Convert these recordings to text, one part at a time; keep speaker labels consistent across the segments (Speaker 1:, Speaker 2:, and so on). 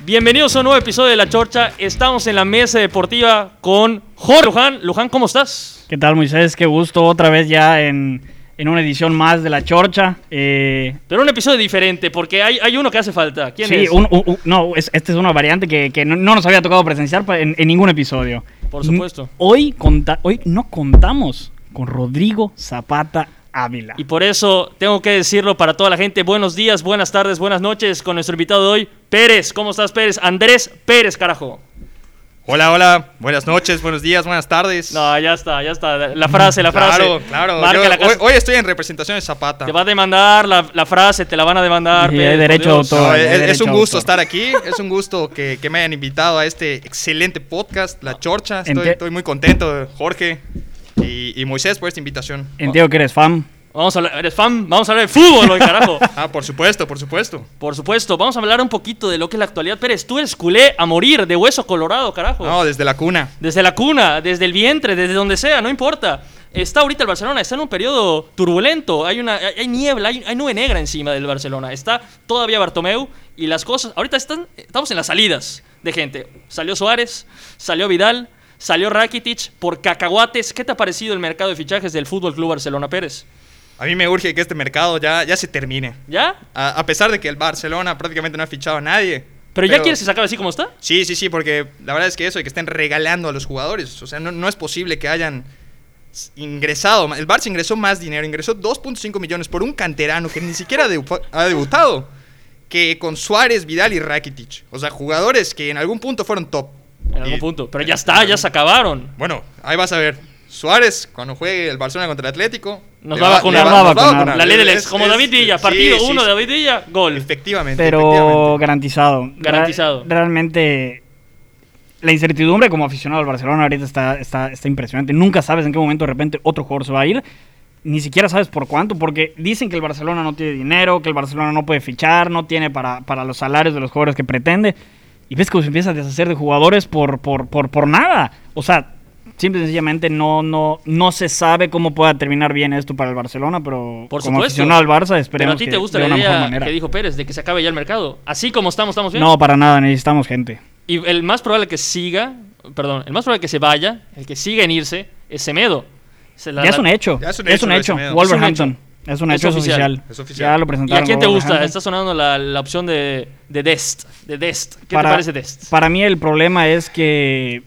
Speaker 1: Bienvenidos a un nuevo episodio de La Chorcha. Estamos en la mesa deportiva con Jorge Luján. Luján, ¿cómo estás?
Speaker 2: ¿Qué tal, Moisés? Qué gusto otra vez ya en, en una edición más de La Chorcha. Eh,
Speaker 1: Pero un episodio diferente, porque hay, hay uno que hace falta. ¿Quién
Speaker 2: sí,
Speaker 1: es?
Speaker 2: un- u- u- no, es- esta es una variante que, que no, no nos había tocado presenciar pa- en, en ningún episodio.
Speaker 1: Por supuesto.
Speaker 2: N- Hoy, conta- hoy no contamos con Rodrigo Zapata Ávila.
Speaker 1: Y por eso tengo que decirlo para toda la gente. Buenos días, buenas tardes, buenas noches con nuestro invitado de hoy, Pérez. ¿Cómo estás, Pérez? Andrés Pérez, carajo.
Speaker 3: Hola, hola. Buenas noches, buenos días, buenas tardes.
Speaker 1: No, ya está, ya está. La- La frase, la frase.
Speaker 3: claro, claro.
Speaker 1: Marca
Speaker 3: Yo-
Speaker 1: la casa.
Speaker 3: hoy, hoy estoy en representación de Zapata.
Speaker 1: Te va a demandar la, la frase, te la van a demandar.
Speaker 2: Sí,
Speaker 1: Pérez,
Speaker 2: hay
Speaker 1: por
Speaker 2: derecho de
Speaker 1: Dios.
Speaker 2: autor.
Speaker 3: No, es,
Speaker 2: de
Speaker 3: es un
Speaker 2: derecho
Speaker 3: gusto
Speaker 2: autor.
Speaker 3: estar aquí, es un gusto que, que me hayan invitado a este excelente podcast, La Chorcha. Estoy,
Speaker 2: Ente-
Speaker 3: estoy muy contento, Jorge y, y Moisés, por esta invitación.
Speaker 2: Entiendo que eres fan.
Speaker 1: Vamos a hablar, eres fan, vamos a hablar de fútbol hoy, carajo.
Speaker 3: Ah, por supuesto, por supuesto.
Speaker 1: Por supuesto, vamos a hablar un poquito de lo que es la actualidad. Pérez, tú eres culé a morir, de hueso colorado, carajo.
Speaker 3: No, desde la cuna.
Speaker 1: Desde la cuna, desde el vientre, desde donde sea, no importa. Está ahorita el Barcelona, está en un periodo turbulento, hay, una, hay hay niebla, hay, hay nube negra encima del Barcelona. Está todavía Bartomeu y las cosas, ahorita están, estamos en las salidas de gente. Salió Suárez, salió Vidal, salió Rakitic por cacahuates. ¿Qué te ha parecido el mercado de fichajes del Fútbol Club Barcelona Pérez?
Speaker 3: A mí me urge que este mercado ya, ya se termine.
Speaker 1: ¿Ya?
Speaker 3: A, a pesar de que el Barcelona prácticamente no ha fichado a nadie.
Speaker 1: ¿Pero, ya quieres que se acabe así como está?
Speaker 3: Sí, sí, sí, porque la verdad es que eso de que estén regalando a los jugadores, o sea, no, no es posible que hayan s- ingresado, ma- el Barça ingresó más dinero, ingresó 2.5 millones por un canterano que ni siquiera debu- ha debutado, que con Suárez, Vidal y Rakitic, o sea, jugadores que en algún punto fueron top.
Speaker 1: En algún
Speaker 3: Y- eh,
Speaker 1: punto. Pero ya está, ya se acabaron.
Speaker 3: Bueno, ahí vas a ver. Suárez, cuando juegue el Barcelona contra el Atlético,
Speaker 1: Nos
Speaker 3: le
Speaker 1: va a vacunar.
Speaker 3: le
Speaker 2: Nos va a
Speaker 3: nos
Speaker 2: vacunar.
Speaker 1: La ley del ex,
Speaker 3: Es-
Speaker 1: como
Speaker 3: es-
Speaker 1: David Villa,
Speaker 3: sí,
Speaker 1: partido
Speaker 3: sí,
Speaker 1: 1
Speaker 3: sí.
Speaker 1: de David Villa, gol.
Speaker 3: Efectivamente.
Speaker 2: Pero
Speaker 3: efectivamente.
Speaker 2: garantizado. Ra-
Speaker 1: Garantizado.
Speaker 2: realmente la incertidumbre como aficionado al Barcelona ahorita está, está, está impresionante. Nunca sabes en qué momento de repente otro jugador se va a ir. Ni siquiera sabes por cuánto, porque dicen que el Barcelona no tiene dinero, que el Barcelona no puede fichar, no tiene para, para los salarios de los jugadores que pretende. Y ves cómo se empieza a deshacer de jugadores por, por, por, por nada. O sea, simple y sencillamente no, no, no se sabe cómo pueda terminar bien esto para el Barcelona, pero
Speaker 1: Por
Speaker 2: como
Speaker 1: supuesto.
Speaker 2: aficionado al Barça
Speaker 1: Pero
Speaker 2: esperemos
Speaker 1: a ti
Speaker 2: que
Speaker 1: te gusta
Speaker 2: de
Speaker 1: la
Speaker 2: una mejor
Speaker 1: idea
Speaker 2: manera.
Speaker 1: que dijo Pérez de que se acabe ya el mercado. Así como estamos, estamos bien.
Speaker 2: No, para nada, necesitamos gente.
Speaker 1: Y el más probable que siga, perdón, el más probable que se vaya, el que siga en irse, es Semedo. Se la-
Speaker 2: ya es un hecho.
Speaker 3: Ya es un
Speaker 2: es
Speaker 3: hecho
Speaker 2: un
Speaker 3: lo de
Speaker 2: hecho.
Speaker 3: Semedo.
Speaker 2: Wolverhampton. Es un
Speaker 1: Es
Speaker 2: hecho, es
Speaker 1: oficial.
Speaker 2: oficial.
Speaker 3: Es oficial.
Speaker 2: Ya lo
Speaker 1: ¿Y
Speaker 2: presentaron.
Speaker 1: a quién te gusta?
Speaker 2: Wolverhampton.
Speaker 1: Está sonando la, la opción de, de Dest. De Dest. ¿Qué
Speaker 2: Para-
Speaker 1: te parece Dest?
Speaker 2: Para mí el problema es que,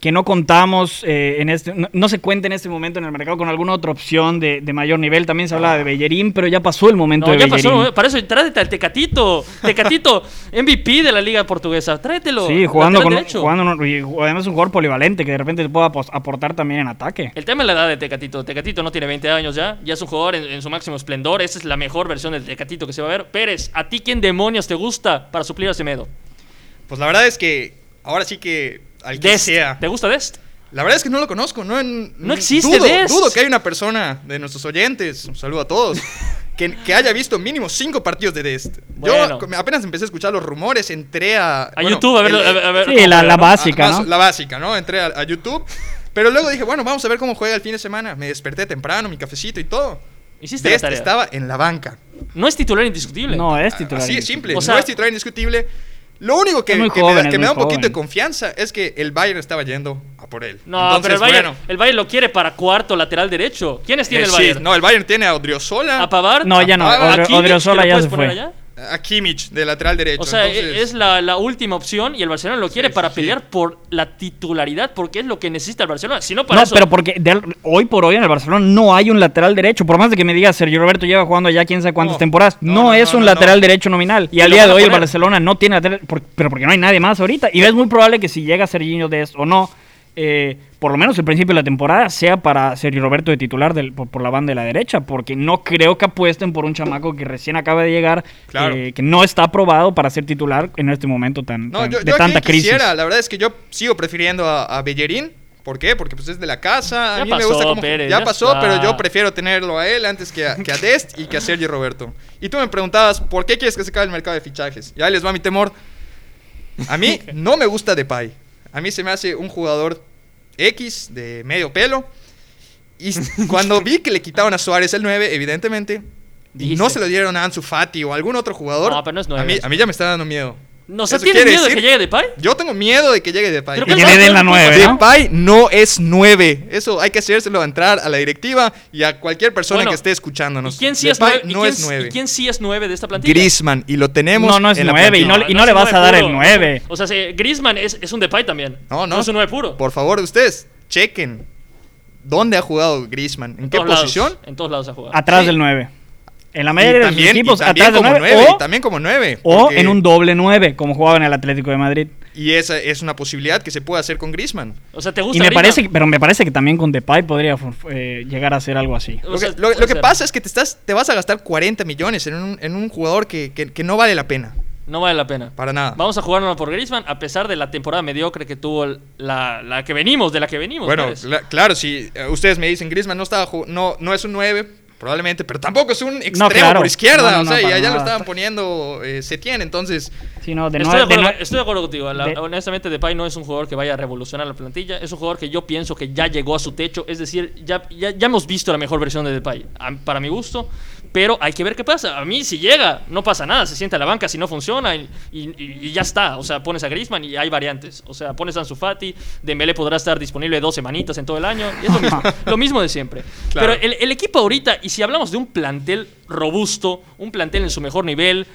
Speaker 2: que no contamos eh, en este... No, no se cuenta en este momento en el mercado con alguna otra opción de, de mayor nivel. También se hablaba de Bellerín, pero ya pasó el momento
Speaker 1: Ah. No,
Speaker 2: de
Speaker 1: ya
Speaker 2: Bellerín.
Speaker 1: pasó. eh, Para eso tráete al Tecatito. Tecatito, MVP de la Liga Portuguesa. Tráetelo.
Speaker 2: Sí, jugando con
Speaker 1: lateral derecho.
Speaker 2: jugando, y además es un jugador polivalente que de repente te pueda apos- aportar también en ataque.
Speaker 1: El tema es la edad de Tecatito. Tecatito no tiene 20 años ya. Ya es un jugador en, en su máximo esplendor. Esa es la mejor versión del Tecatito que se va a ver. Pérez, ¿a ti quién demonios te gusta para suplir a Semedo?
Speaker 3: Pues la verdad es que ahora sí que al que
Speaker 1: Dest.
Speaker 3: sea.
Speaker 1: ¿Te gusta Dest?
Speaker 3: La verdad es que no lo conozco. No, n-
Speaker 1: No existe
Speaker 3: Dudo,
Speaker 1: Dest.
Speaker 3: dudo que haya una persona de nuestros oyentes, un saludo a todos, que, que haya visto mínimo cinco partidos de Dest.
Speaker 1: Bueno.
Speaker 3: Yo co- apenas empecé a escuchar los rumores, entré a. ah,
Speaker 1: A YouTube, a ver. a ver- a ver
Speaker 2: Sí,
Speaker 1: cómo juega,
Speaker 2: la- la
Speaker 1: ¿no?
Speaker 2: va- Básica, ¿no?
Speaker 3: La básica, ¿no? Entré a, a YouTube. Pero luego dije, bueno, vamos a ver cómo juega el fin de semana. Me desperté temprano, mi cafecito y todo.
Speaker 1: Hiciste
Speaker 3: Dest
Speaker 1: la tarea.
Speaker 3: estaba en la banca.
Speaker 1: No es titular indiscutible.
Speaker 2: No, eh. es titular.
Speaker 3: Así es simple.
Speaker 1: O sea-
Speaker 3: no es titular indiscutible. Lo único que,
Speaker 2: Es muy
Speaker 3: que me da-
Speaker 2: joven, es
Speaker 3: que me da un
Speaker 2: muy
Speaker 3: poquito
Speaker 2: joven.
Speaker 3: de confianza es que el Bayern estaba yendo a por él.
Speaker 1: No,
Speaker 3: Entonces,
Speaker 1: pero el Bayern,
Speaker 3: bueno.
Speaker 1: el Bayern lo quiere para cuarto lateral derecho. ¿Quiénes tiene
Speaker 3: Eh,
Speaker 1: el
Speaker 3: sí,
Speaker 1: Bayern?
Speaker 3: no, el Bayern tiene a Odriozola,
Speaker 1: ¿A Pavard?
Speaker 2: No, ya no.
Speaker 3: Ah,
Speaker 2: Odrio-
Speaker 1: Kimmich,
Speaker 2: Odriozola
Speaker 1: que lo
Speaker 2: ya
Speaker 1: puedes
Speaker 2: se
Speaker 1: poner
Speaker 2: fue.
Speaker 1: allá?
Speaker 3: a Kimmich de lateral derecho.
Speaker 1: O sea, e-
Speaker 3: Entonces,
Speaker 1: es la, la última opción y el Barcelona lo quiere
Speaker 3: Sí,
Speaker 1: para
Speaker 3: sí, sí.
Speaker 1: pelear por la titularidad porque es lo que necesita el Barcelona. Si no, para
Speaker 2: No,
Speaker 1: eso-
Speaker 2: pero porque del- hoy por hoy en el Barcelona no hay un lateral derecho. Por más de que me digas Sergio Roberto lleva jugando ya quién sabe cuántas
Speaker 3: No,
Speaker 2: temporadas, no,
Speaker 3: no, no,
Speaker 2: es
Speaker 3: no,
Speaker 2: un
Speaker 3: no,
Speaker 2: lateral
Speaker 3: no.
Speaker 2: derecho nominal. Y
Speaker 1: Y
Speaker 2: al
Speaker 1: lo
Speaker 2: día
Speaker 1: van
Speaker 2: de
Speaker 1: a
Speaker 2: hoy el
Speaker 1: poner.
Speaker 2: Barcelona no tiene lateral, por- pero porque no hay nadie más ahorita. Y es muy probable que si llega Serginho Dest o no, eh, por lo menos el principio de la temporada sea para Sergio Roberto de titular del- por, por la banda de la derecha, porque no creo que apuesten por un chamaco que recién acaba de llegar,
Speaker 3: Claro.
Speaker 2: eh, que no está aprobado para ser titular en este momento tan,
Speaker 3: no,
Speaker 2: tan-
Speaker 3: yo,
Speaker 2: de
Speaker 3: yo aquí
Speaker 2: tanta crisis.
Speaker 3: quisiera, la verdad es que yo sigo prefiriendo a, a Bellerín. ¿Por qué? Porque pues es de la casa. A
Speaker 1: Ya
Speaker 3: mí
Speaker 1: pasó,
Speaker 3: me gusta cómo-
Speaker 1: Pérez,
Speaker 3: ya
Speaker 1: ya
Speaker 3: pasó,
Speaker 1: está.
Speaker 3: pero yo prefiero tenerlo a él antes que a, que a Dest y que a Sergio Roberto. Y tú me preguntabas, ¿por qué quieres que se acabe el mercado de fichajes? Y ahí les va mi temor. A mí no me gusta Depay. A mí se me hace un jugador X de medio pelo. Y s- cuando vi que le quitaban a Suárez el 9, evidentemente, y
Speaker 1: Dijiste.
Speaker 3: no se lo dieron a Ansu Fati o a algún otro jugador,
Speaker 1: No, pero no es
Speaker 3: a,
Speaker 1: nueve,
Speaker 3: mí,
Speaker 1: Ansu.
Speaker 3: a mí ya me está dando miedo.
Speaker 1: No, o sea,
Speaker 3: Eso
Speaker 1: ¿tienes
Speaker 3: quiere
Speaker 1: miedo de
Speaker 3: decir-
Speaker 1: que llegue Depay?
Speaker 3: Yo tengo miedo de que llegue Depay.
Speaker 1: Creo
Speaker 2: Y
Speaker 1: que
Speaker 2: que le den la nueve, ¿no?
Speaker 3: Depay no es 9. Eso hay que hacérselo a entrar a la directiva y a cualquier persona
Speaker 1: Bueno,
Speaker 3: que esté escuchándonos.
Speaker 1: ¿Y quién sí es
Speaker 3: Depay
Speaker 1: nueve? ¿Y
Speaker 3: No
Speaker 1: quién-
Speaker 3: es
Speaker 1: ¿Y
Speaker 3: 9.
Speaker 1: quién sí es nueve de esta plantilla?
Speaker 3: Grisman, y lo tenemos.
Speaker 2: No, no es
Speaker 3: en la
Speaker 2: 9 y no,
Speaker 3: plantilla.
Speaker 2: y no le
Speaker 1: es un
Speaker 2: vas a
Speaker 1: nueve
Speaker 2: dar el
Speaker 1: puro.
Speaker 2: 9.
Speaker 1: O sea, si Griezmann es, es un Depay también.
Speaker 3: No, no.
Speaker 1: es un 9 puro.
Speaker 3: Por favor, ustedes, chequen. ¿Dónde ha jugado Grisman? ¿En qué
Speaker 1: todos lados,
Speaker 3: posición?
Speaker 1: en todos lados ha jugado.
Speaker 2: Atrás
Speaker 3: Sí.
Speaker 2: del 9. En la
Speaker 3: Y
Speaker 2: mayoría de los
Speaker 3: también- y
Speaker 2: equipos,
Speaker 3: también
Speaker 2: atrás del
Speaker 3: como
Speaker 2: 9.
Speaker 3: nueve,
Speaker 2: o
Speaker 3: y también como 9.
Speaker 2: o en un doble 9, como jugaba en el Atlético de Madrid.
Speaker 3: Y esa es una posibilidad que se puede hacer con Grisman.
Speaker 1: O sea, ¿te gusta
Speaker 2: Y me
Speaker 1: Griezmann?
Speaker 2: parece, que- pero me parece que también con Depay podría eh, llegar a ser algo así.
Speaker 1: O
Speaker 3: Lo que,
Speaker 1: sea,
Speaker 3: lo- lo
Speaker 1: puede
Speaker 3: que
Speaker 1: ser.
Speaker 3: pasa es que te, estás, te vas a gastar 40 millones en un, en un jugador que, que- que no vale la pena.
Speaker 1: No vale la pena.
Speaker 3: Para nada.
Speaker 1: Vamos a jugárnosla por Griezmann a pesar de la temporada mediocre que tuvo el- la, la que venimos, de la que venimos.
Speaker 3: Bueno,
Speaker 2: pues.
Speaker 1: Pérez.
Speaker 3: cla- claro, si eh, ustedes me dicen Griezmann no estaba ju- no no es un 9, probablemente, pero tampoco es un extremo
Speaker 2: claro.
Speaker 3: por izquierda,
Speaker 2: No, no,
Speaker 3: o sea,
Speaker 2: no,
Speaker 3: y
Speaker 2: para
Speaker 3: allá lo
Speaker 2: nada.
Speaker 3: estaban poniendo eh, Setién, entonces
Speaker 2: Sí, no, de
Speaker 1: estoy, de
Speaker 2: nueve- de
Speaker 1: acuerdo,
Speaker 2: nueve-
Speaker 1: estoy de acuerdo contigo. La-
Speaker 2: de-
Speaker 1: honestamente, Depay no es un jugador que vaya a revolucionar la plantilla. Es un jugador que yo pienso que ya llegó a su techo. Es decir, ya, ya, ya hemos visto la mejor versión de Depay, a- para mi gusto. Pero hay que ver qué pasa. A mí, si llega, no pasa nada. Se sienta a la banca si no funciona y, y- y- y ya está. O sea, pones a Griezmann y hay variantes. O sea, pones a Ansu Fati. Dembélé podrá estar disponible dos semanitas en todo el año. Y es lo mismo, lo mismo de siempre.
Speaker 3: Claro.
Speaker 1: Pero el, el equipo ahorita, y si hablamos de un plantel robusto, un plantel en su mejor nivel,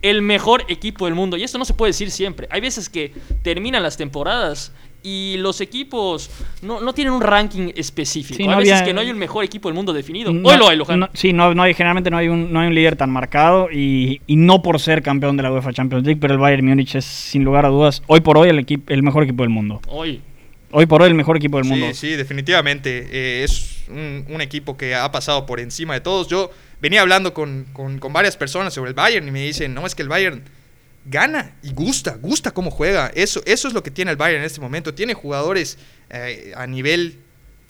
Speaker 1: el mejor equipo del mundo, y esto no se puede decir siempre, hay veces que terminan las temporadas y los equipos no, no tienen un ranking específico.
Speaker 2: Sí,
Speaker 1: hay
Speaker 2: no
Speaker 1: veces
Speaker 2: había-
Speaker 1: que no hay un mejor equipo del mundo definido.
Speaker 2: no-
Speaker 1: Hoy lo hay, Luján.
Speaker 2: no- sí, no, no hay, generalmente no hay, un, no hay un líder tan marcado y, y no por ser campeón de la UEFA Champions League, pero el Bayern Múnich es sin lugar a dudas hoy por hoy el, equipo el mejor equipo del mundo.
Speaker 1: Hoy.
Speaker 2: Hoy por hoy el mejor equipo del mundo.
Speaker 3: Sí, sí, definitivamente. eh, es un, un equipo que ha pasado por encima de todos. Yo venía hablando con, con- con varias personas sobre el Bayern y me dicen, no, es que el Bayern gana y gusta, gusta cómo juega. Eso, eso es lo que tiene el Bayern en este momento. Tiene jugadores eh, a nivel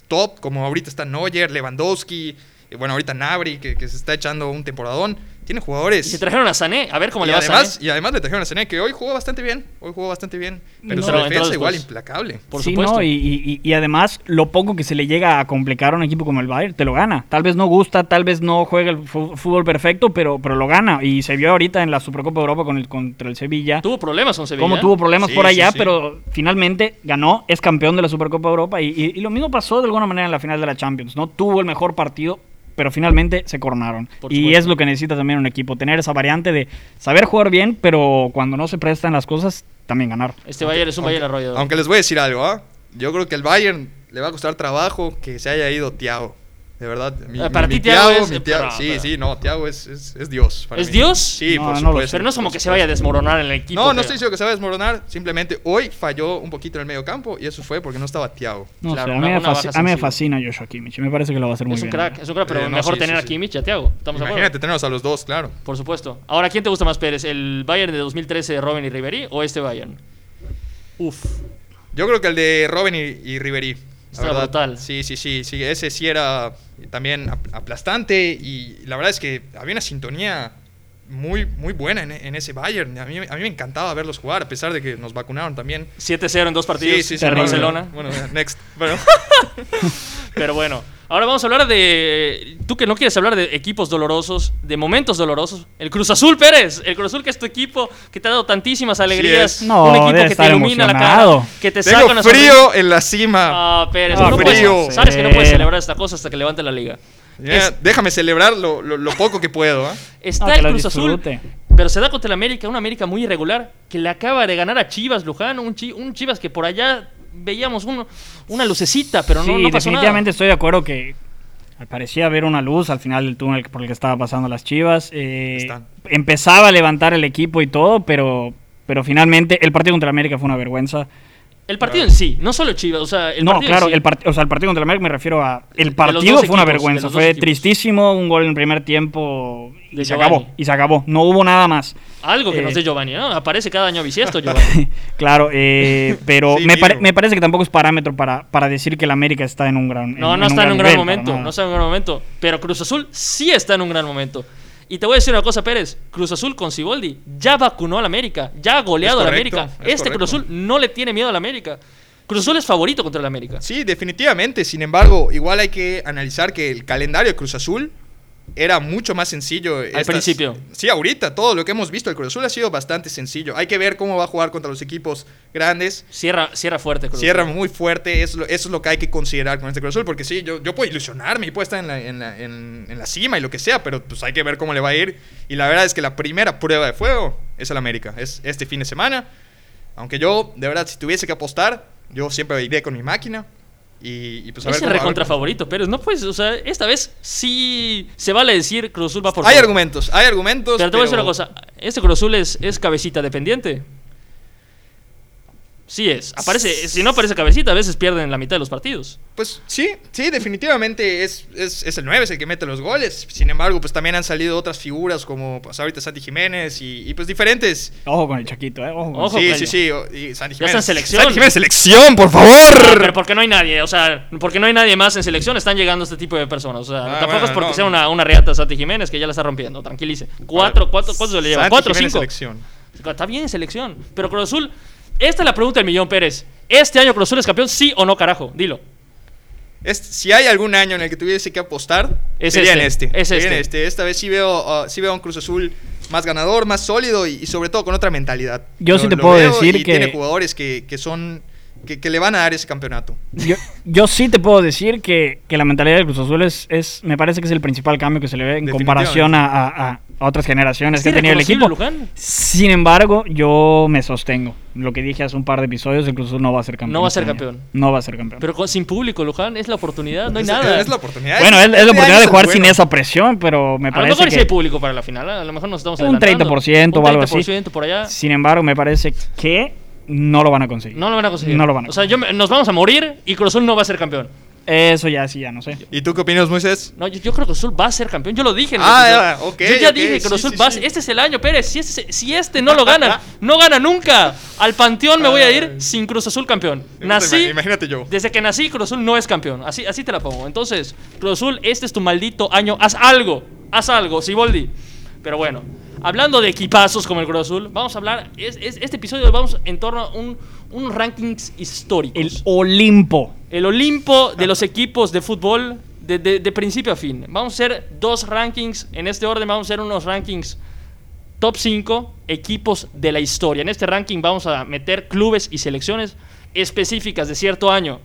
Speaker 3: top, como ahorita está Neuer, Lewandowski, eh, bueno, ahorita Nabri, que, que se está echando un temporadón. Tiene
Speaker 1: Y
Speaker 3: jugadores...
Speaker 1: se trajeron ¿eh? a Sané, a ver cómo
Speaker 3: y
Speaker 1: le va a
Speaker 3: además,
Speaker 1: Sané.
Speaker 3: y además le trajeron a Sané, que hoy jugó bastante bien, hoy jugó bastante bien, pero
Speaker 1: No,
Speaker 3: su
Speaker 1: pero entró
Speaker 3: defensa igual
Speaker 1: después.
Speaker 3: implacable.
Speaker 1: Por
Speaker 2: Sí,
Speaker 1: supuesto.
Speaker 2: ¿no? Y, y- y- y además, lo poco que se le llega a complicar a un equipo como el Bayern, te lo gana. Tal vez no gusta, tal vez no juega el fu- fútbol perfecto, pero, pero lo gana. Y se vio ahorita en la Supercopa de Europa con el, contra el Sevilla.
Speaker 1: Tuvo problemas con Sevilla.
Speaker 2: Cómo tuvo problemas
Speaker 3: Sí,
Speaker 2: por
Speaker 3: sí,
Speaker 2: allá,
Speaker 3: sí.
Speaker 2: pero finalmente ganó, es campeón de la Supercopa de Europa. Y, y- y lo mismo pasó de alguna manera en la final de la Champions. No tuvo el mejor partido, pero finalmente se coronaron.
Speaker 1: Por
Speaker 2: Y
Speaker 1: supuesto.
Speaker 2: es lo que necesita también un equipo, tener esa variante de saber jugar bien, pero cuando no se prestan las cosas, también ganar.
Speaker 1: Este Bayern es un Bayern arrollador.
Speaker 3: Aunque les voy a decir algo, ¿ah? Yo creo que el Bayern le va a costar trabajo que se haya ido Thiago. De verdad. Mi,
Speaker 1: Ah, para
Speaker 3: mi
Speaker 1: ti Thiago es-
Speaker 3: mi
Speaker 1: eh,
Speaker 3: Thiago-
Speaker 1: para-
Speaker 3: sí,
Speaker 1: para.
Speaker 3: sí, no, Thiago es, es, es Dios. para
Speaker 1: ¿Es
Speaker 3: mí.
Speaker 1: Dios?
Speaker 3: Sí,
Speaker 2: No, no
Speaker 3: por
Speaker 2: lo
Speaker 3: supuesto.
Speaker 2: es.
Speaker 1: Pero no es como
Speaker 3: por
Speaker 1: que se vaya a
Speaker 3: supuesto.
Speaker 1: desmoronar el equipo.
Speaker 3: No, no
Speaker 1: creo.
Speaker 3: estoy diciendo que se va a desmoronar. Simplemente hoy falló un poquito en el medio campo y eso fue porque no estaba Thiago.
Speaker 2: No
Speaker 1: Claro,
Speaker 2: sé, a
Speaker 1: una-
Speaker 2: mí, me
Speaker 1: una baja
Speaker 2: fasci- a mí me
Speaker 1: sensible.
Speaker 2: fascina Joshua Kimmich. Me parece que lo va a hacer muy
Speaker 1: Es un
Speaker 2: bien.
Speaker 1: crack, es un crack, pero
Speaker 3: Eh, no,
Speaker 1: mejor
Speaker 3: sí,
Speaker 1: tener
Speaker 3: sí,
Speaker 1: a
Speaker 3: sí.
Speaker 1: Kimmich y a Thiago. Estamos de acuerdo.
Speaker 3: Imagínate tenerlos a los dos, claro.
Speaker 1: Por supuesto. Ahora, ¿quién te gusta más, Pérez? ¿El Bayern de 2013 de Robin y Ribery o este Bayern? Uf.
Speaker 3: Yo creo que el de Robin y, y Ribery. la
Speaker 1: Estaba
Speaker 3: verdad.
Speaker 1: brutal.
Speaker 3: Sí, sí, sí, sí. Ese sí era también ap- aplastante y la verdad es que había una sintonía muy, muy buena en, en ese Bayern. A mí, a mí me encantaba verlos jugar, a pesar de que nos vacunaron también.
Speaker 1: 7-0 en dos partidos.
Speaker 3: Sí, sí, sí.
Speaker 1: en
Speaker 2: Terrible.
Speaker 1: Barcelona.
Speaker 3: Bueno, eh, next. Bueno,
Speaker 1: Pero bueno. Ahora vamos a hablar de. Tú que no quieres hablar de equipos dolorosos, de momentos dolorosos. El Cruz Azul, Pérez. El Cruz Azul, que es tu equipo que te ha dado tantísimas alegrías.
Speaker 3: es.
Speaker 2: No,
Speaker 1: un equipo
Speaker 2: debe
Speaker 1: que te
Speaker 2: estar
Speaker 1: ilumina la cara.
Speaker 2: emocionado.
Speaker 1: Que te saca
Speaker 3: tengo
Speaker 1: una
Speaker 3: frío
Speaker 1: sonrisa.
Speaker 3: en la cima.
Speaker 1: Ah, Pérez.
Speaker 2: Ah,
Speaker 1: no
Speaker 3: frío.
Speaker 1: puedes- sabes que no puedes
Speaker 2: Sí.
Speaker 1: celebrar esta cosa hasta que levante la liga.
Speaker 3: Ya, Déjame celebrar lo, lo- lo poco que puedo. ¿ah?
Speaker 1: Está
Speaker 2: No, que
Speaker 1: el
Speaker 2: lo
Speaker 1: Cruz Azul,
Speaker 2: disfrute.
Speaker 1: pero se da contra el América, una América muy irregular, que le acaba de ganar a Chivas, Luján, un, Chi- un Chivas que por allá veíamos un- una lucecita, pero
Speaker 2: sí,
Speaker 1: no, no pasó
Speaker 2: definitivamente
Speaker 1: nada.
Speaker 2: estoy de acuerdo que parecía haber una luz al final del túnel por el que estaba pasando las Chivas. eh,
Speaker 3: Están.
Speaker 2: empezaba a levantar el equipo y todo, pero, pero finalmente el partido contra el América fue una vergüenza.
Speaker 1: El partido en sí, no solo Chivas, o sea, el
Speaker 2: no,
Speaker 1: partido en
Speaker 2: claro,
Speaker 1: sí.
Speaker 2: el, part- o sea, el partido contra el América me refiero a... El
Speaker 1: los
Speaker 2: partido
Speaker 1: dos
Speaker 2: fue una
Speaker 1: equipos, de
Speaker 2: vergüenza,
Speaker 1: los dos
Speaker 2: fue
Speaker 1: equipos.
Speaker 2: tristísimo, un gol en el primer tiempo y
Speaker 1: De
Speaker 2: se
Speaker 1: Giovanni.
Speaker 2: acabó, y se acabó, no hubo nada más.
Speaker 1: Algo que
Speaker 2: eh,
Speaker 1: nos dé Giovanni, ¿no? Aparece cada año bisiesto Giovanni.
Speaker 2: Claro, eh, pero
Speaker 3: Sí,
Speaker 2: me, pare-
Speaker 3: digo.
Speaker 2: me parece que tampoco es parámetro para, para decir que el América está en un gran
Speaker 1: No, no está en un gran
Speaker 2: nivel,
Speaker 1: momento,
Speaker 2: para nada.
Speaker 1: no está en un gran momento, pero Cruz Azul sí está en un gran momento. Y te voy a decir una cosa, Pérez. Cruz Azul con Siboldi ya vacunó al América, ya ha goleado
Speaker 3: Es
Speaker 1: al
Speaker 3: correcto,
Speaker 1: América.
Speaker 3: es
Speaker 1: Este Cruz Azul
Speaker 3: correcto.
Speaker 1: no le tiene miedo al América. Cruz Azul es favorito contra el América.
Speaker 3: Sí, definitivamente. Sin embargo, igual hay que analizar que el calendario de Cruz Azul era mucho más sencillo. Al
Speaker 1: principio.
Speaker 3: Sí, ahorita, todo lo que hemos visto, el Cruz Azul ha sido bastante sencillo. Hay que ver cómo va a jugar contra los equipos grandes.
Speaker 1: Cierra, cierra fuerte, Cruz
Speaker 3: Cierra
Speaker 1: Azul.
Speaker 3: muy fuerte, eso, es lo- eso es lo que hay que considerar con este Cruz Azul, porque sí, yo, yo puedo ilusionarme y puedo estar en la, en, la, en- en la cima y lo que sea, pero pues hay que ver cómo le va a ir. Y la verdad es que la primera prueba de fuego es el América, es este fin de semana. Aunque yo, de verdad, si tuviese que apostar, yo siempre iré con mi máquina. Y, y, pues a
Speaker 1: Es
Speaker 3: ver
Speaker 1: el
Speaker 3: cómo- a ver
Speaker 1: recontra
Speaker 3: cómo-
Speaker 1: favorito, pero no puedes, o sea, esta vez sí se vale decir Cruz Azul va por
Speaker 3: Hay
Speaker 1: todo.
Speaker 3: argumentos, hay argumentos.
Speaker 1: Pero te voy a decir
Speaker 3: pero-
Speaker 1: una cosa, este Cruz Azul es, es cabecita dependiente. Sí es, aparece, si no aparece cabecita, a veces pierden la mitad de los partidos.
Speaker 3: Pues sí, sí, definitivamente es, es, es el 9, es el que mete los goles. Sin embargo, pues también han salido otras figuras como pues, ahorita Santi Jiménez y, y, pues diferentes.
Speaker 2: Ojo con el Chaquito, ¿eh? Ojo. con-
Speaker 1: Ojo.
Speaker 3: sí,
Speaker 1: Cayo.
Speaker 3: sí, sí, o- y Santi Jiménez.
Speaker 1: está en selección.
Speaker 3: Santi Jiménez, selección, por favor.
Speaker 1: Pero porque no hay nadie, o sea, porque no hay nadie más en selección, están llegando este tipo de personas. O sea,
Speaker 3: Ah,
Speaker 1: tampoco
Speaker 3: bueno,
Speaker 1: es porque
Speaker 3: no.
Speaker 1: sea una, una reata Santi Jiménez que ya la está rompiendo, tranquilice. Cuatro, cuatro, ¿cuántos le lleva?
Speaker 3: Santi
Speaker 1: Cuatro,
Speaker 3: Jiménez,
Speaker 1: cinco.
Speaker 3: selección.
Speaker 1: Está bien en selección. Pero Cruz Azul, esta es la pregunta del millón Pérez. ¿Este año Cruz Azul es campeón? Sí o no, carajo, dilo.
Speaker 3: Es- si hay algún año en el que tuviese que apostar,
Speaker 1: Es
Speaker 3: sería
Speaker 1: este,
Speaker 3: en este.
Speaker 1: es
Speaker 3: sería en
Speaker 1: este.
Speaker 3: Esta vez sí veo, ah, sí veo un Cruz Azul más ganador, más sólido y, y sobre todo con otra mentalidad.
Speaker 2: Yo sí te puedo
Speaker 3: veo
Speaker 2: decir
Speaker 3: y
Speaker 2: que-
Speaker 3: tiene jugadores que, que son que, que le van a dar ese campeonato.
Speaker 2: Yo, yo sí te puedo decir que, que la mentalidad de Cruz Azul es, es- me parece que es el principal cambio que se le ve en comparación a, a- a otras generaciones
Speaker 1: ¿Es
Speaker 2: que ha tenido el
Speaker 1: irreconocible,
Speaker 2: equipo.
Speaker 1: Luján?
Speaker 2: Sin embargo, yo me sostengo. Lo que dije hace un par de episodios, el Cruz Azul no va a ser campeón.
Speaker 1: No va a ser
Speaker 2: este año.
Speaker 1: campeón.
Speaker 2: No va a ser campeón.
Speaker 1: Pero con- sin público, Luján, es la oportunidad, no hay
Speaker 3: es,
Speaker 1: nada.
Speaker 3: es la oportunidad.
Speaker 2: bueno, es, es
Speaker 3: Este
Speaker 2: la
Speaker 3: año
Speaker 2: oportunidad
Speaker 3: es
Speaker 2: de
Speaker 3: el
Speaker 2: jugar sin
Speaker 3: bueno.
Speaker 2: esa presión, pero me
Speaker 1: a lo mejor
Speaker 2: parece
Speaker 1: sí hay
Speaker 2: que...
Speaker 1: público para la final, ¿eh? a lo mejor nos estamos
Speaker 2: Un
Speaker 1: adelantando.
Speaker 2: 30% o algo así.
Speaker 1: 30% por allá.
Speaker 2: Sin embargo, me parece que no lo van a conseguir.
Speaker 1: No lo van a conseguir.
Speaker 2: No lo van a
Speaker 1: o sea, yo me- nos vamos a morir y Cruz Azul no va a ser campeón.
Speaker 2: Eso ya sí, ya no sé.
Speaker 3: ¿Y tú qué opinas, Moisés?
Speaker 1: No, yo, yo creo que Cruz Azul va a ser campeón. Yo lo dije. en el
Speaker 3: Ah,
Speaker 1: episodio.
Speaker 3: ok,
Speaker 1: Yo ya
Speaker 3: ok,
Speaker 1: dije que
Speaker 3: sí,
Speaker 1: Cruz Azul
Speaker 3: sí,
Speaker 1: va a
Speaker 3: sí.
Speaker 1: ser- Este es el año, Pérez. Si este, si este no lo gana, no gana nunca. Al panteón me voy a ir
Speaker 3: Ay.
Speaker 1: sin Cruz Azul campeón. Nací.
Speaker 3: Imagínate yo.
Speaker 1: Desde que nací, Cruz Azul no es campeón. Así, así te la pongo. Entonces, Cruz Azul, este es tu maldito año. Haz algo. Haz algo, Siboldi. Pero bueno, hablando de equipazos como el Cruz Azul, vamos a hablar. es- es- este episodio vamos en torno a un, un rankings histórico.
Speaker 2: El Olimpo.
Speaker 1: El Olimpo de los equipos de fútbol de, de- de principio a fin. Vamos a hacer dos rankings. En este orden vamos a hacer unos rankings top 5 equipos de la historia. En este ranking vamos a meter clubes y selecciones específicas de cierto año.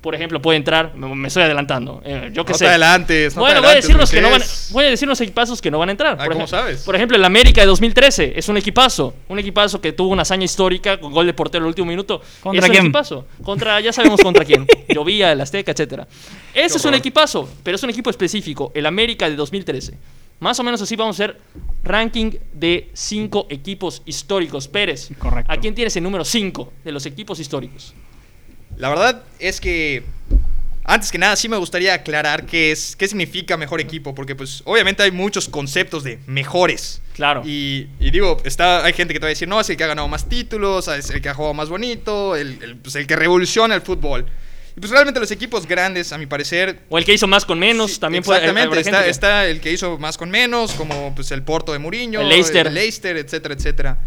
Speaker 1: Por ejemplo, puede entrar, me, me estoy adelantando. eh, yo que
Speaker 3: No
Speaker 1: sé.
Speaker 3: te adelantes, no te
Speaker 1: bueno, voy a
Speaker 3: adelantes,
Speaker 1: decir los que no van,
Speaker 3: Moisés.
Speaker 1: voy a decir los equipazos que no van a entrar.
Speaker 3: Ah,
Speaker 1: por
Speaker 3: ¿cómo
Speaker 1: ej-
Speaker 3: sabes?
Speaker 1: Por ejemplo, el América de 2013 es un equipazo, un equipazo que tuvo una hazaña histórica con gol de portero en el último minuto.
Speaker 2: ¿Contra
Speaker 1: es un
Speaker 2: quién?
Speaker 1: equipazo equipazo. Contra, ya sabemos contra quién. Llovía, el Azteca, etcétera. Ese es un
Speaker 3: horror.
Speaker 1: equipazo, pero es un equipo específico, el América de 2013. Más o menos así vamos a hacer ranking de cinco equipos históricos. Pérez,
Speaker 2: Correcto.
Speaker 1: ¿a quién tienes el número 5 de los equipos históricos?
Speaker 3: La verdad es que antes que nada sí me gustaría aclarar qué es qué significa mejor equipo, porque pues obviamente hay muchos conceptos de mejores.
Speaker 1: Claro.
Speaker 3: Y, y digo, está, hay gente que te va a decir, no, es el que ha ganado más títulos, es el que ha jugado más bonito, el, el- pues, el que revoluciona el fútbol. Y pues realmente los equipos grandes, a mi parecer,
Speaker 1: O el que hizo más con menos,
Speaker 3: Sí,
Speaker 1: también puede
Speaker 3: exactamente,
Speaker 1: habrá gente
Speaker 3: está,
Speaker 1: que-
Speaker 3: está el que hizo más con menos, como pues, el Porto de Mourinho,
Speaker 1: El Leicester.
Speaker 3: Leicester, etcétera, etcétera.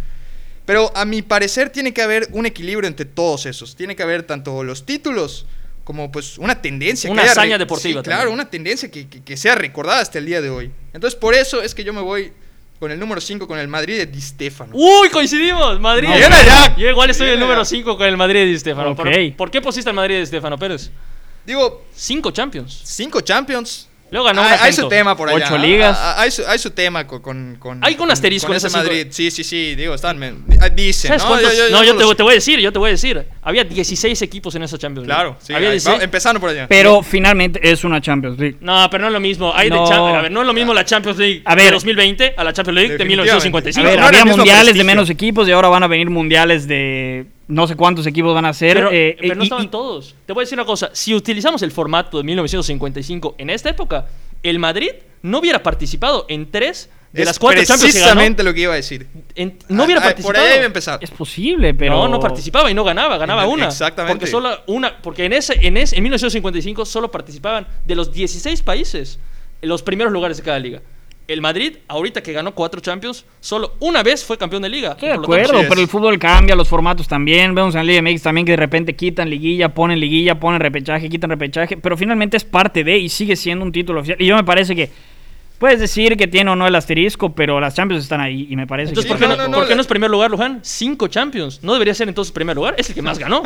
Speaker 3: Pero a mi parecer tiene que haber un equilibrio entre todos esos. Tiene que haber tanto los títulos como pues una tendencia.
Speaker 1: Una
Speaker 3: que haya re-
Speaker 1: hazaña deportiva
Speaker 3: Sí, claro,
Speaker 1: también.
Speaker 3: una tendencia que, que- que sea recordada hasta el día de hoy. Entonces por eso es que yo me voy con el número 5, con el Madrid de Di Stéfano.
Speaker 1: ¡Uy, coincidimos! Madrid.
Speaker 2: No,
Speaker 1: Yo-
Speaker 3: bien allá.
Speaker 1: Yo igual estoy
Speaker 3: Bien
Speaker 1: el número
Speaker 3: allá.
Speaker 1: 5 con el Madrid de Estefano.
Speaker 2: Ok.
Speaker 1: ¿Por, por qué pusiste al Madrid de Estefano Pérez?
Speaker 3: Digo,
Speaker 1: Cinco Champions.
Speaker 3: cinco Champions.
Speaker 1: Luego ganó
Speaker 3: Ah,
Speaker 1: una
Speaker 3: hay su
Speaker 1: junto.
Speaker 3: tema por allá.
Speaker 2: Ocho ligas.
Speaker 3: Ah, ah, Hay su, hay su tema con. con, con
Speaker 1: Hay un asterisco
Speaker 3: con
Speaker 1: en
Speaker 3: ese
Speaker 1: esas cinco.
Speaker 3: Madrid. Sí, sí, sí. Digo, están. me- ah, dicen.
Speaker 1: ¿Sabes
Speaker 3: no,
Speaker 1: cuántos?
Speaker 3: Yo, yo-
Speaker 1: no, yo
Speaker 3: yo solo
Speaker 1: te,
Speaker 3: sé.
Speaker 1: te voy a decir, yo te voy a decir. Había 16 equipos en esa Champions League.
Speaker 3: Claro, sí.
Speaker 1: Había
Speaker 3: ahí,
Speaker 1: 16.
Speaker 3: va- empezando por allá.
Speaker 2: Pero finalmente es una Champions League.
Speaker 1: No, pero no es lo mismo. Hay de
Speaker 2: No.
Speaker 1: Cham- a ver, no es lo mismo la Champions League
Speaker 2: A ver.
Speaker 1: de 2020 a la Champions League de
Speaker 3: Definitivamente.
Speaker 2: A
Speaker 1: 1955.
Speaker 2: ver,
Speaker 3: no era
Speaker 2: había
Speaker 3: el mismo
Speaker 2: mundiales de
Speaker 3: prestigio.
Speaker 2: menos equipos y ahora van a venir mundiales de no sé cuántos equipos van a ser.
Speaker 1: pero,
Speaker 2: eh,
Speaker 1: pero no
Speaker 2: y-
Speaker 1: estaban
Speaker 2: y-
Speaker 1: todos. Te voy a decir una cosa. Si utilizamos el formato de 1955 en esta época, el Madrid no hubiera participado en tres de
Speaker 3: Es
Speaker 1: las cuatro Champions que ganó.
Speaker 3: Precisamente lo que iba a decir.
Speaker 1: En- no
Speaker 3: Ah,
Speaker 1: hubiera
Speaker 3: ah, Por
Speaker 1: participado.
Speaker 3: ahí iba a empezar.
Speaker 2: Es posible, pero.
Speaker 1: No, no participaba y no ganaba, ganaba
Speaker 3: Ex-
Speaker 1: una.
Speaker 3: exactamente.
Speaker 1: Porque solo una, porque en ese, en ese, en 1955 solo participaban de los 16 países en los primeros lugares de cada liga. El Madrid, ahorita que ganó cuatro Champions, solo una vez fue campeón de liga.
Speaker 2: Estoy de
Speaker 1: Por lo tanto,
Speaker 2: acuerdo,
Speaker 3: sí es.
Speaker 2: pero el fútbol cambia, los formatos también. Vemos en la Liga MX también que de repente quitan liguilla, ponen liguilla, ponen repechaje, quitan repechaje. Pero finalmente es parte de y sigue siendo un título oficial. Y yo me parece que Puedes decir que tiene o no el asterisco, pero las Champions están ahí y me parece
Speaker 1: Entonces,
Speaker 2: que...
Speaker 1: ¿por qué, no,
Speaker 3: no, no,
Speaker 1: por qué
Speaker 3: la-
Speaker 1: no es primer lugar, Luján? Cinco Champions. ¿No debería ser entonces primer lugar? Es el que más ganó.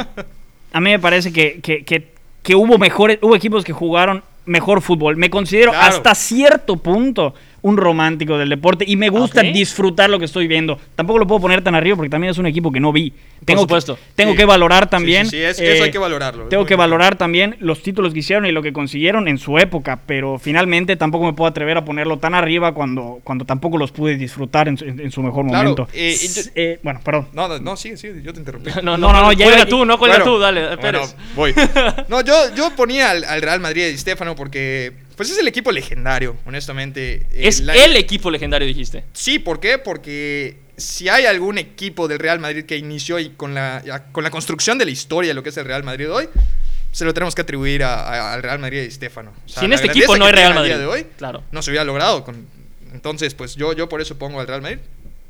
Speaker 2: A mí me parece que, que- que- que hubo mejores, hubo equipos que jugaron mejor fútbol. Me considero
Speaker 3: Claro.
Speaker 2: hasta cierto punto un romántico del deporte y me gusta
Speaker 1: Ok.
Speaker 2: disfrutar lo que estoy viendo. Tampoco lo puedo poner tan arriba porque también es un equipo que no vi. Tengo
Speaker 1: supuesto.
Speaker 2: Que, tengo
Speaker 3: Sí.
Speaker 2: que valorar
Speaker 3: Sí,
Speaker 2: también.
Speaker 3: sí, sí, es-
Speaker 2: eh,
Speaker 3: eso hay que valorarlo. es
Speaker 2: Tengo
Speaker 3: muy
Speaker 2: que
Speaker 3: importante.
Speaker 2: valorar también los títulos que hicieron y lo que consiguieron en su época, pero finalmente tampoco me puedo atrever a ponerlo tan arriba cuando, cuando tampoco los pude disfrutar en su, en- en su mejor
Speaker 3: Claro,
Speaker 2: momento.
Speaker 3: eh, y yo-
Speaker 2: Eh, bueno, perdón.
Speaker 3: No, no, no, sigue, sigue, yo te interrumpí.
Speaker 1: No, no,
Speaker 2: No,
Speaker 1: no,
Speaker 2: no, no, ya
Speaker 1: cuelga
Speaker 2: iba-
Speaker 1: tú, no cuelga
Speaker 3: Bueno,
Speaker 1: tú, dale,
Speaker 3: bueno,
Speaker 1: Pérez.
Speaker 3: voy. No, yo, yo ponía al, al Real Madrid de Di Stéfano porque pues es el equipo legendario, honestamente. Eh,
Speaker 1: Es
Speaker 3: la-
Speaker 1: el equipo legendario, dijiste.
Speaker 3: Sí, ¿por qué? Porque si hay algún equipo del Real Madrid que inició y con la, ya- con la construcción de la historia de lo que es el Real Madrid hoy, se lo tenemos que atribuir a- a- al Real Madrid de Di Stéfano. O sea,
Speaker 1: Sin
Speaker 3: la
Speaker 1: este
Speaker 3: grandeza
Speaker 1: equipo no
Speaker 3: que
Speaker 1: hay
Speaker 3: tiene
Speaker 1: Real
Speaker 3: al día
Speaker 1: Madrid.
Speaker 3: de hoy,
Speaker 1: Claro.
Speaker 3: no se hubiera logrado. con- entonces, pues yo, yo por eso pongo al Real Madrid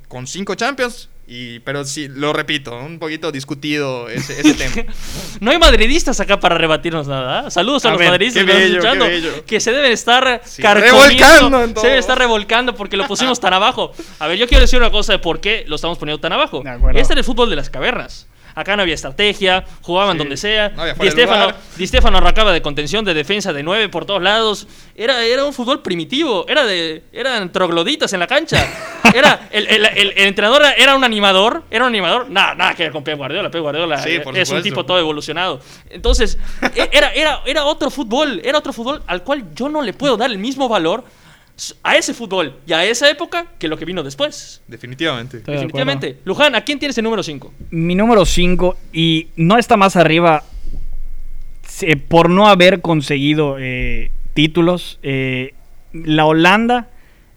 Speaker 3: con cinco Champions. Y, pero sí, lo repito, un poquito discutido ese, ese tema.
Speaker 1: No hay madridistas acá para rebatirnos nada. ¿ah? Saludos a,
Speaker 2: A
Speaker 1: los
Speaker 2: ver,
Speaker 1: madridistas
Speaker 3: qué
Speaker 1: que nos
Speaker 3: bello,
Speaker 1: escuchando,
Speaker 3: qué bello.
Speaker 1: que se deben estar
Speaker 3: Sí,
Speaker 1: carcomiendo,
Speaker 3: revolcando en
Speaker 1: se deben
Speaker 3: todo.
Speaker 1: estar revolcando porque lo pusimos tan abajo. A ver, yo quiero decir una cosa de por qué lo estamos poniendo tan abajo.
Speaker 2: De acuerdo.
Speaker 1: Este era el fútbol de las cavernas. Acá no había estrategia, jugaban donde sea.
Speaker 3: no había fuera
Speaker 1: Di
Speaker 3: de
Speaker 1: Stefano,
Speaker 3: lugar.
Speaker 1: Di Stefano arrancaba de contención, de defensa, de nueve por todos lados. Era, era un fútbol primitivo, era de, eran trogloditas en la cancha. Era, el, el- el- el entrenador era un animador, era un animador. Nada, nada que ver con Pep Guardiola. Pep Guardiola
Speaker 3: Sí,
Speaker 1: eh,
Speaker 3: por
Speaker 1: es un
Speaker 3: supuesto.
Speaker 1: tipo todo evolucionado. Entonces, e- era, era, era otro fútbol, era otro fútbol al cual yo no le puedo dar el mismo valor s- a ese fútbol y a esa época que lo que vino después.
Speaker 3: Definitivamente.
Speaker 2: de
Speaker 1: Definitivamente. Luján, ¿a quién tienes el número 5?
Speaker 2: Mi número 5, y no está más arriba se- por no haber conseguido eh, títulos, eh, la Holanda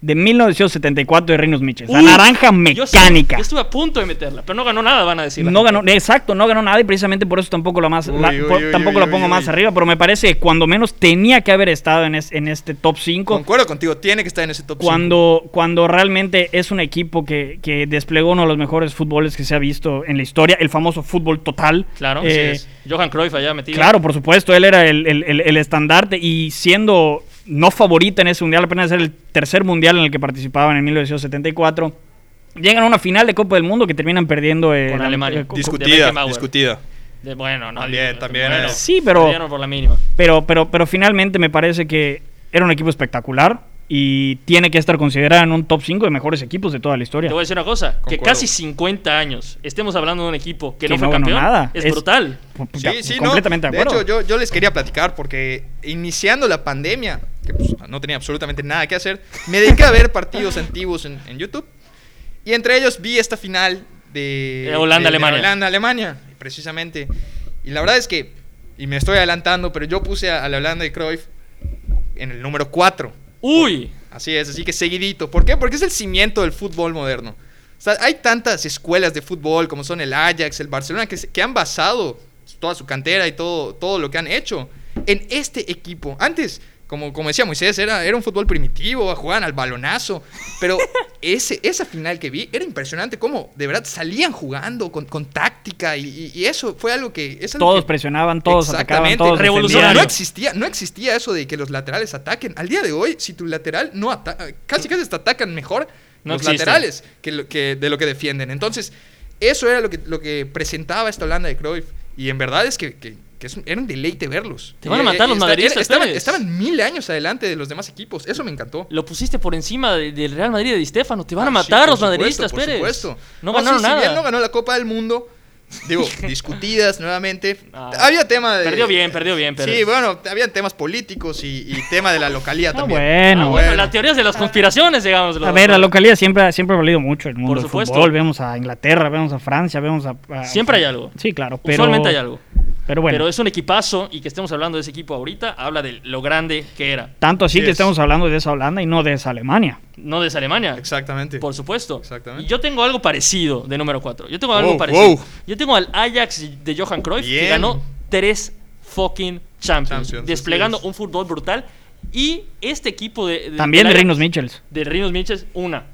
Speaker 2: de 1974 de Reinos Michels. La naranja mecánica.
Speaker 1: Yo estuve a punto de meterla, pero no ganó nada, van a decir. la
Speaker 2: No
Speaker 1: gente.
Speaker 2: ganó, exacto, no ganó nada y precisamente por eso tampoco la más,
Speaker 3: Uy,
Speaker 2: la-
Speaker 3: uy,
Speaker 2: po-
Speaker 3: uy,
Speaker 2: tampoco
Speaker 3: uy,
Speaker 2: la
Speaker 3: uy,
Speaker 2: pongo más
Speaker 3: uy.
Speaker 2: arriba, pero me parece que cuando menos tenía que haber estado en, es- en este top 5
Speaker 3: Concuerdo contigo, tiene que estar en ese top
Speaker 2: cuando, cuando realmente es un equipo que, que desplegó uno de los mejores fútboles que se ha visto en la historia, el famoso fútbol total.
Speaker 1: Claro,
Speaker 2: Eh,
Speaker 1: así es. Johan Cruyff allá metido.
Speaker 2: Claro, por supuesto, él era el, el- el- el estandarte y siendo no favorita en ese mundial, apenas era el tercer mundial en el que participaban en 1974. Llegan a una final de Copa del Mundo que terminan perdiendo eh,
Speaker 1: Con
Speaker 2: la-
Speaker 1: Alemania.
Speaker 2: eh, co- co-
Speaker 1: Discu-
Speaker 3: Discutida,
Speaker 1: Beckenbauer.
Speaker 3: discutida.
Speaker 1: De- bueno, no.
Speaker 3: También,
Speaker 1: de-
Speaker 3: también
Speaker 1: bueno,
Speaker 3: es.
Speaker 2: Sí, pero-
Speaker 1: perdieron por la mínima.
Speaker 2: pero, pero, pero finalmente me parece que era un equipo espectacular y tiene que estar considerado en un top 5 de mejores equipos de toda la historia.
Speaker 1: Te voy a decir una cosa, que
Speaker 3: Concuerdo.
Speaker 1: casi 50 años estemos hablando de un equipo que,
Speaker 2: Que
Speaker 1: no fue
Speaker 2: no ganó
Speaker 1: campeón,
Speaker 2: nada.
Speaker 1: es
Speaker 2: Es-
Speaker 1: brutal.
Speaker 3: Sí, sí, no.
Speaker 2: completamente de
Speaker 3: de
Speaker 2: acuerdo.
Speaker 3: hecho, yo, yo les quería platicar porque iniciando la pandemia, que pues, no tenía absolutamente nada que hacer, me dediqué a ver partidos antiguos en, en YouTube. Y entre ellos vi esta final de,
Speaker 1: Eh, Holanda-Alemania.
Speaker 3: Holanda-Alemania, precisamente. Y la verdad es que, y me estoy adelantando, pero yo puse a, a la Holanda de Cruyff en el número 4.
Speaker 1: Uy,
Speaker 3: Así es, así que seguidito. ¿Por qué? Porque es el cimiento del fútbol moderno. O sea, hay tantas escuelas de fútbol como son el Ajax, el Barcelona, que, se- que han basado toda su cantera y todo, todo lo que han hecho en este equipo. Antes, como, como decía Moisés, era, era un fútbol primitivo, jugaban al balonazo, pero ese, esa final que vi era impresionante, cómo de verdad salían jugando con, con táctica y, y- y eso fue algo que... Es algo
Speaker 2: Todos
Speaker 3: que-
Speaker 2: presionaban, todos atacaban,
Speaker 3: Exactamente,
Speaker 2: todos
Speaker 1: revolucionario.
Speaker 3: no
Speaker 2: defendían.
Speaker 3: existía, no existía eso de que los laterales ataquen. Al día de hoy, si tu lateral no ataca, casi casi te atacan mejor
Speaker 1: No
Speaker 3: los
Speaker 1: existe.
Speaker 3: laterales que, lo- que de lo que defienden. Entonces, eso era lo que, lo que presentaba esta Holanda de Cruyff. Y en verdad es que, que- que es un- era un deleite verlos.
Speaker 1: Te van a
Speaker 3: Eh,
Speaker 1: matar
Speaker 3: eh,
Speaker 1: los
Speaker 3: esta-
Speaker 1: madridistas,
Speaker 3: era- Estaban,
Speaker 1: ustedes.
Speaker 3: estaban mil años adelante de los demás equipos. Eso me encantó.
Speaker 1: lo pusiste por encima de- del Real Madrid de Di Stéfano. Te van a
Speaker 3: Ah, sí,
Speaker 1: matar
Speaker 3: por
Speaker 1: los
Speaker 3: supuesto,
Speaker 1: madridistas,
Speaker 3: por
Speaker 1: Pérez.
Speaker 3: supuesto. Ah,
Speaker 1: No ganaron
Speaker 3: sí,
Speaker 1: nada.
Speaker 3: Si bien no ganó la Copa del Mundo, digo, discutidas nuevamente.
Speaker 1: Ah.
Speaker 3: había tema de.
Speaker 1: Perdió bien, perdió bien, Pérez.
Speaker 3: Sí, bueno, habían temas políticos y, y tema de la localía
Speaker 2: Ah,
Speaker 3: también.
Speaker 2: bueno.
Speaker 1: Ah, bueno, las teorías de las conspiraciones, digamos.
Speaker 2: A ver, la localidad siempre, ha- siempre ha valido mucho el mundo del
Speaker 1: supuesto.
Speaker 2: fútbol. Vemos a Inglaterra, vemos a Francia, vemos a... a-
Speaker 1: Siempre hay algo.
Speaker 2: Sí, claro, pero...
Speaker 1: Usualmente hay algo.
Speaker 2: Pero bueno,
Speaker 1: Pero es un equipazo y que estemos hablando de ese equipo ahorita habla de lo grande que era.
Speaker 2: tanto así
Speaker 3: Sí
Speaker 2: que
Speaker 3: es.
Speaker 2: estamos hablando de esa Holanda y no de esa Alemania.
Speaker 1: No de esa Alemania.
Speaker 3: Exactamente.
Speaker 1: Por supuesto.
Speaker 3: Exactamente.
Speaker 1: Y yo tengo algo parecido de número 4. Yo tengo algo
Speaker 3: Wow,
Speaker 1: parecido.
Speaker 3: wow.
Speaker 1: Yo tengo al Ajax de Johan Cruyff que
Speaker 3: Bien.
Speaker 1: ganó tres fucking Champions.
Speaker 3: Champions,
Speaker 1: desplegando
Speaker 3: así es.
Speaker 1: un fútbol brutal. Y este equipo de. de-
Speaker 2: También de
Speaker 1: del Ajax-
Speaker 2: Reinos Michels.
Speaker 1: De Reinos Miches, una.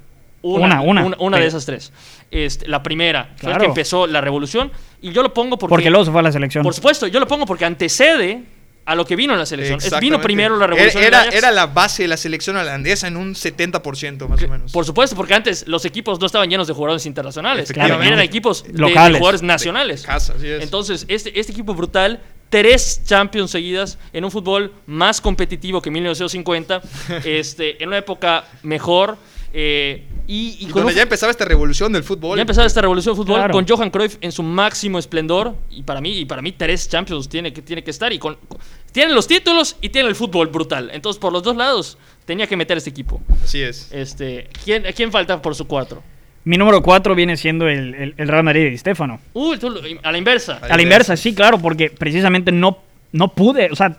Speaker 1: Una,
Speaker 2: Una, una.
Speaker 1: una, una de
Speaker 2: Pero-
Speaker 1: esas tres. Este, la primera, fue la
Speaker 2: Claro.
Speaker 1: que empezó la revolución. Y yo lo pongo porque.
Speaker 2: Porque luego se fue a la selección.
Speaker 1: Por supuesto, yo lo pongo porque antecede a lo que vino en la selección. Es- Vino
Speaker 3: Exactamente.
Speaker 1: primero la revolución
Speaker 3: Era,
Speaker 1: del Ajax.
Speaker 3: era la base de la selección holandesa en un 70% más o menos.
Speaker 1: Por supuesto, porque antes los equipos no estaban llenos de jugadores internacionales.
Speaker 3: Efectivamente.
Speaker 1: Eran equipos de- de
Speaker 2: Locales.
Speaker 1: jugadores nacionales.
Speaker 3: casa, así es.
Speaker 1: Entonces, este, este equipo brutal, tres Champions seguidas en un fútbol más competitivo que 1950, este, en una época mejor eh, y, y
Speaker 3: Y
Speaker 1: con
Speaker 3: donde
Speaker 1: un-
Speaker 3: ya empezaba esta revolución del fútbol.
Speaker 1: ya empezaba esta revolución del fútbol
Speaker 2: Claro.
Speaker 1: con Johan Cruyff en su máximo esplendor y para mí y para mí tres Champions tiene que tiene que estar y con, con- tienen los títulos y tienen el fútbol brutal. Entonces, por los dos lados tenía que meter este equipo.
Speaker 3: Así es.
Speaker 1: Este, ¿quién a quién falta por su cuatro?
Speaker 2: Mi número 4 viene siendo el, el- el Real Madrid de Stefano.
Speaker 1: Uh, tú lo- a la inversa.
Speaker 3: Ahí.
Speaker 2: A la
Speaker 3: inversa.
Speaker 2: inversa, sí, claro, porque precisamente no, no pude, o sea,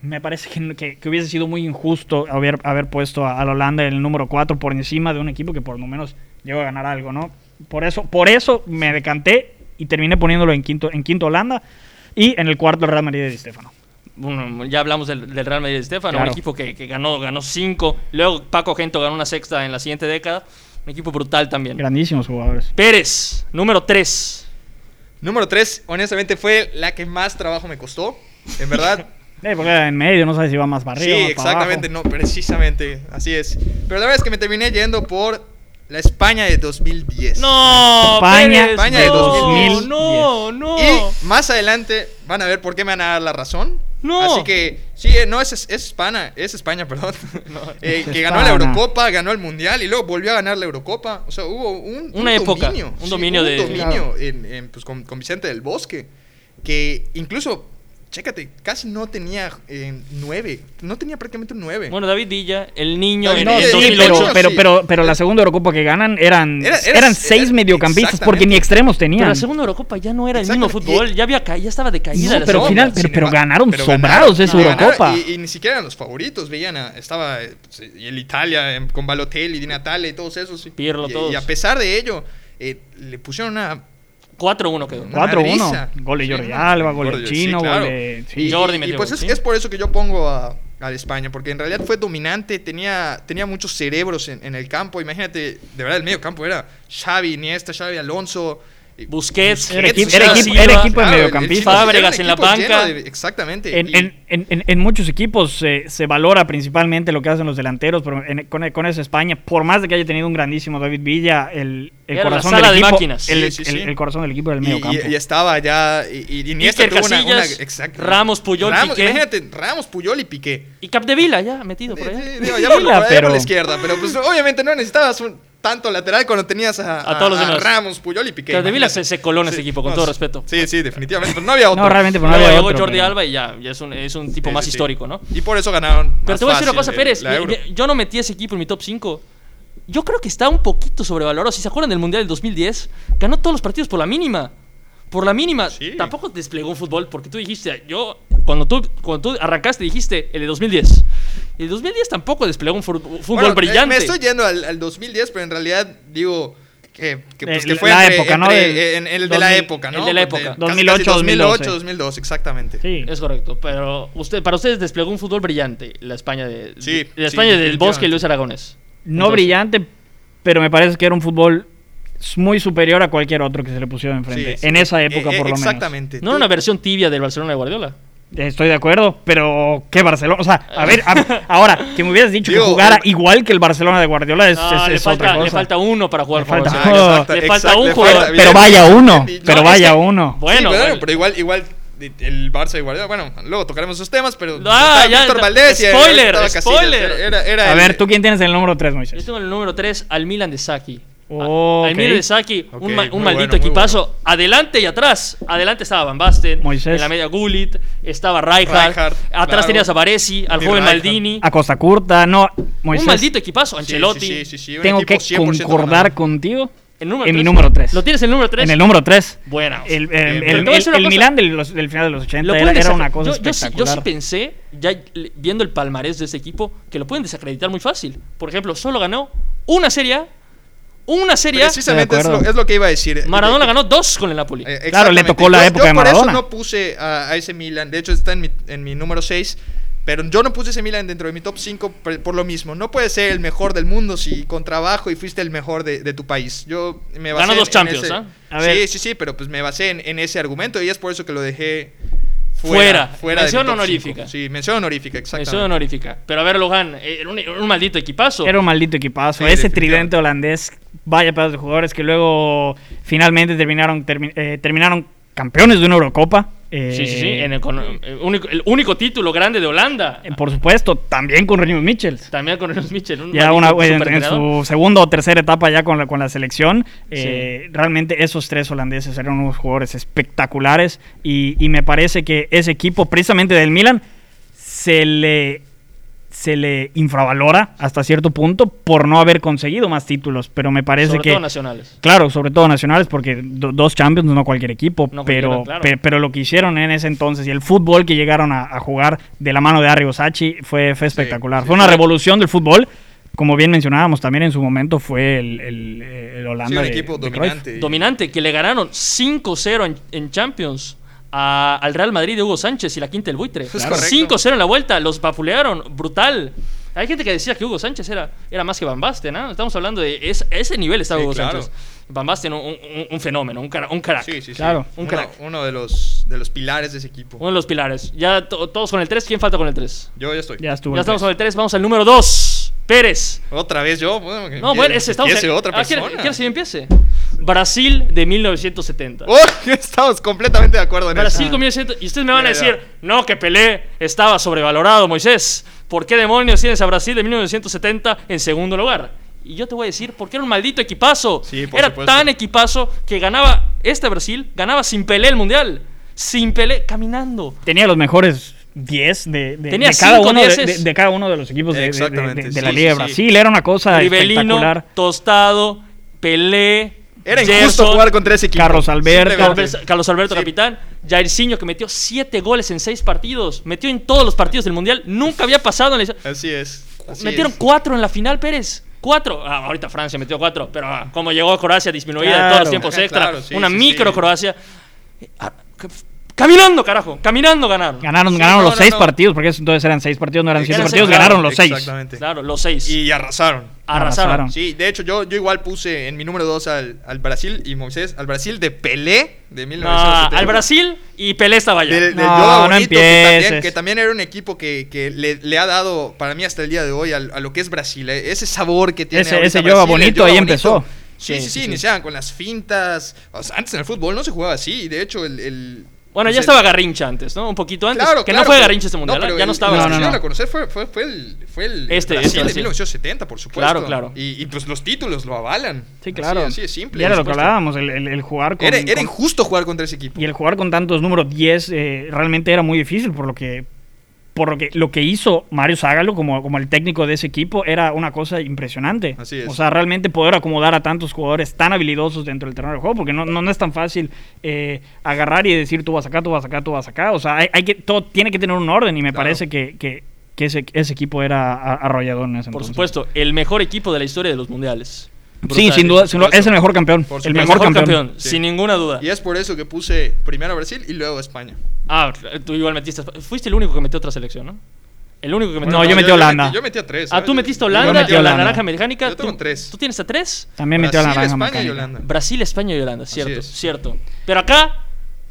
Speaker 2: me parece que, no- que- que hubiese sido muy injusto haber, haber puesto a, a la Holanda el número 4 por encima de un equipo que por lo menos llegó a ganar algo, ¿no? Por eso, por eso me decanté y terminé poniéndolo en quinto, en quinto Holanda y en el cuarto el Real Madrid de Stefano.
Speaker 1: Bueno, ya hablamos del, del Real Madrid de Stefano,
Speaker 2: Claro.
Speaker 1: un equipo que, que ganó, ganó cinco. Luego Paco Gento ganó una sexta en la siguiente década. Un equipo brutal también.
Speaker 2: Grandísimos jugadores.
Speaker 1: Pérez, número tres.
Speaker 3: Número 3, honestamente, fue la que más trabajo me costó. En verdad.
Speaker 2: Eh, porque era en medio, no sabes si va más para arriba.
Speaker 3: sí,
Speaker 2: más para abajo.
Speaker 3: exactamente. No, precisamente. Así es. Pero la verdad es que me terminé yendo por la España de 2010.
Speaker 1: No,
Speaker 2: España,
Speaker 1: Pérez,
Speaker 3: España de
Speaker 1: no,
Speaker 3: 2010.
Speaker 1: No, no.
Speaker 3: Y más adelante van a ver por qué me van a dar la razón.
Speaker 1: No.
Speaker 3: Así que, sí, eh, no, es, es España, es España, perdón. Eh,
Speaker 2: Es
Speaker 3: que ganó la
Speaker 2: hispana.
Speaker 3: Eurocopa, ganó el Mundial y luego volvió a ganar la Eurocopa. O sea, hubo un,
Speaker 1: Una
Speaker 3: un
Speaker 1: época, un dominio
Speaker 3: hubo
Speaker 1: de-
Speaker 3: dominio en, en, pues, con, con Vicente del Bosque. Que incluso, chécate, casi no tenía eh, nueve. No tenía prácticamente un nueve.
Speaker 1: Bueno, David Villa, el niño
Speaker 3: David
Speaker 1: en,
Speaker 2: No,
Speaker 1: en
Speaker 3: Villa,
Speaker 2: sí,
Speaker 1: 2008.
Speaker 2: pero, pero,
Speaker 3: sí.
Speaker 2: pero, pero la segunda Eurocopa que ganan eran,
Speaker 3: Era- era-
Speaker 2: eran seis
Speaker 3: era-
Speaker 2: mediocampistas porque
Speaker 3: exactamente.
Speaker 2: ni extremos
Speaker 1: Pero
Speaker 2: tenían.
Speaker 1: la segunda Eurocopa ya no era el mismo
Speaker 3: Exactamente.
Speaker 1: fútbol, ya, había ca- ya estaba decaída.
Speaker 2: No,
Speaker 1: la
Speaker 2: pero
Speaker 1: segunda.
Speaker 2: al final- pero-
Speaker 3: sin embargo,
Speaker 2: ganaron sobrados esa
Speaker 3: ganaron,
Speaker 2: Eurocopa.
Speaker 3: Y, y ni siquiera eran los favoritos. Veían, a- estaba eh, pues, eh, el Italia eh, con Balotelli, Di Natale y todos esos. y-
Speaker 1: Pirlo,
Speaker 3: y,
Speaker 1: todos.
Speaker 3: y a pesar de ello, eh, le pusieron una.
Speaker 1: 4-1 quedó.
Speaker 3: una
Speaker 2: 4-1
Speaker 3: madriza.
Speaker 2: gol de
Speaker 3: Sí,
Speaker 2: Jordi
Speaker 3: no,
Speaker 2: Alba, gol de
Speaker 3: Jordi- sí,
Speaker 2: Chino,
Speaker 3: claro.
Speaker 2: gol de... sí.
Speaker 3: Y,
Speaker 1: Jordi
Speaker 3: y- y
Speaker 1: metió
Speaker 3: pues
Speaker 1: gol,
Speaker 3: es,
Speaker 1: sí.
Speaker 3: es por eso que yo pongo a, a la España, porque en realidad fue dominante, tenía, tenía muchos cerebros en, en el campo. Imagínate, de verdad, el medio campo era Xavi, Iniesta, Xavi Alonso. y-
Speaker 1: Busquets.
Speaker 2: Era equipo-
Speaker 1: Busquets,
Speaker 2: era
Speaker 1: Silva.
Speaker 2: equipo- era equipo de
Speaker 3: el- el
Speaker 2: mediocampistas.
Speaker 3: Chico, era un
Speaker 1: Fábregas en la
Speaker 3: equipo lleno
Speaker 1: banca.
Speaker 3: de- exactamente.
Speaker 2: En,
Speaker 3: y-
Speaker 2: en- en- en- en muchos equipos eh, se valora principalmente lo que hacen los delanteros, pero en- con, con esa España, por más de que haya tenido un grandísimo David Villa, el, el
Speaker 1: Era la
Speaker 2: corazón
Speaker 1: sala
Speaker 2: del
Speaker 1: de
Speaker 2: equipo,
Speaker 1: máquinas.
Speaker 2: El,
Speaker 3: Sí, sí,
Speaker 2: el-
Speaker 3: sí.
Speaker 2: el corazón del equipo era el
Speaker 3: Y-
Speaker 2: medio
Speaker 3: y-
Speaker 2: campo.
Speaker 3: Y, estaba ya. Y, y- y Iniesta
Speaker 1: Iker
Speaker 3: tuvo una- una-
Speaker 1: Casillas,
Speaker 3: exacto.
Speaker 1: Ramos, Puyol,
Speaker 3: Ramos,
Speaker 1: Piqué.
Speaker 3: Imagínate, Ramos, Puyol y Piqué.
Speaker 1: Y Capdevila ya, metido por
Speaker 3: Eh,
Speaker 1: allá.
Speaker 3: eh, digo, ya por,
Speaker 2: Mira,
Speaker 3: por- ya
Speaker 2: pero-
Speaker 3: por la izquierda, pero pues obviamente no necesitabas un tanto lateral cuando tenías a,
Speaker 1: A todos los demás.
Speaker 3: Ramos, Puyol y Piqué.
Speaker 1: Capdevila
Speaker 3: imagínate.
Speaker 1: se- se coló en ese equipo, con todo
Speaker 3: sí.
Speaker 1: respeto.
Speaker 3: Sí, sí, definitivamente. Pero no había otro.
Speaker 2: No, realmente, pero no
Speaker 1: Luego
Speaker 2: había
Speaker 1: llegó
Speaker 2: otro,
Speaker 1: Jordi
Speaker 2: pero-
Speaker 1: Alba y ya, ya es un, es un tipo
Speaker 3: Sí,
Speaker 1: más
Speaker 3: sí, sí.
Speaker 1: histórico, ¿no?
Speaker 3: Y por eso ganaron.
Speaker 1: Pero
Speaker 3: más
Speaker 1: te voy a decir una cosa,
Speaker 3: fácil el-
Speaker 1: Pérez.
Speaker 3: la
Speaker 1: mi-
Speaker 3: Euro.
Speaker 1: mi- Yo no metí ese equipo en mi top 5. Yo creo que está un poquito sobrevalorado. Si se acuerdan del Mundial del 2010, ganó todos los partidos por la mínima. Por la mínima.
Speaker 3: Sí.
Speaker 1: Tampoco desplegó un fútbol porque tú dijiste, yo, cuando tú, cuando tú arrancaste, dijiste el de 2010. El 2010 tampoco desplegó un fur- fútbol
Speaker 3: Bueno, eh,
Speaker 1: brillante.
Speaker 3: Me estoy yendo al, al 2010, pero en realidad digo que, que, pues,
Speaker 2: Eh,
Speaker 3: que fue
Speaker 2: la
Speaker 3: entre-
Speaker 2: época, ¿no?
Speaker 3: entre-
Speaker 2: Del-
Speaker 3: eh, en- el de la
Speaker 2: 2000,
Speaker 3: época,
Speaker 1: el
Speaker 3: ¿no?
Speaker 1: de la
Speaker 3: Porque
Speaker 1: época.
Speaker 3: casi- casi
Speaker 2: 2008,
Speaker 3: 2008,
Speaker 2: 2012.
Speaker 3: 2002, exactamente.
Speaker 2: Sí.
Speaker 1: Es correcto, pero usted, para ustedes desplegó un fútbol brillante la España de
Speaker 3: Sí,
Speaker 1: la
Speaker 3: sí,
Speaker 1: España del
Speaker 3: definitivamente.
Speaker 1: Bosque y Luis Aragones.
Speaker 2: No
Speaker 1: Entonces,
Speaker 2: brillante, pero me parece que era un fútbol muy superior a cualquier otro que se le pusiera enfrente.
Speaker 3: Sí, sí.
Speaker 2: En esa época,
Speaker 3: Eh,
Speaker 2: por
Speaker 3: eh,
Speaker 2: lo menos.
Speaker 3: Exactamente.
Speaker 1: No era una versión tibia del Barcelona de Guardiola.
Speaker 2: Estoy de acuerdo, pero ¿qué Barcelona? O sea, a ver, a- ahora, que me hubieras dicho
Speaker 3: Digo,
Speaker 2: que jugara
Speaker 3: eh,
Speaker 2: igual que el Barcelona de Guardiola es,
Speaker 1: No,
Speaker 2: es-
Speaker 1: le,
Speaker 2: es
Speaker 1: falta,
Speaker 2: otra
Speaker 1: le
Speaker 2: cosa.
Speaker 1: falta uno para jugar
Speaker 2: Le
Speaker 1: por
Speaker 2: falta-
Speaker 1: Barcelona.
Speaker 2: Ah,
Speaker 1: le falta un jugador.
Speaker 3: bien
Speaker 2: Pero vaya
Speaker 3: dicho,
Speaker 2: uno,
Speaker 3: bien dicho.
Speaker 2: pero
Speaker 3: No,
Speaker 2: vaya
Speaker 3: es que-
Speaker 2: uno.
Speaker 1: Bueno,
Speaker 3: Sí,
Speaker 1: bueno.
Speaker 3: pero igual, igual de- el Barça y Guardiola. Bueno, luego tocaremos esos temas, pero.
Speaker 1: Ah,
Speaker 3: estaba
Speaker 1: ya,
Speaker 3: Víctor
Speaker 1: no,
Speaker 3: Valdés y
Speaker 1: spoiler,
Speaker 3: estaba Casillas,
Speaker 1: spoiler.
Speaker 3: era- era- era
Speaker 2: A
Speaker 3: el-
Speaker 2: ver, ¿tú quién tienes en el número 3,
Speaker 1: Yo
Speaker 2: Moisés?
Speaker 1: tengo en el número 3 al Milan de Saki. A-
Speaker 2: Oh,
Speaker 1: Al
Speaker 2: ok.
Speaker 1: Milan de Saki,
Speaker 3: Ok,
Speaker 1: un, ma- un
Speaker 3: muy
Speaker 1: maldito
Speaker 3: bueno, muy
Speaker 1: equipazo. Adelante y atrás. Adelante estaba Van Basten,
Speaker 2: Moisés.
Speaker 1: en la media Gullit, estaba Rijkaard.
Speaker 3: Rijkaard,
Speaker 1: atrás
Speaker 3: claro.
Speaker 1: tenías a Baresi, al
Speaker 3: Y
Speaker 1: joven
Speaker 3: Rijkaard.
Speaker 1: Maldini.
Speaker 2: A Costa Curta, no, Moisés.
Speaker 1: Un maldito equipazo, Ancelotti.
Speaker 3: Sí, sí, sí, sí, un
Speaker 2: tengo que
Speaker 3: equipo 100%
Speaker 2: concordar
Speaker 3: ganador.
Speaker 2: contigo
Speaker 1: El número
Speaker 2: en mi
Speaker 1: tres.
Speaker 2: número 3.
Speaker 1: ¿Lo tienes en el número 3?
Speaker 2: En el número 3.
Speaker 1: Buena.
Speaker 2: El, el,
Speaker 3: Bien.
Speaker 2: el-
Speaker 1: Pero te voy a decir una
Speaker 2: el
Speaker 1: cosa.
Speaker 2: Milán del, los- del final de los 80
Speaker 1: Lo
Speaker 2: era,
Speaker 1: pueden
Speaker 2: era
Speaker 1: desacre-
Speaker 2: una cosa
Speaker 1: yo, yo sí, yo
Speaker 2: espectacular.
Speaker 1: sí pensé, ya le- viendo el palmarés de ese equipo, que lo pueden desacreditar muy fácil. Por ejemplo, solo ganó una serie A, una serie A.
Speaker 3: Precisamente
Speaker 2: De
Speaker 3: es lo,
Speaker 2: acuerdo.
Speaker 3: es lo que iba a decir.
Speaker 1: Maradona
Speaker 3: Eh,
Speaker 1: ganó dos con el Napoli.
Speaker 3: eh,
Speaker 2: Claro, le
Speaker 3: exactamente.
Speaker 2: tocó la
Speaker 3: Yo-
Speaker 2: época de
Speaker 3: Yo por
Speaker 2: Maradona.
Speaker 3: eso no puse a, a ese Milan. De hecho, está en mi, en mi número 6. Pero yo no puse ese Milan dentro de mi top 5 por, por lo mismo. No puedes ser el mejor del mundo si con trabajo y fuiste el mejor de, de tu país. Yo me basé
Speaker 1: Ganó
Speaker 3: en-
Speaker 1: dos
Speaker 3: en
Speaker 1: Champions,
Speaker 3: ese-
Speaker 1: ¿ah?
Speaker 2: A ver.
Speaker 3: Sí, sí, sí, pero pues me basé en, en ese argumento y es por eso que lo dejé
Speaker 1: Fuera.
Speaker 3: de
Speaker 1: Mención
Speaker 3: mi top
Speaker 1: honorífica.
Speaker 3: cinco. Sí, mención honorífica, exactamente.
Speaker 1: Mención honorífica. Pero a ver, Logan, eh, era un, era un maldito equipazo.
Speaker 2: Era un maldito equipazo.
Speaker 3: Sí,
Speaker 2: Ese
Speaker 3: definitivamente.
Speaker 2: tridente holandés, vaya pedazo de jugadores que luego finalmente terminaron, termi- eh, terminaron campeones de una Eurocopa. eh,
Speaker 1: Sí, sí, sí. en el, con- el único, el único título grande de Holanda.
Speaker 2: eh, Por supuesto, también con Rinus Michels.
Speaker 1: También con los Mitchell. un
Speaker 2: Ya una,
Speaker 1: maldito
Speaker 2: en, en
Speaker 1: superentrenador.
Speaker 2: su segunda o tercera etapa ya con la, con la selección, eh, realmente esos tres holandeses eran unos jugadores espectaculares y, y me parece que ese equipo, precisamente del Milan, se le, se le infravalora hasta cierto punto por no haber conseguido más títulos, pero me parece
Speaker 1: sobre
Speaker 2: que...
Speaker 1: todo nacionales.
Speaker 2: Claro, sobre todo nacionales, porque do- dos Champions no cualquier equipo,
Speaker 1: No cualquiera,
Speaker 2: pero,
Speaker 1: claro.
Speaker 2: pe- pero lo que hicieron en ese entonces y el fútbol que llegaron a, a jugar de la mano de Arrigo Sacchi fue, fue espectacular.
Speaker 3: sí,
Speaker 2: fue una
Speaker 3: fue-
Speaker 2: revolución del fútbol. Como bien mencionábamos, también en su momento fue el, el- el Holanda.
Speaker 3: Sí, un
Speaker 2: de-
Speaker 3: equipo
Speaker 2: de Cruyff.
Speaker 3: dominante.
Speaker 1: Dominante, que le ganaron 5-0 en, en Champions a- al Real Madrid de Hugo Sánchez y la quinta del buitre.
Speaker 3: correcto.
Speaker 1: 5-0 en la vuelta, los vapulearon, brutal. Hay gente que decía que Hugo Sánchez era, era más que Van Basten, ¿no? Estamos hablando de es- ese nivel estaba
Speaker 3: Sí,
Speaker 1: Hugo
Speaker 3: claro.
Speaker 1: Sánchez. Van Basten, un, un- un fenómeno, un, cara- un crack.
Speaker 3: Sí, sí, sí.
Speaker 2: Claro.
Speaker 1: Un
Speaker 3: Uno-
Speaker 1: crack.
Speaker 3: Uno, de, los, de los pilares de ese equipo.
Speaker 1: Uno de los pilares. Ya to- todos con el 3, ¿quién falta con el 3?
Speaker 3: Yo ya estoy.
Speaker 2: Ya estuvo.
Speaker 1: Ya
Speaker 2: el
Speaker 1: estamos
Speaker 2: tres.
Speaker 1: con el 3, vamos al número 2. Pérez.
Speaker 3: Otra vez yo. Bueno, que
Speaker 1: No, bueno,
Speaker 3: empie-
Speaker 1: ese estamos
Speaker 3: empiece
Speaker 1: en-
Speaker 3: otra
Speaker 1: Ah, ¿quiere-
Speaker 3: persona.
Speaker 1: ¿Quieres que yo empiece? Brasil de 1970.
Speaker 3: Oh, estamos completamente de acuerdo en
Speaker 1: Brasil
Speaker 3: eso.
Speaker 1: con 1970. Y ustedes me van a
Speaker 3: Ya, ya.
Speaker 1: decir, no, que Pelé estaba sobrevalorado, Moisés. ¿Por qué demonios tienes a Brasil de 1970 en segundo lugar? Y yo te voy a decir, porque era un maldito equipazo.
Speaker 3: Sí, por
Speaker 1: era
Speaker 3: supuesto.
Speaker 1: tan equipazo que ganaba este Brasil, ganaba sin Pelé el Mundial. Sin Pelé, caminando.
Speaker 2: Tenía los mejores 10 de, de-
Speaker 1: Tenía
Speaker 2: de cada
Speaker 1: cinco
Speaker 2: uno de,
Speaker 1: dieces.
Speaker 2: de- de cada uno de los equipos de- de, de-
Speaker 3: Exactamente,
Speaker 2: de- de la
Speaker 3: sí,
Speaker 2: Liga de
Speaker 3: sí, sí.
Speaker 2: Brasil. Era una cosa
Speaker 1: Rivelino,
Speaker 2: espectacular.
Speaker 1: Tostado, Pelé.
Speaker 3: Era
Speaker 1: Gerson,
Speaker 3: injusto jugar contra ese equipo.
Speaker 2: Carlos Alberto.
Speaker 3: Simplemente.
Speaker 1: Carlos, Carlos Alberto,
Speaker 3: Sí.
Speaker 1: capitán. Jairzinho, que metió siete goles en seis partidos. Metió en todos los partidos del Mundial. Nunca había pasado en la historia.
Speaker 3: Así es. así
Speaker 1: Metieron
Speaker 3: es.
Speaker 1: cuatro en la final, Pérez. Cuatro. Ah, ahorita Francia metió cuatro, pero ah, como llegó Croacia disminuida en todos
Speaker 2: Claro.
Speaker 1: los tiempos
Speaker 3: Ajá,
Speaker 1: extra,
Speaker 3: claro, sí,
Speaker 1: una
Speaker 3: sí,
Speaker 1: micro
Speaker 3: sí.
Speaker 1: Croacia. Eh, ah, ca- Caminando, carajo, caminando ganaron.
Speaker 2: Ganaron,
Speaker 3: Sí,
Speaker 2: ganaron
Speaker 3: no,
Speaker 2: los
Speaker 3: no,
Speaker 2: 6
Speaker 3: no.
Speaker 2: partidos, porque entonces eran 6 partidos, no eran 7
Speaker 1: Eran
Speaker 2: partidos,
Speaker 1: seis,
Speaker 2: ganaron
Speaker 1: claro,
Speaker 2: los 6.
Speaker 3: Exactamente.
Speaker 1: Claro, los seis.
Speaker 3: Y arrasaron.
Speaker 1: arrasaron.
Speaker 2: Arrasaron.
Speaker 3: Sí, de hecho, yo, yo igual puse en mi número 2 al, al Brasil y Moisés, al Brasil de Pelé de
Speaker 1: No,
Speaker 3: 1970.
Speaker 1: al Brasil y Pelé estaba allá.
Speaker 3: Del, del
Speaker 2: No,
Speaker 3: Yoda
Speaker 2: no
Speaker 3: Bonito, que, también,
Speaker 2: empieces.
Speaker 3: que también era un equipo que, que le, le ha dado, para mí hasta el día de hoy, al- a, lo que es Brasil, eh, ese sabor que tiene.
Speaker 2: Ese-
Speaker 3: ahorita
Speaker 2: ese Yoda
Speaker 3: Brasil, el
Speaker 2: Bonito
Speaker 3: Yoda
Speaker 2: ahí empezó.
Speaker 1: Sí,
Speaker 3: Sí, sí, sí,
Speaker 1: sí, sí.
Speaker 3: iniciaban con las fintas. O sea, antes en el fútbol no se jugaba así, de hecho, el. el- pues
Speaker 1: bueno, ya
Speaker 3: el-
Speaker 1: estaba Garrincha antes, ¿no? Un poquito antes.
Speaker 3: Claro,
Speaker 1: que
Speaker 3: claro,
Speaker 1: no fue
Speaker 3: pero-
Speaker 1: Garrincha este mundial, ¿eh?
Speaker 3: pero
Speaker 1: ya no
Speaker 3: el-
Speaker 1: estaba
Speaker 3: el
Speaker 2: No,
Speaker 3: que
Speaker 2: no,
Speaker 3: se
Speaker 2: no.
Speaker 3: dieron a conocer fue, fue, fue el, fue el
Speaker 1: Este,
Speaker 3: Brasil
Speaker 1: este
Speaker 3: de
Speaker 1: Brasil.
Speaker 3: 1970, por supuesto.
Speaker 1: Claro, claro.
Speaker 3: Y, y, pues los títulos lo avalan.
Speaker 2: Sí, claro.
Speaker 3: Así, así es simple.
Speaker 2: Y era lo que
Speaker 3: Por supuesto.
Speaker 2: hablábamos, el, el- el jugar con...
Speaker 3: Era, era
Speaker 2: con-
Speaker 3: injusto jugar contra ese equipo.
Speaker 2: y el jugar con tantos números 10 eh, realmente era muy difícil, por lo que por lo que lo que hizo Mario Ságalo como, como el técnico de ese equipo era una cosa impresionante.
Speaker 3: Así es.
Speaker 2: O sea, realmente poder acomodar a tantos jugadores tan habilidosos dentro del terreno de juego, porque no, no, no es tan fácil eh, agarrar y decir tú vas acá, tú vas acá, tú vas acá. O sea, hay, hay que todo tiene que tener un orden y me
Speaker 3: Claro.
Speaker 2: parece que, que- que ese, ese equipo era a- arrollador en ese
Speaker 1: Por
Speaker 2: entonces.
Speaker 1: supuesto, el mejor equipo de la historia de los mundiales.
Speaker 2: Sí,
Speaker 1: Brutal.
Speaker 2: sin duda, sin duda,
Speaker 3: supuesto.
Speaker 2: es el mejor campeón.
Speaker 3: Por
Speaker 2: El
Speaker 3: supuesto.
Speaker 1: El
Speaker 2: mejor campeón.
Speaker 3: Sí.
Speaker 1: sin ninguna duda.
Speaker 3: Y es por eso que puse primero a Brasil y luego a España.
Speaker 1: Ah, tú igual metiste. Fuiste el único que metió otra selección, ¿no? El único que metió.
Speaker 2: No,
Speaker 1: otra
Speaker 2: yo metí
Speaker 1: selección.
Speaker 2: Holanda.
Speaker 3: yo metí a tres.
Speaker 1: Ah,
Speaker 3: ¿sabes?
Speaker 1: tú metiste
Speaker 3: Yo
Speaker 1: Holanda,
Speaker 2: metí
Speaker 1: la
Speaker 2: Holanda.
Speaker 1: naranja mecánica.
Speaker 3: Yo tengo
Speaker 1: tú,
Speaker 3: tres.
Speaker 1: ¿Tú tienes a tres?
Speaker 2: También metió a la
Speaker 3: Brasil,
Speaker 2: naranja
Speaker 3: España y
Speaker 2: mecánica.
Speaker 3: Holanda.
Speaker 1: Brasil, España y Holanda, cierto,
Speaker 3: es.
Speaker 1: cierto. Pero acá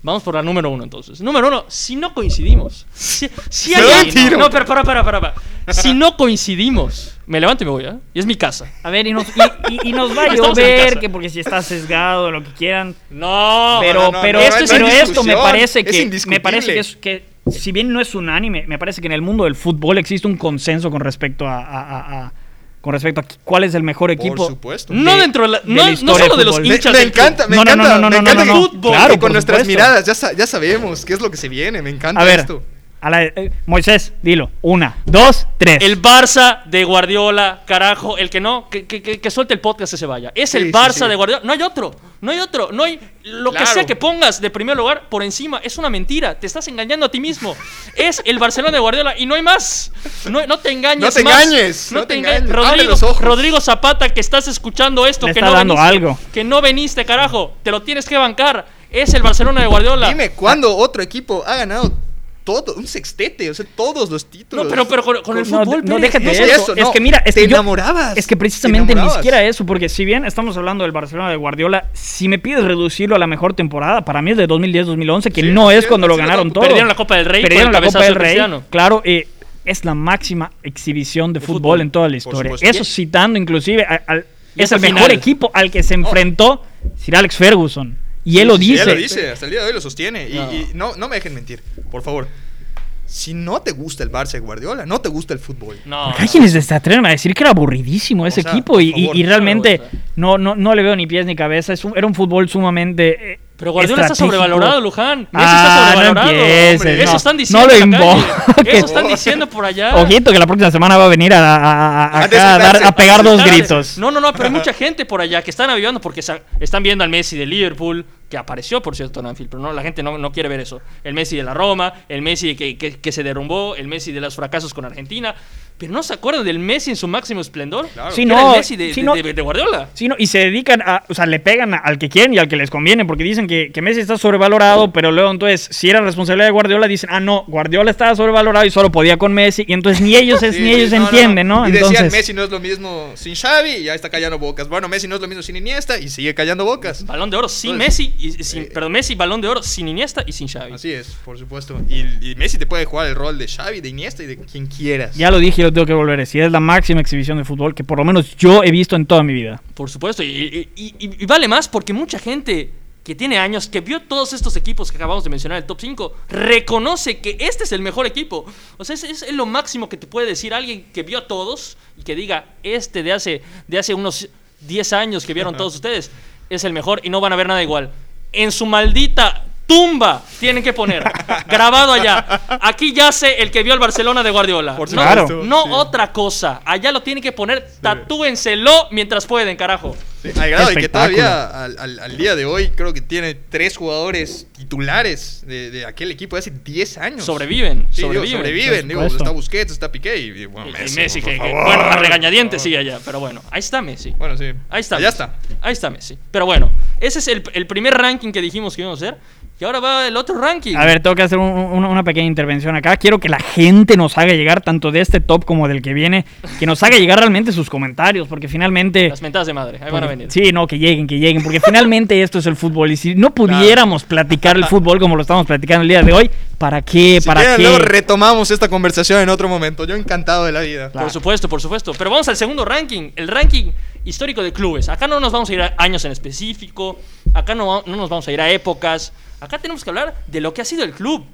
Speaker 1: vamos por la número uno entonces. Número uno, si no coincidimos. Si, si
Speaker 3: Se
Speaker 1: hay
Speaker 3: da un
Speaker 1: alguien-
Speaker 3: tiro.
Speaker 1: No, pero para, para, para, para. Si no coincidimos, me levanto y me voy, ¿eh? Y es mi casa.
Speaker 2: A ver, y nos, va
Speaker 1: a
Speaker 2: a
Speaker 1: Estamos en llover,
Speaker 2: llover,
Speaker 1: casa. que
Speaker 2: que porque si está sesgado, lo que quieran.
Speaker 1: No,
Speaker 2: Pero,
Speaker 3: no, no,
Speaker 2: pero,
Speaker 1: no,
Speaker 2: esto,
Speaker 1: no hay
Speaker 2: pero esto
Speaker 3: discusión,
Speaker 2: me parece
Speaker 3: es
Speaker 2: que me
Speaker 3: indiscutible.
Speaker 2: parece que, es, que si bien no es unánime, me parece que en el mundo del fútbol existe un consenso con respecto a, a- a- a- con respecto a cuál es el mejor equipo.
Speaker 3: Por supuesto.
Speaker 1: no
Speaker 2: de-
Speaker 1: dentro de la,
Speaker 2: de la
Speaker 1: no, no
Speaker 2: historia
Speaker 1: solo de
Speaker 2: del
Speaker 1: los
Speaker 2: fútbol.
Speaker 3: Me,
Speaker 1: hinchas.
Speaker 3: me
Speaker 1: del
Speaker 3: encanta, me
Speaker 2: No, no,
Speaker 3: encanta,
Speaker 2: no, no,
Speaker 3: me
Speaker 2: no,
Speaker 3: encanta
Speaker 2: no, no.
Speaker 3: el fútbol.
Speaker 2: Claro,
Speaker 3: y con
Speaker 2: por
Speaker 3: nuestras
Speaker 2: supuesto.
Speaker 3: miradas ya, sa- ya sabemos qué es lo que se viene. Me encanta
Speaker 2: a ver,
Speaker 3: esto.
Speaker 2: a la- eh, Moisés, dilo. Una, dos, tres.
Speaker 1: El Barça de Guardiola, carajo, el que no, que, que- que- que suelte el podcast y se vaya. Es
Speaker 3: Sí,
Speaker 1: el
Speaker 3: sí,
Speaker 1: Barça
Speaker 3: sí.
Speaker 1: de Guardiola. No hay otro, no hay otro, no hay lo que
Speaker 3: Claro.
Speaker 1: sea que pongas de primer lugar por encima. Es una mentira, te estás engañando a ti mismo. es el Barcelona de Guardiola y no hay más. No, no te engañes.
Speaker 3: No te
Speaker 1: más.
Speaker 3: engañes,
Speaker 1: no,
Speaker 3: no
Speaker 1: te
Speaker 3: te
Speaker 1: engañes.
Speaker 3: engañes. Abre
Speaker 1: Rodrigo,
Speaker 3: los ojos.
Speaker 1: Rodrigo Zapata, que estás escuchando esto,
Speaker 2: Le
Speaker 1: que
Speaker 2: está
Speaker 1: no
Speaker 2: dando
Speaker 1: veniste,
Speaker 2: algo.
Speaker 1: que no veniste, carajo, te lo tienes que bancar. Es el Barcelona de Guardiola.
Speaker 3: Dime, ¿cuándo otro equipo ha ganado todo, un sextete, o sea, todos los títulos.
Speaker 1: No, pero, pero con, con el
Speaker 2: No,
Speaker 1: fútbol.
Speaker 2: de- no,
Speaker 1: Pérez,
Speaker 2: déjate
Speaker 3: No,
Speaker 2: de
Speaker 1: es-
Speaker 3: y
Speaker 2: eso.
Speaker 3: eso,
Speaker 2: es
Speaker 3: no,
Speaker 2: que mira, es
Speaker 3: te
Speaker 2: que yo-
Speaker 3: enamorabas,
Speaker 2: Es que
Speaker 3: te
Speaker 2: precisamente ni
Speaker 3: enamorabas.
Speaker 2: siquiera eso, porque si bien estamos hablando del Barcelona de Guardiola, si me pides reducirlo a la mejor temporada, para mí es de 2010-2011, que
Speaker 3: Sí,
Speaker 2: no
Speaker 3: sí,
Speaker 2: es cuando
Speaker 3: sí,
Speaker 2: lo
Speaker 3: sí,
Speaker 2: ganaron
Speaker 3: no,
Speaker 2: todo.
Speaker 1: Perdieron la Copa del Rey.
Speaker 2: Perdieron
Speaker 1: por el
Speaker 2: la Copa
Speaker 1: cabezazo
Speaker 2: del
Speaker 1: de
Speaker 2: Rey.
Speaker 1: Cristiano.
Speaker 2: Claro, eh, es la máxima exhibición de
Speaker 1: De
Speaker 2: fútbol,
Speaker 1: fútbol,
Speaker 2: en toda la
Speaker 3: por
Speaker 2: historia.
Speaker 3: supuesto.
Speaker 2: Eso citando inclusive al- al-
Speaker 1: Y
Speaker 2: es
Speaker 1: esa
Speaker 2: el mejor
Speaker 1: final.
Speaker 2: equipo al que se enfrentó Sir Alex Ferguson. Y él
Speaker 3: Sí,
Speaker 2: lo
Speaker 3: sí, sí,
Speaker 2: dice.
Speaker 3: Él lo dice, hasta el día de hoy lo sostiene. Y y
Speaker 1: No.
Speaker 3: no. no, me dejen mentir, por favor. Si no te gusta el Barça de Guardiola, no te gusta el fútbol.
Speaker 1: No.
Speaker 2: Hay quienes se atreven a decir que era aburridísimo ese
Speaker 3: O sea,
Speaker 2: equipo y,
Speaker 3: por
Speaker 2: y-
Speaker 3: favor,
Speaker 2: y realmente
Speaker 1: claro, o sea.
Speaker 2: no, no, no le veo ni pies ni cabeza. Es un- era un fútbol sumamente. eh,
Speaker 1: Pero Guardiola está
Speaker 2: estratégico.
Speaker 1: sobrevalorado, Luján. Messi
Speaker 2: Ah,
Speaker 1: está
Speaker 2: no
Speaker 1: sobrevalorado.
Speaker 2: empieces,
Speaker 1: hombre.
Speaker 2: no.
Speaker 1: Eso están diciendo.
Speaker 2: No lo
Speaker 1: en la calle.
Speaker 2: invoques.
Speaker 1: Eso están diciendo por allá.
Speaker 2: Ojito que la próxima semana va a venir a, a- a-
Speaker 3: A
Speaker 2: acá a dar-
Speaker 3: desatarse.
Speaker 2: a pegar dos
Speaker 1: Claro,
Speaker 2: gritos.
Speaker 1: No, no, no, pero hay mucha gente por allá que están avivando porque sa- están viendo al Messi de Liverpool, que apareció, por cierto, en Anfield, pero no, la gente no, no quiere ver eso. El Messi de la Roma, el Messi que, que- que se derrumbó, el Messi de los fracasos con Argentina. Pero no se acuerdan del Messi en su máximo esplendor.
Speaker 3: Claro.
Speaker 1: Que
Speaker 2: Sí,
Speaker 1: era
Speaker 2: no,
Speaker 1: el Messi de,
Speaker 2: sí,
Speaker 1: de-
Speaker 2: no.
Speaker 1: de- de Guardiola.
Speaker 2: Sí, no, y se dedican a, o sea, le pegan a- al que quieren y al que les conviene, porque dicen que, que Messi está sobrevalorado, pero luego entonces, si era responsabilidad de Guardiola, dicen, ah, no, Guardiola estaba sobrevalorado y solo podía con Messi, y entonces ni ellos es,
Speaker 3: Sí,
Speaker 2: ni
Speaker 3: sí,
Speaker 2: ellos
Speaker 3: no, no,
Speaker 2: entienden, ¿no?
Speaker 3: Y
Speaker 2: Entonces,
Speaker 3: decían, Messi no es lo mismo sin Xavi y ya está callando bocas. Bueno, Messi no es lo mismo sin Iniesta y sigue callando bocas.
Speaker 1: Balón de oro sin
Speaker 3: Entonces,
Speaker 1: Messi, y, y sin,
Speaker 3: eh,
Speaker 1: perdón, Messi, balón de oro sin Iniesta y sin Xavi.
Speaker 3: Así es, por supuesto. Y, y Messi te puede jugar el rol de Xavi, de Iniesta y de quien quieras.
Speaker 2: ya lo dije y lo tengo que volver a decir, es la máxima exhibición de fútbol que por lo menos yo he visto en toda mi vida.
Speaker 1: Por supuesto, y, y- y- y- y vale más porque mucha gente que tiene años, que vio todos estos equipos que acabamos de mencionar, el top 5, reconoce que este es el mejor equipo. O sea, es, es- es lo máximo que te puede decir alguien que vio a todos y que diga, este de hace, de hace unos 10 años que vieron todos ustedes, es el mejor y no van a ver nada igual. En su maldita tumba tienen que poner, grabado allá, aquí yace el que vio al Barcelona de Guardiola.
Speaker 3: Por
Speaker 1: No,
Speaker 2: supuesto,
Speaker 1: no
Speaker 3: sí.
Speaker 1: otra cosa, allá lo tienen que poner, tatúenselo mientras pueden, carajo.
Speaker 3: Sí, al grado de que
Speaker 2: Espectáculo.
Speaker 3: todavía al, al- al día de hoy creo que tiene tres jugadores titulares de, de aquel equipo de hace 10 años.
Speaker 1: Sobreviven,
Speaker 3: Sí, digo,
Speaker 1: sobreviven.
Speaker 3: sobreviven. Digo,
Speaker 2: supuesto.
Speaker 3: está Busquets, está Piqué y, y, bueno,
Speaker 1: Y- y
Speaker 3: Messi.
Speaker 1: Messi,
Speaker 3: por
Speaker 1: que, que-
Speaker 3: favor.
Speaker 1: bueno, a regañadientes sigue allá, pero bueno, ahí está Messi.
Speaker 3: Bueno, sí.
Speaker 1: Ahí está.
Speaker 3: Ya
Speaker 1: Messi.
Speaker 3: está.
Speaker 1: Ahí está Messi. Pero bueno, ese es el, el primer ranking que dijimos que íbamos a hacer. Y ahora va el otro ranking.
Speaker 2: A ver, tengo que hacer un- un- una pequeña intervención acá. Quiero que la gente nos haga llegar, tanto de este top como del que viene, que nos haga llegar realmente sus comentarios, porque finalmente...
Speaker 1: Las mentadas de madre, ahí van a
Speaker 2: Porque-
Speaker 1: venir.
Speaker 2: Sí, no, que lleguen, que lleguen, porque finalmente esto es el fútbol. Y si no pudiéramos platicar el fútbol como lo estamos platicando el día de hoy, ¿para qué?
Speaker 3: Si
Speaker 2: ¿Para
Speaker 3: quieren,
Speaker 2: qué?
Speaker 3: luego retomamos esta conversación en otro momento. Yo encantado de la vida.
Speaker 1: Por supuesto, por supuesto. Pero vamos al segundo ranking, el ranking histórico de clubes. Acá no nos vamos a ir a años en específico, acá no, no nos vamos a ir a épocas. Acá tenemos que hablar de lo que ha sido el club.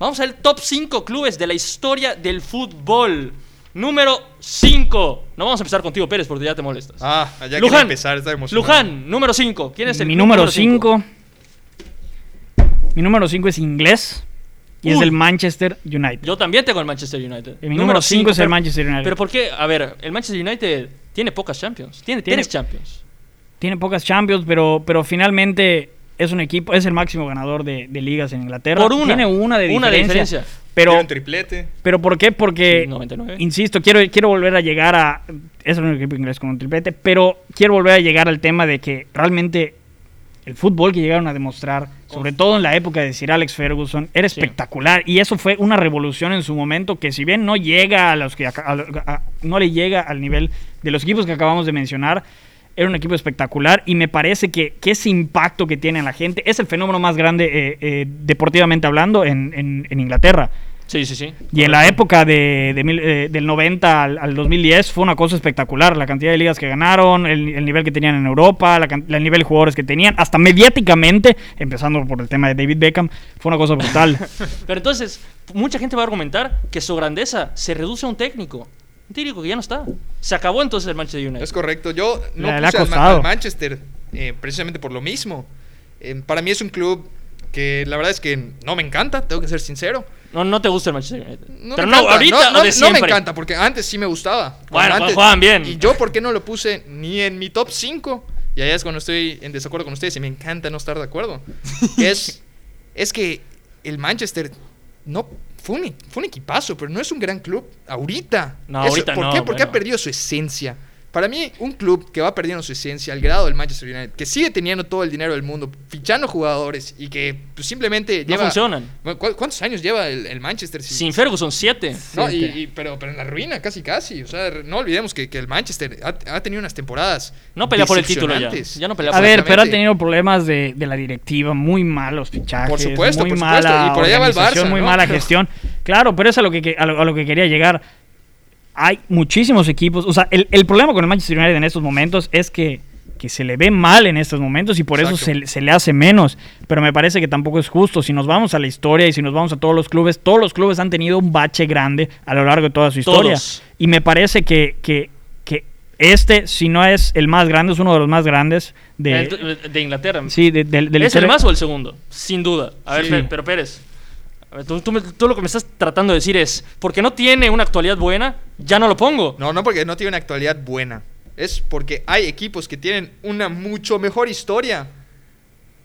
Speaker 1: Vamos al top 5 clubes de la historia del fútbol. Número 5. No vamos a empezar contigo, Pérez, porque ya te molestas.
Speaker 3: Ah, allá quiero
Speaker 1: Luján,
Speaker 3: empezar, está emocionado.
Speaker 1: Luján, número 5. ¿Quién es el
Speaker 2: Mi
Speaker 1: club
Speaker 2: número
Speaker 1: cinco?
Speaker 2: 5. Mi número 5 es inglés y es
Speaker 1: Uh.
Speaker 2: del Manchester United.
Speaker 1: Yo también tengo el Manchester United.
Speaker 2: Y mi número cinco es el
Speaker 1: pero-
Speaker 2: Manchester United.
Speaker 1: Pero ¿por qué? A ver, el Manchester United tiene pocas Champions. Tiene,
Speaker 2: Tiene-
Speaker 1: tres Champions.
Speaker 2: Tiene pocas Champions, pero, pero finalmente es un equipo, es el máximo ganador de, de ligas en Inglaterra.
Speaker 1: Por una.
Speaker 2: Tiene una de diferencia.
Speaker 1: Una de diferencia.
Speaker 2: Pero,
Speaker 3: Tiene un triplete.
Speaker 2: ¿Pero por qué? Porque,
Speaker 1: Sí, 99.
Speaker 2: insisto, quiero, quiero volver a llegar a... Es el único equipo inglés con un triplete, pero quiero volver a llegar al tema de que realmente el fútbol que llegaron a demostrar, sobre todo en la época de Sir Alex Ferguson, era
Speaker 1: Sí.
Speaker 2: espectacular. Y eso fue una revolución en su momento que si bien no llega a los que aca- a lo- a- no le llega al nivel de los equipos que acabamos de mencionar, era un equipo espectacular y me parece que, que ese impacto que tiene en la gente es el fenómeno más grande eh, eh, deportivamente hablando en- en- en Inglaterra.
Speaker 1: Sí, sí, sí.
Speaker 2: Y en la época de, de mil- eh, del 90 al, al 2010 fue una cosa espectacular. La cantidad de ligas que ganaron, el, el nivel que tenían en Europa, la can- el nivel de jugadores que tenían, hasta mediáticamente, empezando por el tema de David Beckham, fue una cosa brutal.
Speaker 1: Pero entonces, mucha gente va a argumentar que su grandeza se reduce a un técnico. Un técnico que ya no está. Se acabó entonces el Manchester United.
Speaker 3: Es correcto. Yo no
Speaker 2: Le- le ha
Speaker 3: puse al, Ma-
Speaker 2: costado.
Speaker 3: al Manchester eh, precisamente por lo mismo. Eh, para mí es un club que la verdad es que no me encanta, tengo que ser sincero.
Speaker 1: No, no te gusta el Manchester United.
Speaker 3: No
Speaker 1: Pero
Speaker 3: me
Speaker 1: no,
Speaker 3: encanta,
Speaker 1: ahorita
Speaker 3: no,
Speaker 1: o
Speaker 3: no-
Speaker 1: de
Speaker 3: no me
Speaker 1: siempre.
Speaker 3: encanta, porque antes sí me gustaba.
Speaker 1: Bueno,
Speaker 3: antes,
Speaker 1: pues jugaban bien.
Speaker 3: Y yo, ¿por qué no lo puse ni en mi top 5? Y allá es cuando estoy en desacuerdo con ustedes y me encanta no estar de acuerdo. es, es que el Manchester no fue un, fue un equipazo, pero no es un gran club ahorita.
Speaker 1: No,
Speaker 3: Eso-
Speaker 1: ahorita
Speaker 3: ¿por
Speaker 1: no,
Speaker 3: Qué? Porque
Speaker 1: bueno.
Speaker 3: ha perdido su esencia. Para mí, un club que va perdiendo su esencia al grado del Manchester United, que sigue teniendo todo el dinero del mundo, fichando jugadores y que pues, simplemente
Speaker 1: No
Speaker 3: lleva-
Speaker 1: funcionan.
Speaker 3: Bueno, ¿cu- ¿Cuántos años lleva el, el Manchester? sin-
Speaker 1: Sin Ferguson, 7.
Speaker 3: No, y, y- pero, pero en la ruina, casi, casi. O sea, re- no olvidemos que, que el Manchester ha, ha tenido unas temporadas.
Speaker 1: No pelea por el título ya.
Speaker 3: decepcionantes.
Speaker 1: Ya no pelea
Speaker 2: A ver, pero ha
Speaker 3: Exactamente.
Speaker 2: tenido problemas de, de la directiva, muy malos fichajes,
Speaker 3: Por supuesto,
Speaker 2: muy
Speaker 3: por supuesto,
Speaker 2: mala
Speaker 3: y por allá va el
Speaker 2: organización,
Speaker 3: Barça,
Speaker 2: muy
Speaker 3: ¿no?
Speaker 2: mala gestión. Claro, pero eso es a lo que, a lo, a lo que quería llegar. Hay muchísimos equipos, o sea, el, el problema con el Manchester United en estos momentos es que, que se le ve mal en estos momentos y por eso
Speaker 3: Exacto.
Speaker 2: se, se le hace menos, pero me parece que tampoco es justo. Si nos vamos a la historia y si nos vamos a todos los clubes, todos los clubes han tenido un bache grande a lo largo de toda su historia.
Speaker 1: Todos.
Speaker 2: Y me parece que, que, que este, si no es el más grande, es uno de los más grandes de,
Speaker 1: El- De, Inglaterra.
Speaker 2: sí, de, del- del
Speaker 1: ¿Es el
Speaker 2: historia-
Speaker 1: más o el segundo? Sin duda. A ver,
Speaker 2: Sí.
Speaker 1: Pe- pero Pérez. a ver, tú, tú me- tú lo que me estás tratando de decir es, porque no tiene una actualidad buena, ya no lo pongo.
Speaker 3: No, no porque no tiene una actualidad buena. Es porque hay equipos que tienen una mucho mejor historia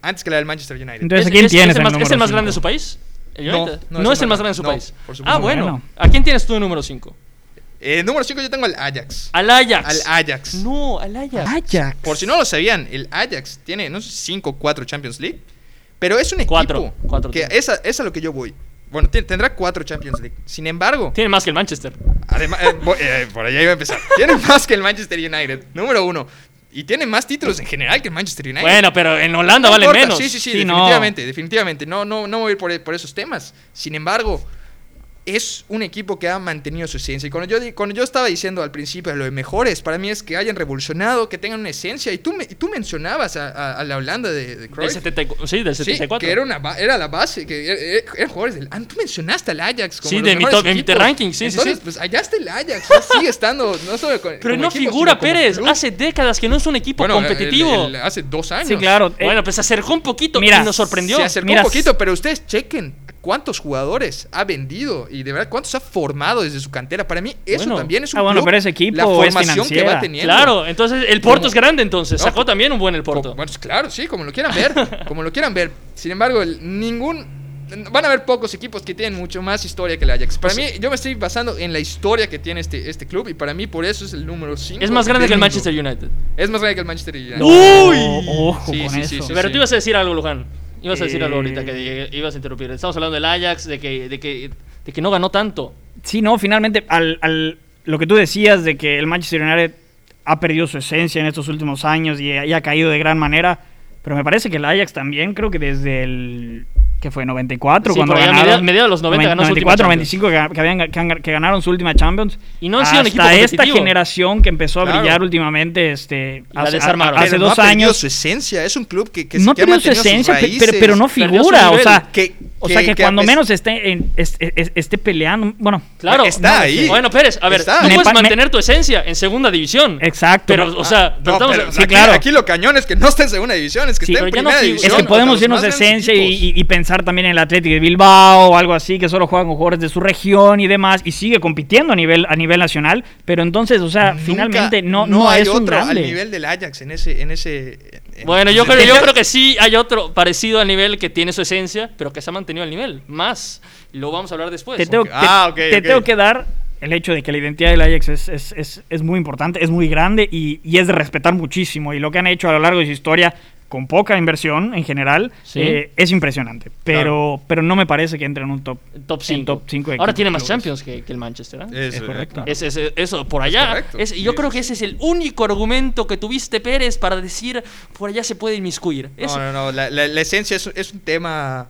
Speaker 3: antes que la del Manchester United.
Speaker 2: Entonces, ¿a quién tienes
Speaker 1: el
Speaker 2: en
Speaker 1: más,
Speaker 2: número
Speaker 1: es el más
Speaker 2: cinco?
Speaker 1: grande de su país? ¿El
Speaker 3: No,
Speaker 1: United?
Speaker 3: no
Speaker 1: no, es el más grande de su
Speaker 3: no,
Speaker 1: país.
Speaker 3: por supuesto.
Speaker 1: ah, bueno.
Speaker 2: Bueno.
Speaker 1: ¿A quién tienes tú de número 5?
Speaker 3: Eh, número 5 yo tengo al Ajax.
Speaker 1: Al Ajax.
Speaker 3: Al Ajax.
Speaker 1: No, al Ajax.
Speaker 2: Ajax.
Speaker 3: Por si no lo sabían, el Ajax tiene, no sé, 5 o 4 Champions League. Pero es un equipo
Speaker 1: Cuatro, cuatro
Speaker 3: que
Speaker 1: tiene.
Speaker 3: esa, esa es a lo que yo voy. Bueno, te- tendrá 4 Champions League. Sin embargo,
Speaker 1: Tiene más que el Manchester.
Speaker 3: Además, eh, voy- eh, por allá iba a empezar. Tiene más que el Manchester United, número uno. Y tiene más títulos en general que el Manchester United.
Speaker 1: Bueno, pero en Holanda
Speaker 3: No
Speaker 1: vale
Speaker 3: importa,
Speaker 1: menos.
Speaker 3: Sí, sí, sí,
Speaker 2: Sí, no.
Speaker 3: definitivamente, definitivamente. No, no, no voy a ir por, e- por esos temas. Sin embargo, es un equipo que ha mantenido su esencia. Y cuando yo, di- cuando yo estaba diciendo al principio lo de mejores, para mí es que hayan revolucionado, que tengan una esencia. Y tú, me- y tú mencionabas a, a- a la Holanda de, de
Speaker 1: Del
Speaker 3: Cruyff.
Speaker 1: 74. Sí, del
Speaker 3: Sí,
Speaker 1: 74.
Speaker 3: que era, una ba- era la base, que er- er- eran jugadores del... Ah, tú mencionaste al Ajax como
Speaker 1: Sí,
Speaker 3: los
Speaker 1: de mi
Speaker 3: mejores
Speaker 1: top- de mi
Speaker 3: equipos.
Speaker 1: ranking, sí, sí,
Speaker 3: Entonces,
Speaker 1: sí.
Speaker 3: pues allá está el Ajax, ya sigue estando, no solo con-
Speaker 1: pero
Speaker 3: como
Speaker 1: no
Speaker 3: equipo,
Speaker 1: figura
Speaker 3: sino como
Speaker 1: Pérez.
Speaker 3: club.
Speaker 1: Hace décadas que no es un equipo
Speaker 3: Bueno,
Speaker 1: competitivo.
Speaker 3: el- el- hace dos años.
Speaker 2: Sí, claro. eh,
Speaker 1: bueno, pues se acercó un poquito
Speaker 2: Mira,
Speaker 1: y nos sorprendió.
Speaker 3: Se acercó
Speaker 2: Mira,
Speaker 3: un poquito, pero ustedes chequen cuántos jugadores ha vendido y de verdad cuántos ha formado desde su cantera. Para mí eso
Speaker 1: Bueno.
Speaker 3: también es un
Speaker 2: Ah, bueno,
Speaker 3: club,
Speaker 2: pero ese equipo
Speaker 3: la
Speaker 2: es
Speaker 3: formación que
Speaker 2: financiera.
Speaker 3: va teniendo.
Speaker 1: Claro, entonces el Porto
Speaker 3: Como-
Speaker 1: es grande entonces.
Speaker 3: No,
Speaker 1: Sacó
Speaker 3: co-
Speaker 1: también un buen el Porto.
Speaker 3: Co- Bueno, es claro, sí, como lo quieran ver. como lo quieran ver. Sin embargo, el- ningún. Van a haber pocos equipos que tienen mucho más historia que el Ajax.
Speaker 2: Pues
Speaker 3: Para mí, yo me estoy basando en la historia que tiene este, este club y para mí por eso es el número 5.
Speaker 1: es más grande que el Manchester United.
Speaker 3: Es más grande que el Manchester United.
Speaker 2: no,
Speaker 1: ¡Uy!
Speaker 2: Ojo
Speaker 3: Sí,
Speaker 2: con
Speaker 3: sí, sí,
Speaker 2: eso.
Speaker 3: sí,
Speaker 1: Pero tú ibas a decir algo, Luján. Ibas a decir
Speaker 2: Eh.
Speaker 1: algo ahorita que llegué- ibas a interrumpir. Estamos hablando del Ajax, de que, de que, de que no ganó tanto.
Speaker 2: Sí, no, finalmente, al, al- lo que tú decías de que el Manchester United ha perdido su esencia en estos últimos años y, y ha caído de gran manera, pero me parece que el Ajax también, creo que desde el que fue 94
Speaker 1: Sí,
Speaker 2: cuando
Speaker 1: por allá,
Speaker 2: ganaron
Speaker 1: media- media de los 90 ganó su última
Speaker 2: 94,
Speaker 1: Champions.
Speaker 2: 95 que, que habían- que han- que ganaron su última Champions.
Speaker 1: Y no han sido un equipo
Speaker 2: Hasta esta
Speaker 1: competitivo.
Speaker 2: generación que empezó a
Speaker 3: Claro.
Speaker 2: brillar últimamente, este,
Speaker 1: La
Speaker 2: hace,
Speaker 1: desarmaron.
Speaker 2: a- hace
Speaker 3: Pero
Speaker 2: dos
Speaker 3: no ha perdido
Speaker 2: años.
Speaker 3: su esencia. Es un club que, que,
Speaker 2: no
Speaker 3: se- que ha
Speaker 2: perdió su
Speaker 3: mantenido sus
Speaker 2: esencia, pe- pero,
Speaker 3: raíces.
Speaker 2: pero no
Speaker 1: Perdió su
Speaker 2: figura, o
Speaker 1: nivel.
Speaker 2: sea,
Speaker 3: Que-
Speaker 2: o sea,
Speaker 3: que-
Speaker 2: que,
Speaker 3: que a
Speaker 2: cuando
Speaker 3: pes-
Speaker 2: menos esté, en- es- es- es- esté peleando, bueno,
Speaker 1: Claro.
Speaker 3: Está
Speaker 1: No,
Speaker 3: ahí.
Speaker 1: Bueno, Pérez, a ver,
Speaker 3: Está.
Speaker 1: tú
Speaker 2: Me
Speaker 1: puedes
Speaker 2: pa- me-
Speaker 1: mantener tu esencia en segunda división.
Speaker 2: Exacto.
Speaker 1: Pero, o sea,
Speaker 3: Ah, No,
Speaker 1: pero estamos-
Speaker 3: pero
Speaker 2: sí,
Speaker 3: aquí,
Speaker 2: claro.
Speaker 3: aquí lo cañón es que no esté en segunda división, es que
Speaker 2: Sí,
Speaker 3: esté en
Speaker 1: pero ya no
Speaker 3: primera
Speaker 1: fig-
Speaker 3: división.
Speaker 2: Es que
Speaker 1: Son
Speaker 2: podemos
Speaker 3: contra los
Speaker 2: irnos de
Speaker 3: más grandes
Speaker 2: esencia y,
Speaker 3: equipos.
Speaker 2: y- y pensar también en el Atlético de Bilbao o algo así, que solo juegan con jugadores de su región y demás, y sigue compitiendo a nivel, a nivel nacional, pero entonces, o sea,
Speaker 3: Nunca-
Speaker 2: finalmente no, no, es un
Speaker 3: otro
Speaker 2: grande.
Speaker 3: al nivel del Ajax en ese en ese en-
Speaker 1: Bueno,
Speaker 3: en-
Speaker 1: yo creo, yo
Speaker 3: en-
Speaker 1: creo que sí hay otro parecido al nivel que tiene su esencia, pero que se ha mantenido al nivel. Más. Lo vamos a hablar después.
Speaker 2: te tengo,
Speaker 3: ok.
Speaker 2: te-
Speaker 3: Ah, ok,
Speaker 2: te
Speaker 3: ok.
Speaker 2: tengo que dar el hecho de que la identidad del Ajax es, es- es- es muy importante, es muy grande y, y es de respetar muchísimo. Y lo que han hecho a lo largo de su historia, con poca inversión en general,
Speaker 1: Sí.
Speaker 2: eh, es impresionante. Pero, pero no me parece que entre en un top
Speaker 1: Top
Speaker 2: en
Speaker 1: 5.
Speaker 2: top cinco de
Speaker 1: Ahora tiene más
Speaker 2: clubes.
Speaker 1: Champions que, que el Manchester. ¿eh?
Speaker 3: Eso,
Speaker 2: Es correcto.
Speaker 1: Es- es- eso, por allá.
Speaker 3: correcto.
Speaker 1: Es- y yo
Speaker 3: Sí,
Speaker 1: creo
Speaker 3: sí,
Speaker 1: que ese es el único argumento que tuviste, Pérez, para decir por allá se puede inmiscuir.
Speaker 3: No,
Speaker 1: Es-
Speaker 3: no, no, la, la- la esencia es, es un tema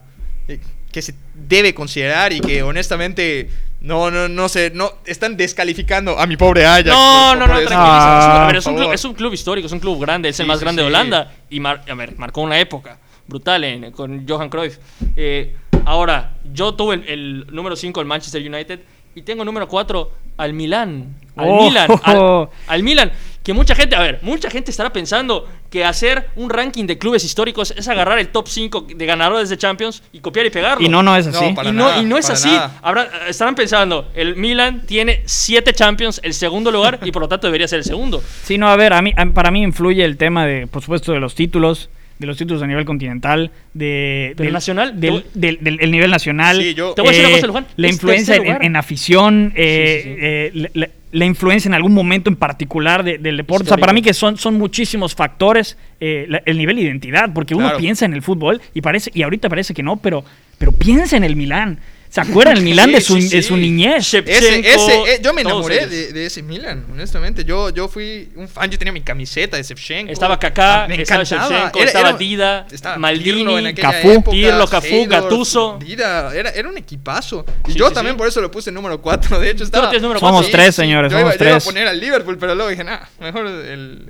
Speaker 3: eh, que se debe considerar y que honestamente no no no sé, no están descalificando a mi pobre Ajax.
Speaker 1: No,
Speaker 3: por-
Speaker 1: no,
Speaker 3: por-
Speaker 1: no,
Speaker 3: por eso.
Speaker 1: tranquilízate. Es un- a ver, es
Speaker 3: Ah, por
Speaker 1: un, club,
Speaker 3: favor.
Speaker 1: es un club histórico, es un club grande, es el
Speaker 3: Sí,
Speaker 1: más
Speaker 3: sí,
Speaker 1: grande de
Speaker 3: sí.
Speaker 1: Holanda. Y mar- a ver, marcó una época brutal en- con Johan Cruyff. Eh, ahora, yo tuve el, el número 5 al Manchester United y tengo el número 4 al Milán. Al
Speaker 2: Oh.
Speaker 1: Milan, al, al Milan, que mucha gente, a ver, mucha gente estará pensando que hacer un ranking de clubes históricos es agarrar el top 5 de ganadores de Champions y copiar y pegarlo.
Speaker 2: Y no, no es así.
Speaker 3: para
Speaker 1: y, no,
Speaker 3: nada,
Speaker 1: y no es
Speaker 3: para
Speaker 1: así.
Speaker 3: nada.
Speaker 1: Habrá- estarán pensando, el Milan tiene siete Champions, el segundo lugar, y por lo tanto debería ser el segundo.
Speaker 2: Sí, no, a ver, a mí, a- para mí influye el tema de, por supuesto, de los títulos, de los títulos a nivel continental, de,
Speaker 1: Pero
Speaker 2: del
Speaker 1: nacional,
Speaker 2: del,
Speaker 1: te
Speaker 2: del- del- el nivel nacional. eh,
Speaker 3: Sí, yo-
Speaker 1: Te voy a decir una cosa, Luján,
Speaker 2: La
Speaker 1: es
Speaker 2: influencia
Speaker 1: tercer
Speaker 2: en,
Speaker 1: lugar.
Speaker 2: en afición, eh,
Speaker 1: sí, sí.
Speaker 2: eh, la- la- la influencia en algún momento en particular de- del deporte. O sea,
Speaker 1: Histórico.
Speaker 2: para mí que son, son muchísimos factores, eh, la- el nivel de identidad, porque uno
Speaker 3: Claro.
Speaker 2: piensa en el fútbol y parece y ahorita parece que no, pero, pero piensa en el Milán. ¿Se acuerdan el Milán de, su,
Speaker 3: sí, sí.
Speaker 2: de su niñez?
Speaker 1: Shep-
Speaker 3: Ese,
Speaker 1: Shevchenko,
Speaker 3: ese, eh, yo me
Speaker 1: todos
Speaker 3: enamoré
Speaker 1: ellos.
Speaker 3: de, de ese Milan, honestamente. Yo, yo fui un fan, yo tenía mi camiseta de Shevchenko.
Speaker 1: Estaba Kaká,
Speaker 3: Me
Speaker 1: estaba
Speaker 3: encantaba.
Speaker 1: Shevchenko,
Speaker 3: Era-
Speaker 1: estaba
Speaker 3: era-
Speaker 1: Dida, Maldini,
Speaker 3: Pirlo en aquella
Speaker 2: Cafú.
Speaker 3: época,
Speaker 1: Pirlo, Cafú,
Speaker 3: Seydorf,
Speaker 1: Gattuso.
Speaker 3: Dida, era, era un equipazo. Y
Speaker 1: Sí,
Speaker 3: yo
Speaker 1: sí,
Speaker 3: también
Speaker 1: sí.
Speaker 3: por eso lo puse número 4. De hecho, estaba.
Speaker 1: tienes número
Speaker 2: Somos
Speaker 1: cuatro.
Speaker 2: tres, señores,
Speaker 3: yo iba,
Speaker 2: somos
Speaker 3: yo iba a
Speaker 2: tres.
Speaker 3: poner al Liverpool, pero luego dije, nah, mejor el. el-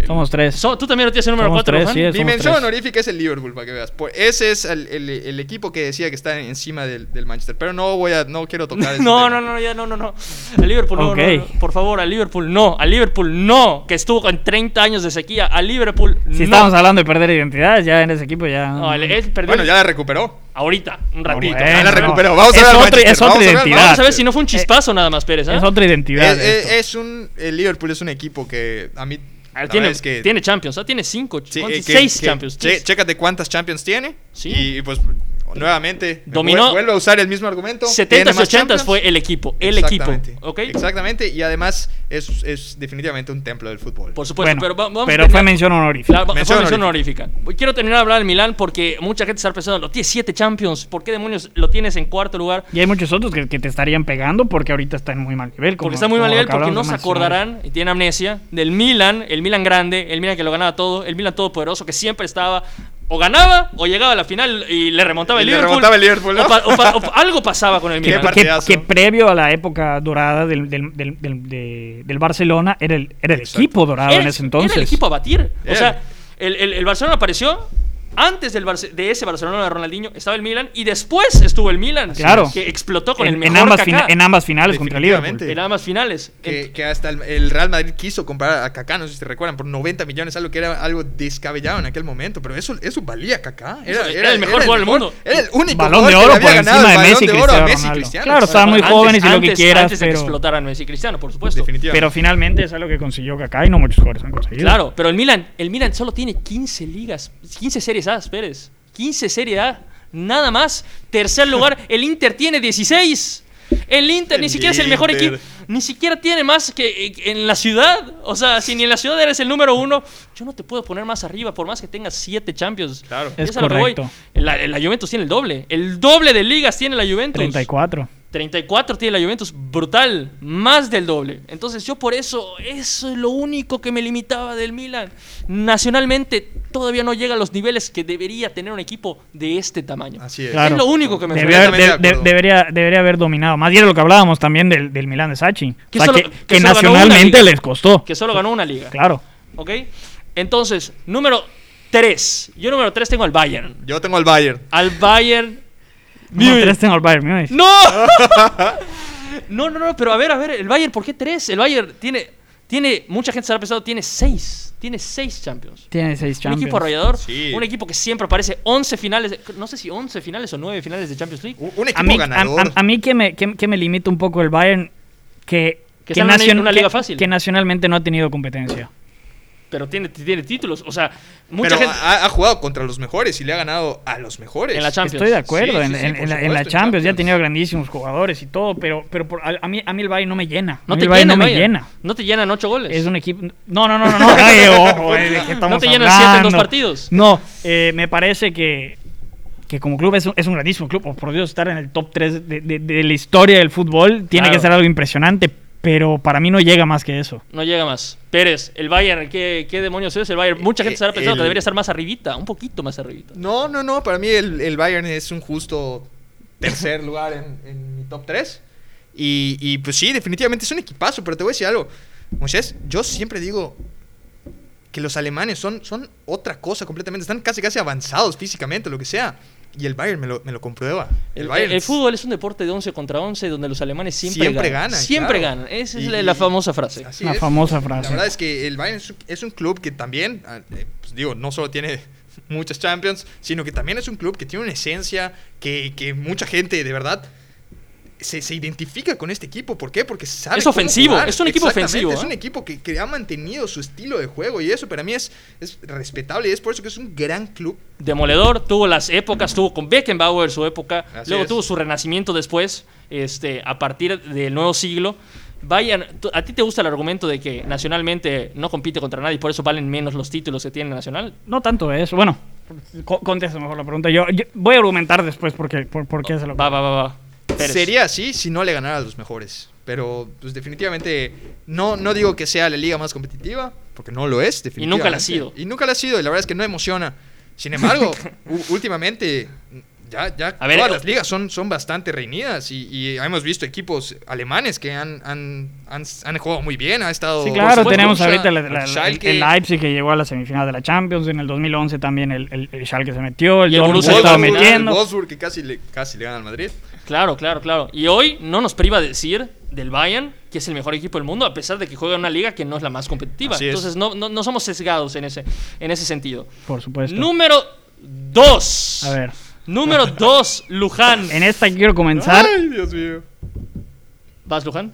Speaker 3: el-
Speaker 2: Somos tres.
Speaker 1: So- ¿Tú también lo tienes el número
Speaker 2: Somos
Speaker 1: 4,
Speaker 2: tres, sí,
Speaker 3: Mi
Speaker 2: somos
Speaker 3: mención
Speaker 2: tres.
Speaker 3: honorífica es el Liverpool, para que veas. Por- ese es el, el- el equipo que decía que está encima del, del Manchester. Pero no voy a, no quiero tocar ese
Speaker 1: No, no,
Speaker 3: tema.
Speaker 1: no, ya no, no, no. Al Liverpool no,
Speaker 2: Ok.
Speaker 1: no, no. Por favor, al Liverpool no. Al Liverpool no. Que estuvo con 30 años de sequía. Al Liverpool no.
Speaker 2: Si estamos hablando de perder identidades, ya en ese equipo ya.
Speaker 1: No, el- él perdió
Speaker 3: Bueno, ya la recuperó. ahorita,
Speaker 1: un
Speaker 2: No,
Speaker 1: ratito.
Speaker 2: bueno, Eh,
Speaker 3: Ya la
Speaker 2: no.
Speaker 3: recuperó. Vamos a
Speaker 2: es
Speaker 3: ver al
Speaker 2: Otra,
Speaker 3: Manchester,
Speaker 2: es otra
Speaker 3: vamos a Eh, ver-
Speaker 2: identidad.
Speaker 1: Vamos a ver si no fue un chispazo nada más, Pérez. ¿ah?
Speaker 2: Es otra identidad.
Speaker 3: Es,
Speaker 2: esto.
Speaker 3: es- es un. El Liverpool es un equipo que a mí.
Speaker 1: Ah,
Speaker 3: la
Speaker 1: tiene,
Speaker 3: verdad es que,
Speaker 1: tiene Champions, ¿ah? tiene 5,
Speaker 3: sí, eh, que-
Speaker 1: 6
Speaker 3: que-
Speaker 1: Champions.
Speaker 3: che-
Speaker 1: sí.
Speaker 3: chécate cuántas Champions tiene.
Speaker 1: Sí.
Speaker 3: Y, pues, nuevamente.
Speaker 1: Dominó-
Speaker 3: Dominó. Vuelvo a usar el mismo argumento.
Speaker 1: 70s, 80s fue
Speaker 3: el
Speaker 1: el equipo. El equipo. ¿Ok?
Speaker 3: Exactamente. Y además es, es definitivamente un templo del fútbol.
Speaker 1: Por supuesto,
Speaker 2: Bueno,
Speaker 1: pero va- vamos a
Speaker 2: pero fue
Speaker 1: terminar-
Speaker 2: mención honorífica.
Speaker 1: Claro, fue
Speaker 3: Mención
Speaker 1: mención honorífica. Quiero terminar de hablar del Milán porque mucha gente está pensando, lo tienes 7 Champions, ¿por qué demonios lo tienes en cuarto lugar?
Speaker 2: Y hay muchos otros que, que te estarían pegando porque ahorita está en muy mal nivel. como-
Speaker 1: Porque está muy
Speaker 2: como
Speaker 1: mal
Speaker 2: lo
Speaker 1: nivel,
Speaker 2: que
Speaker 1: porque no
Speaker 2: hablamos
Speaker 1: se
Speaker 2: de Manchester United.
Speaker 1: acordarán, y tienen amnesia, del Milan, el Milan grande, el Milan que lo ganaba todo, el Milan todopoderoso, que siempre estaba, o ganaba, o llegaba a la final y le remontaba el
Speaker 3: Y le
Speaker 1: Liverpool.
Speaker 3: remontaba el Liverpool, ¿no?
Speaker 1: O pa- o pa- o pa- algo pasaba con el
Speaker 3: Qué
Speaker 1: Milan.
Speaker 3: par-
Speaker 2: que,
Speaker 3: Partidazo.
Speaker 2: que previo a la época dorada del, del, del, del- de- del Barcelona era el, era el
Speaker 3: Exacto.
Speaker 2: equipo dorado
Speaker 1: Era-
Speaker 2: en ese entonces.
Speaker 1: Era el equipo a batir. O
Speaker 3: Era.
Speaker 1: sea, el, el- el Barcelona apareció antes del Barce- de ese Barcelona de Ronaldinho, estaba el Milan y después estuvo el Milan.
Speaker 2: Ah, Claro.
Speaker 1: Que explotó con
Speaker 2: en,
Speaker 1: el mejor
Speaker 2: en ambas
Speaker 1: Kaká.
Speaker 2: fina- en ambas finales contra el Liverpool.
Speaker 3: Definitivamente.
Speaker 1: En ambas finales.
Speaker 3: Que,
Speaker 1: Ent-
Speaker 3: que hasta el, el Real Madrid quiso comprar a Kaká, no sé si te recuerdan, por 90 millones, algo que era algo descabellado en aquel momento, pero eso, eso valía Kaká.
Speaker 1: Eso- era el mejor jugador del
Speaker 3: mejor-
Speaker 1: mundo.
Speaker 3: Era el único
Speaker 2: Balón
Speaker 3: jugador
Speaker 2: de
Speaker 3: que le
Speaker 2: oro
Speaker 3: había
Speaker 2: por
Speaker 3: ganado
Speaker 2: encima
Speaker 3: el
Speaker 2: de
Speaker 3: balón
Speaker 2: Messi y
Speaker 3: de oro a
Speaker 2: Cristiano
Speaker 3: Messi y
Speaker 2: Ronaldo.
Speaker 3: Cristiano.
Speaker 2: Claro, estaban muy
Speaker 1: antes-
Speaker 2: jóvenes y lo que
Speaker 1: antes-
Speaker 2: quieras,
Speaker 1: Antes de que
Speaker 2: pero-
Speaker 1: explotaran Messi y Cristiano, por supuesto.
Speaker 3: Definitivamente.
Speaker 2: Pero finalmente es algo que consiguió Kaká y no muchos jugadores han conseguido.
Speaker 1: Claro, pero el Milan, el Milan solo tiene 15 ligas, 15 series A, Pérez. 15 serie A, nada más. Tercer lugar, el Inter tiene 16. El Inter ni
Speaker 3: El
Speaker 1: siquiera es el mejor
Speaker 3: Inter.
Speaker 1: equipo, ni siquiera tiene más que eh, en la ciudad. O sea, si ni en la ciudad eres el número uno, yo no te puedo poner más arriba, por más que tengas siete Champions.
Speaker 3: Claro.
Speaker 2: Es
Speaker 1: a lo que voy.
Speaker 2: correcto.
Speaker 1: La, la Juventus tiene el doble. El doble de ligas tiene la Juventus.
Speaker 2: 34.
Speaker 1: 34 tiene la Juventus, brutal, más del doble. Entonces yo por eso, eso es lo único que me limitaba del Milan. Nacionalmente todavía no llega a los niveles que debería tener un equipo de este tamaño.
Speaker 3: Así es.
Speaker 2: Claro.
Speaker 1: Es lo único que me
Speaker 2: Debió haber-
Speaker 1: sorprende.
Speaker 3: Completamente
Speaker 2: de-
Speaker 3: de
Speaker 2: de-
Speaker 3: acuerdo.
Speaker 2: debería, debería haber dominado. Más bien lo que hablábamos también del, del Milán de Sachi. O
Speaker 1: Que
Speaker 2: sea,
Speaker 1: solo-
Speaker 2: que,
Speaker 1: que
Speaker 2: que
Speaker 1: solo ganó una
Speaker 2: nacionalmente
Speaker 1: liga.
Speaker 2: les costó.
Speaker 1: Que solo ganó una liga.
Speaker 2: Claro.
Speaker 1: ¿Ok? Entonces, número 3. Yo número 3 tengo al Bayern.
Speaker 3: Yo tengo al Bayern.
Speaker 1: Al Bayern.
Speaker 2: Número
Speaker 1: Múnich.
Speaker 2: tres tengo al Bayern Múnich.
Speaker 1: ¡No! no, no, no, pero a ver, a ver, el Bayern, ¿por qué tres? El Bayern tiene, tiene mucha gente se ha pensado, tiene seis, tiene seis Champions.
Speaker 2: Tiene seis
Speaker 1: Un equipo
Speaker 2: Champions.
Speaker 1: arrollador,
Speaker 3: Sí.
Speaker 1: un equipo que siempre aparece 11 finales, de- no sé si 11 finales o 9 finales de Champions League.
Speaker 3: Un, un equipo
Speaker 2: A mí, a,
Speaker 3: ganador.
Speaker 2: a- a mí que, me, que, que me limita un poco el Bayern, que,
Speaker 1: Que está en una
Speaker 2: nacion-
Speaker 1: li- una liga
Speaker 2: que-
Speaker 1: fácil.
Speaker 2: que nacionalmente no ha tenido competencia.
Speaker 1: Pero tiene, tiene títulos, o sea, mucha
Speaker 3: pero ah,
Speaker 1: gente
Speaker 3: ha, ha jugado contra los mejores y le ha ganado a los mejores.
Speaker 1: en la Champions.
Speaker 2: Estoy de acuerdo,
Speaker 3: Sí,
Speaker 2: en,
Speaker 3: sí, sí,
Speaker 2: en-
Speaker 3: por
Speaker 2: en la, en
Speaker 3: supuesto,
Speaker 2: la
Speaker 3: en
Speaker 2: Champions ya ha
Speaker 3: Champions.
Speaker 2: tenido grandísimos jugadores y todo, pero, pero por- a, a mí, a mí el Bayern no me llena.
Speaker 1: No
Speaker 2: A mí
Speaker 1: te
Speaker 2: el Bayern
Speaker 1: llena,
Speaker 2: no me
Speaker 1: Bayern.
Speaker 2: llena.
Speaker 1: No te llenan 8 goles.
Speaker 2: Es un equipo. No, no, no, no. no. Pues- Ay, ojo, eh, ¿de qué estamos
Speaker 1: No te llenan siete en dos
Speaker 2: hablando?
Speaker 1: partidos.
Speaker 2: No, eh, me parece que, que como club es un, es un grandísimo club. Oh, por Dios, estar en el top 3 de, de- de la historia del fútbol tiene
Speaker 1: Claro.
Speaker 2: que ser algo impresionante, pero para mí no llega más que eso.
Speaker 1: No llega más. Pérez, el Bayern, ¿qué, qué demonios es el Bayern? Mucha gente se ha pensado
Speaker 3: Eh, el-
Speaker 1: que debería estar más arribita, un poquito más arribita.
Speaker 3: No, no, no. Para mí el, el Bayern es un justo tercer lugar en, en mi top 3. Y, y, pues sí, definitivamente es un equipazo. Pero te voy a decir algo. Moisés, yo siempre digo que los alemanes son, son otra cosa completamente. Están casi casi avanzados físicamente, lo que sea. Y el Bayern me lo, me lo comprueba. El,
Speaker 1: El,
Speaker 3: Bayern
Speaker 1: el fútbol es un deporte de 11 contra 11 donde los alemanes siempre, ganan. Siempre
Speaker 3: claro.
Speaker 1: ganan. Esa es
Speaker 3: Y-
Speaker 1: la, la
Speaker 3: y-
Speaker 1: famosa frase.
Speaker 3: así
Speaker 2: Una
Speaker 3: es.
Speaker 2: famosa frase.
Speaker 3: La verdad es que el Bayern es un- es un club que también, ah, eh, pues digo, no solo tiene muchas Champions, sino que también es un club que tiene una esencia que, que mucha gente de verdad se, se identifica con este equipo. ¿Por qué? Porque sabe.
Speaker 1: Es
Speaker 3: cómo
Speaker 1: ofensivo,
Speaker 3: jugar.
Speaker 1: es un equipo
Speaker 3: Exactamente,
Speaker 1: ofensivo,
Speaker 3: Es
Speaker 1: ¿eh?
Speaker 3: un equipo que, que ha mantenido su estilo de juego y eso para mí es, es respetable y es por eso que es un gran club.
Speaker 1: Demoledor, tuvo las épocas, tuvo con Beckenbauer su época,
Speaker 3: Así
Speaker 1: luego
Speaker 3: es.
Speaker 1: tuvo su renacimiento después, este, a partir del nuevo siglo. vayan. tú- ¿A ti te gusta el argumento de que nacionalmente no compite contra nadie y por eso valen menos los títulos que tiene Nacional?
Speaker 2: No tanto eso. Bueno, co- contesta mejor la pregunta. Yo, yo voy a argumentar después porque, por, por qué se lo
Speaker 1: Va, va, va, va. Pérez.
Speaker 3: Sería así si no le ganara a los mejores. Pero, pues, definitivamente, no, no digo que sea la liga más competitiva, porque no lo es, definitivamente.
Speaker 1: nunca la ha sido.
Speaker 3: Y nunca la ha sido, y la verdad es que no emociona. Sin embargo, u- últimamente, ya, ya
Speaker 1: A ver,
Speaker 3: todas
Speaker 1: eh,
Speaker 3: las ligas son, son bastante reñidas. Y, y hemos visto equipos alemanes que han, han, han, han jugado muy bien. Ha estado.
Speaker 2: Sí,
Speaker 3: por
Speaker 2: claro,
Speaker 3: supuesto,
Speaker 2: tenemos
Speaker 3: Borussia,
Speaker 2: ahorita la- la- la- el,
Speaker 3: Schalke,
Speaker 2: el Leipzig que llegó a la semifinal de la Champions, en el 2011 también el, el, el Schalke se metió, el
Speaker 1: Y el
Speaker 2: Dortmund
Speaker 1: Borussia
Speaker 2: se estaba
Speaker 1: Dortmund,
Speaker 2: metiendo.
Speaker 3: El Wolfsburg que casi le, casi le gana al Madrid.
Speaker 1: Claro, claro, claro. Y hoy no nos priva decir del Bayern que es el mejor equipo del mundo, a pesar de que juega en una liga que no es la más competitiva.
Speaker 3: Así es.
Speaker 1: Entonces no, no, no somos sesgados en ese, en ese sentido.
Speaker 2: Por supuesto.
Speaker 1: Número 2.
Speaker 2: A ver,
Speaker 1: Número 2, Luján.
Speaker 2: en esta quiero comenzar.
Speaker 3: Ay, Dios mío.
Speaker 1: ¿Vas, Luján?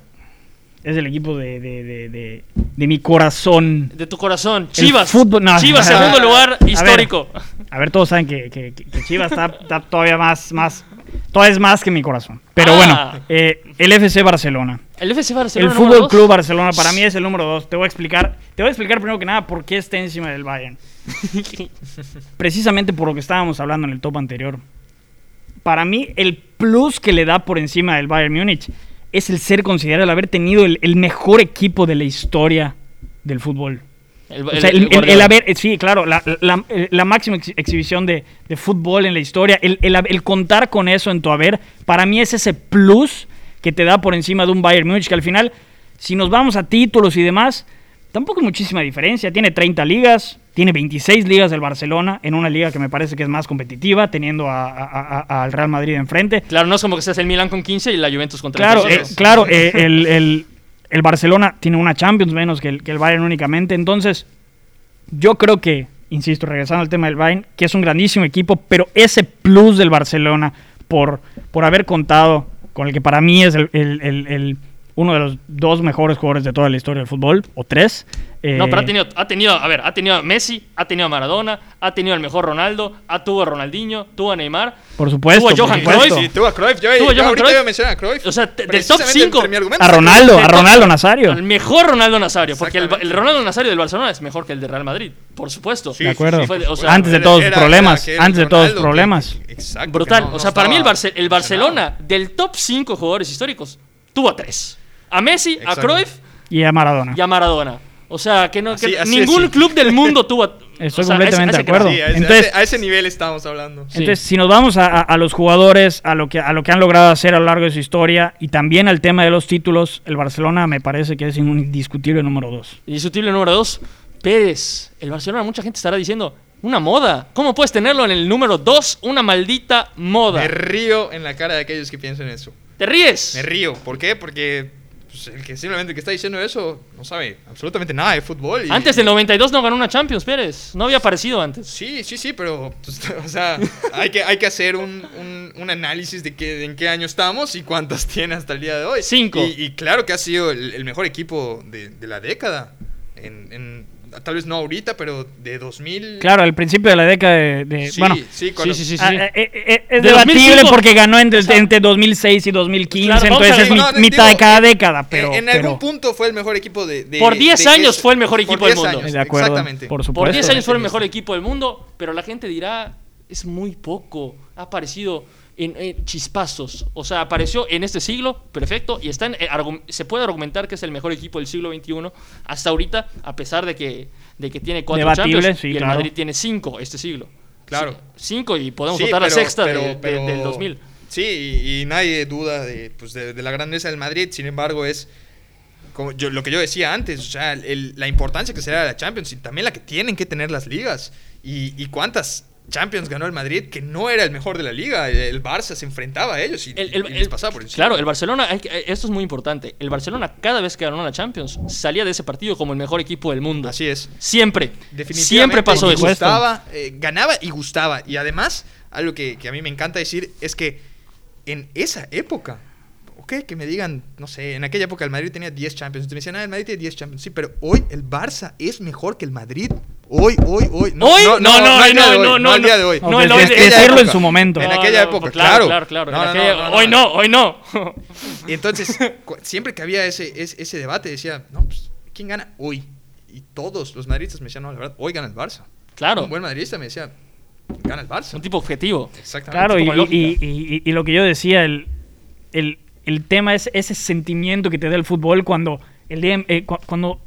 Speaker 2: Es el equipo de, de, de, de, de mi corazón.
Speaker 1: De tu corazón. Chivas.
Speaker 2: fútbol- no.
Speaker 1: Chivas, segundo lugar
Speaker 2: A ver.
Speaker 1: histórico.
Speaker 2: A ver, todos saben que, que- que- que Chivas está, está todavía más, más, todavía es más que mi corazón. Pero
Speaker 1: Ah.
Speaker 2: bueno, eh, el FC Barcelona.
Speaker 1: El FC Barcelona.
Speaker 2: el
Speaker 1: número
Speaker 2: Fútbol
Speaker 1: dos.
Speaker 2: Club Barcelona para mí es el número dos. Te voy a explicar, te voy a explicar primero que nada por qué está encima del Bayern. Precisamente por lo que estábamos hablando en el top anterior. Para mí el plus que le da por encima del Bayern Múnich es el ser considerado el haber tenido el, el mejor equipo de la historia del fútbol.
Speaker 1: El,
Speaker 2: O sea,
Speaker 1: el-
Speaker 2: el,
Speaker 1: el
Speaker 2: el-
Speaker 1: Guardiola.
Speaker 2: el haber, eh, sí, claro, la, la- eh, la máxima ex- exhibición de, de fútbol en la historia, el, el hab- el contar con eso en tu haber, para mí es ese plus que te da por encima de un Bayern Múnich, que al final, si nos vamos a títulos y demás, tampoco hay muchísima diferencia. Tiene 30 ligas, tiene 26 ligas del Barcelona, en una liga que me parece que es más competitiva, teniendo a- a- a- a- al Real Madrid enfrente.
Speaker 1: Claro, no es como que seas el Milan con 15 y la Juventus con 30.
Speaker 2: Claro, eh, claro eh, el, el- el Barcelona tiene una Champions menos que el, que el Bayern únicamente. Entonces, yo creo que, insisto, regresando al tema del Bayern, que es un grandísimo equipo, pero ese plus del Barcelona por, por haber contado con el que para mí es el, el- el- el- uno de los dos mejores jugadores de toda la historia del fútbol, o tres. eh,
Speaker 1: No, pero ha tenido, ha tenido, a ver, ha tenido a Messi, ha tenido a Maradona, ha tenido al mejor Ronaldo, ha tuvo a Ronaldinho, tuvo a Neymar.
Speaker 2: Por supuesto,
Speaker 1: tuvo a
Speaker 2: por
Speaker 1: Johan
Speaker 2: supuesto.
Speaker 1: Cruyff.
Speaker 3: Sí, tuvo a Cruyff. Yo,
Speaker 1: Tuvo a
Speaker 3: yo
Speaker 1: Johan
Speaker 3: ahorita
Speaker 1: Cruyff.
Speaker 3: iba a mencionar a Cruyff.
Speaker 1: O sea, te- del top
Speaker 3: Precisamente
Speaker 1: cinco.
Speaker 3: entre mi argumento.
Speaker 2: A Ronaldo, a Ronaldo Nazario.
Speaker 1: Al mejor Ronaldo Nazario, porque el,
Speaker 3: Exactamente.
Speaker 1: el Ronaldo Nazario del Barcelona es mejor que el de Real Madrid, por supuesto.
Speaker 3: Sí,
Speaker 2: De acuerdo.
Speaker 1: sí, fue- o sea,
Speaker 2: antes de
Speaker 3: Era-
Speaker 2: todos los
Speaker 3: era-
Speaker 2: problemas.
Speaker 3: era aquel
Speaker 2: antes de todos los
Speaker 3: Ronaldo que-
Speaker 2: problemas.
Speaker 3: exacto, que
Speaker 1: Brutal.
Speaker 3: no- no
Speaker 1: o sea, para mí el,
Speaker 3: estaba
Speaker 1: Barce- el Barcelona del top 5 jugadores históricos tuvo a 3. A Messi, a
Speaker 3: Exacto.
Speaker 1: Cruyff
Speaker 2: Y a Maradona.
Speaker 1: y a Maradona. O sea, que, no, que
Speaker 3: Así- así
Speaker 1: ningún
Speaker 3: es, sí.
Speaker 1: club del mundo tuvo a...
Speaker 2: Estoy
Speaker 1: o sea,
Speaker 2: completamente
Speaker 1: a ese- a ese
Speaker 2: de acuerdo.
Speaker 1: grado.
Speaker 3: Sí, a ese,
Speaker 2: Entonces-
Speaker 3: a ese- a ese nivel estábamos hablando.
Speaker 1: Sí.
Speaker 2: Entonces, si nos vamos a, a- a los jugadores, a lo, que, a lo que han logrado hacer a lo largo de su historia y también al tema de los títulos, el Barcelona me parece que es un indiscutible número dos.
Speaker 1: Indiscutible número 2, Pérez. El Barcelona, mucha gente estará diciendo, una moda. ¿Cómo puedes tenerlo en el número 2? Una maldita moda.
Speaker 3: Me río en la cara de aquellos que piensan eso.
Speaker 1: ¿Te ríes?
Speaker 3: Me río. ¿Por qué? Porque pues, el que simplemente el que está diciendo eso no sabe absolutamente nada de fútbol. y-
Speaker 1: Antes del 92 no ganó una Champions, Pérez. No había aparecido antes.
Speaker 3: Sí, sí, sí, pero, pues, o sea, hay que, hay que hacer un, un- un análisis de, que, en qué año estamos y cuántas tiene hasta el día de hoy.
Speaker 1: Cinco.
Speaker 3: Y, y claro que ha sido el, el mejor equipo de, de la década. En, en- tal vez no ahorita, pero de 2000.
Speaker 2: Claro, al principio de la década de... de-
Speaker 3: sí,
Speaker 2: bueno,
Speaker 3: sí,
Speaker 1: eh, Sí,
Speaker 3: cuando-
Speaker 1: sí, sí. sí.
Speaker 2: a- a- e- e- es
Speaker 1: De
Speaker 2: debatible
Speaker 1: 2005.
Speaker 2: porque ganó entre,
Speaker 1: sea,
Speaker 2: entre 2006 y 2015,
Speaker 1: claro, vamos
Speaker 2: entonces
Speaker 1: a-
Speaker 2: es mi-
Speaker 3: No, no,
Speaker 2: mitad de
Speaker 3: digo,
Speaker 2: cada década, pero...
Speaker 3: en, en
Speaker 2: pero-
Speaker 3: algún punto fue el mejor equipo de. de-
Speaker 1: Por 10
Speaker 3: de
Speaker 1: años
Speaker 3: eso.
Speaker 1: fue el mejor
Speaker 3: Por
Speaker 1: equipo del
Speaker 3: 10
Speaker 1: mundo.
Speaker 3: años,
Speaker 2: de acuerdo,
Speaker 3: Exactamente.
Speaker 2: por supuesto.
Speaker 1: Por 10 años fue el mejor equipo del mundo, pero la gente dirá, es muy poco. Ha aparecido en, en chispazos. O sea, apareció en este siglo, perfecto, y está en- eh, argu- se puede argumentar que es el mejor equipo del siglo XXI hasta ahorita, a pesar de que, de que tiene 4
Speaker 2: Debatible,
Speaker 1: Champions
Speaker 2: sí,
Speaker 1: y el
Speaker 2: claro.
Speaker 1: Madrid tiene 5 este siglo.
Speaker 3: Claro.
Speaker 1: 5 y podemos
Speaker 3: Sí,
Speaker 1: contar la
Speaker 3: pero-
Speaker 1: sexta de-
Speaker 3: pero-
Speaker 1: de-
Speaker 3: pero-
Speaker 1: del 2000.
Speaker 3: Sí, y, y nadie duda de, pues, de, de la grandeza del Madrid. Sin embargo, es como yo, lo que yo decía antes, o sea, el- la importancia que se da a la Champions y también la que tienen que tener las ligas. Y, y cuántas Champions ganó el Madrid que no era el mejor de la liga. El, el Barça se enfrentaba a ellos y,
Speaker 1: El- el-
Speaker 3: y les
Speaker 1: el-
Speaker 3: pasaba por encima.
Speaker 1: Claro, el Barcelona, hay que- eh, esto es muy importante. El Barcelona, cada vez que ganó la Champions, salía de ese partido como el mejor equipo del mundo.
Speaker 3: Así es.
Speaker 1: Siempre.
Speaker 3: Definitivamente
Speaker 1: Siempre pasó eso.
Speaker 3: gustaba, eh, ganaba y gustaba. Y además, algo que, que a mí me encanta decir es que en esa época, ok, que me digan, no sé, en aquella época el Madrid tenía 10 Champions. Entonces me decían, ah, el Madrid tiene 10 Champions. Sí, pero hoy el Barça es mejor que el Madrid. Hoy, hoy,
Speaker 1: ¿Hoy?
Speaker 3: hoy.
Speaker 1: No, no,
Speaker 3: al día
Speaker 1: no,
Speaker 3: de hoy,
Speaker 1: no,
Speaker 3: al
Speaker 1: no,
Speaker 3: día de hoy.
Speaker 1: No,
Speaker 2: de-
Speaker 1: no,
Speaker 2: de-
Speaker 1: en
Speaker 2: de-
Speaker 1: aquella
Speaker 2: decirlo en
Speaker 3: época.
Speaker 2: su momento.
Speaker 3: En aquella época, claro.
Speaker 1: pues Claro, claro.
Speaker 3: No,
Speaker 1: en
Speaker 3: no,
Speaker 1: aquella-
Speaker 3: no, no, no,
Speaker 1: hoy
Speaker 3: no.
Speaker 1: no, hoy no.
Speaker 3: Y entonces, cu- siempre que había ese, ese, ese debate, decía, no, pues, ¿quién gana hoy? Y todos los madridistas me decían, no, la verdad, hoy gana el Barça.
Speaker 1: Claro.
Speaker 3: Un buen madridista me decía, gana el Barça.
Speaker 1: Un tipo objetivo.
Speaker 3: Exactamente.
Speaker 2: Claro, y,
Speaker 1: Como lógica.
Speaker 2: y- y- y- y lo que yo decía, el, el- el tema es ese sentimiento que te da el fútbol cuando, el día- eh, cu- cuando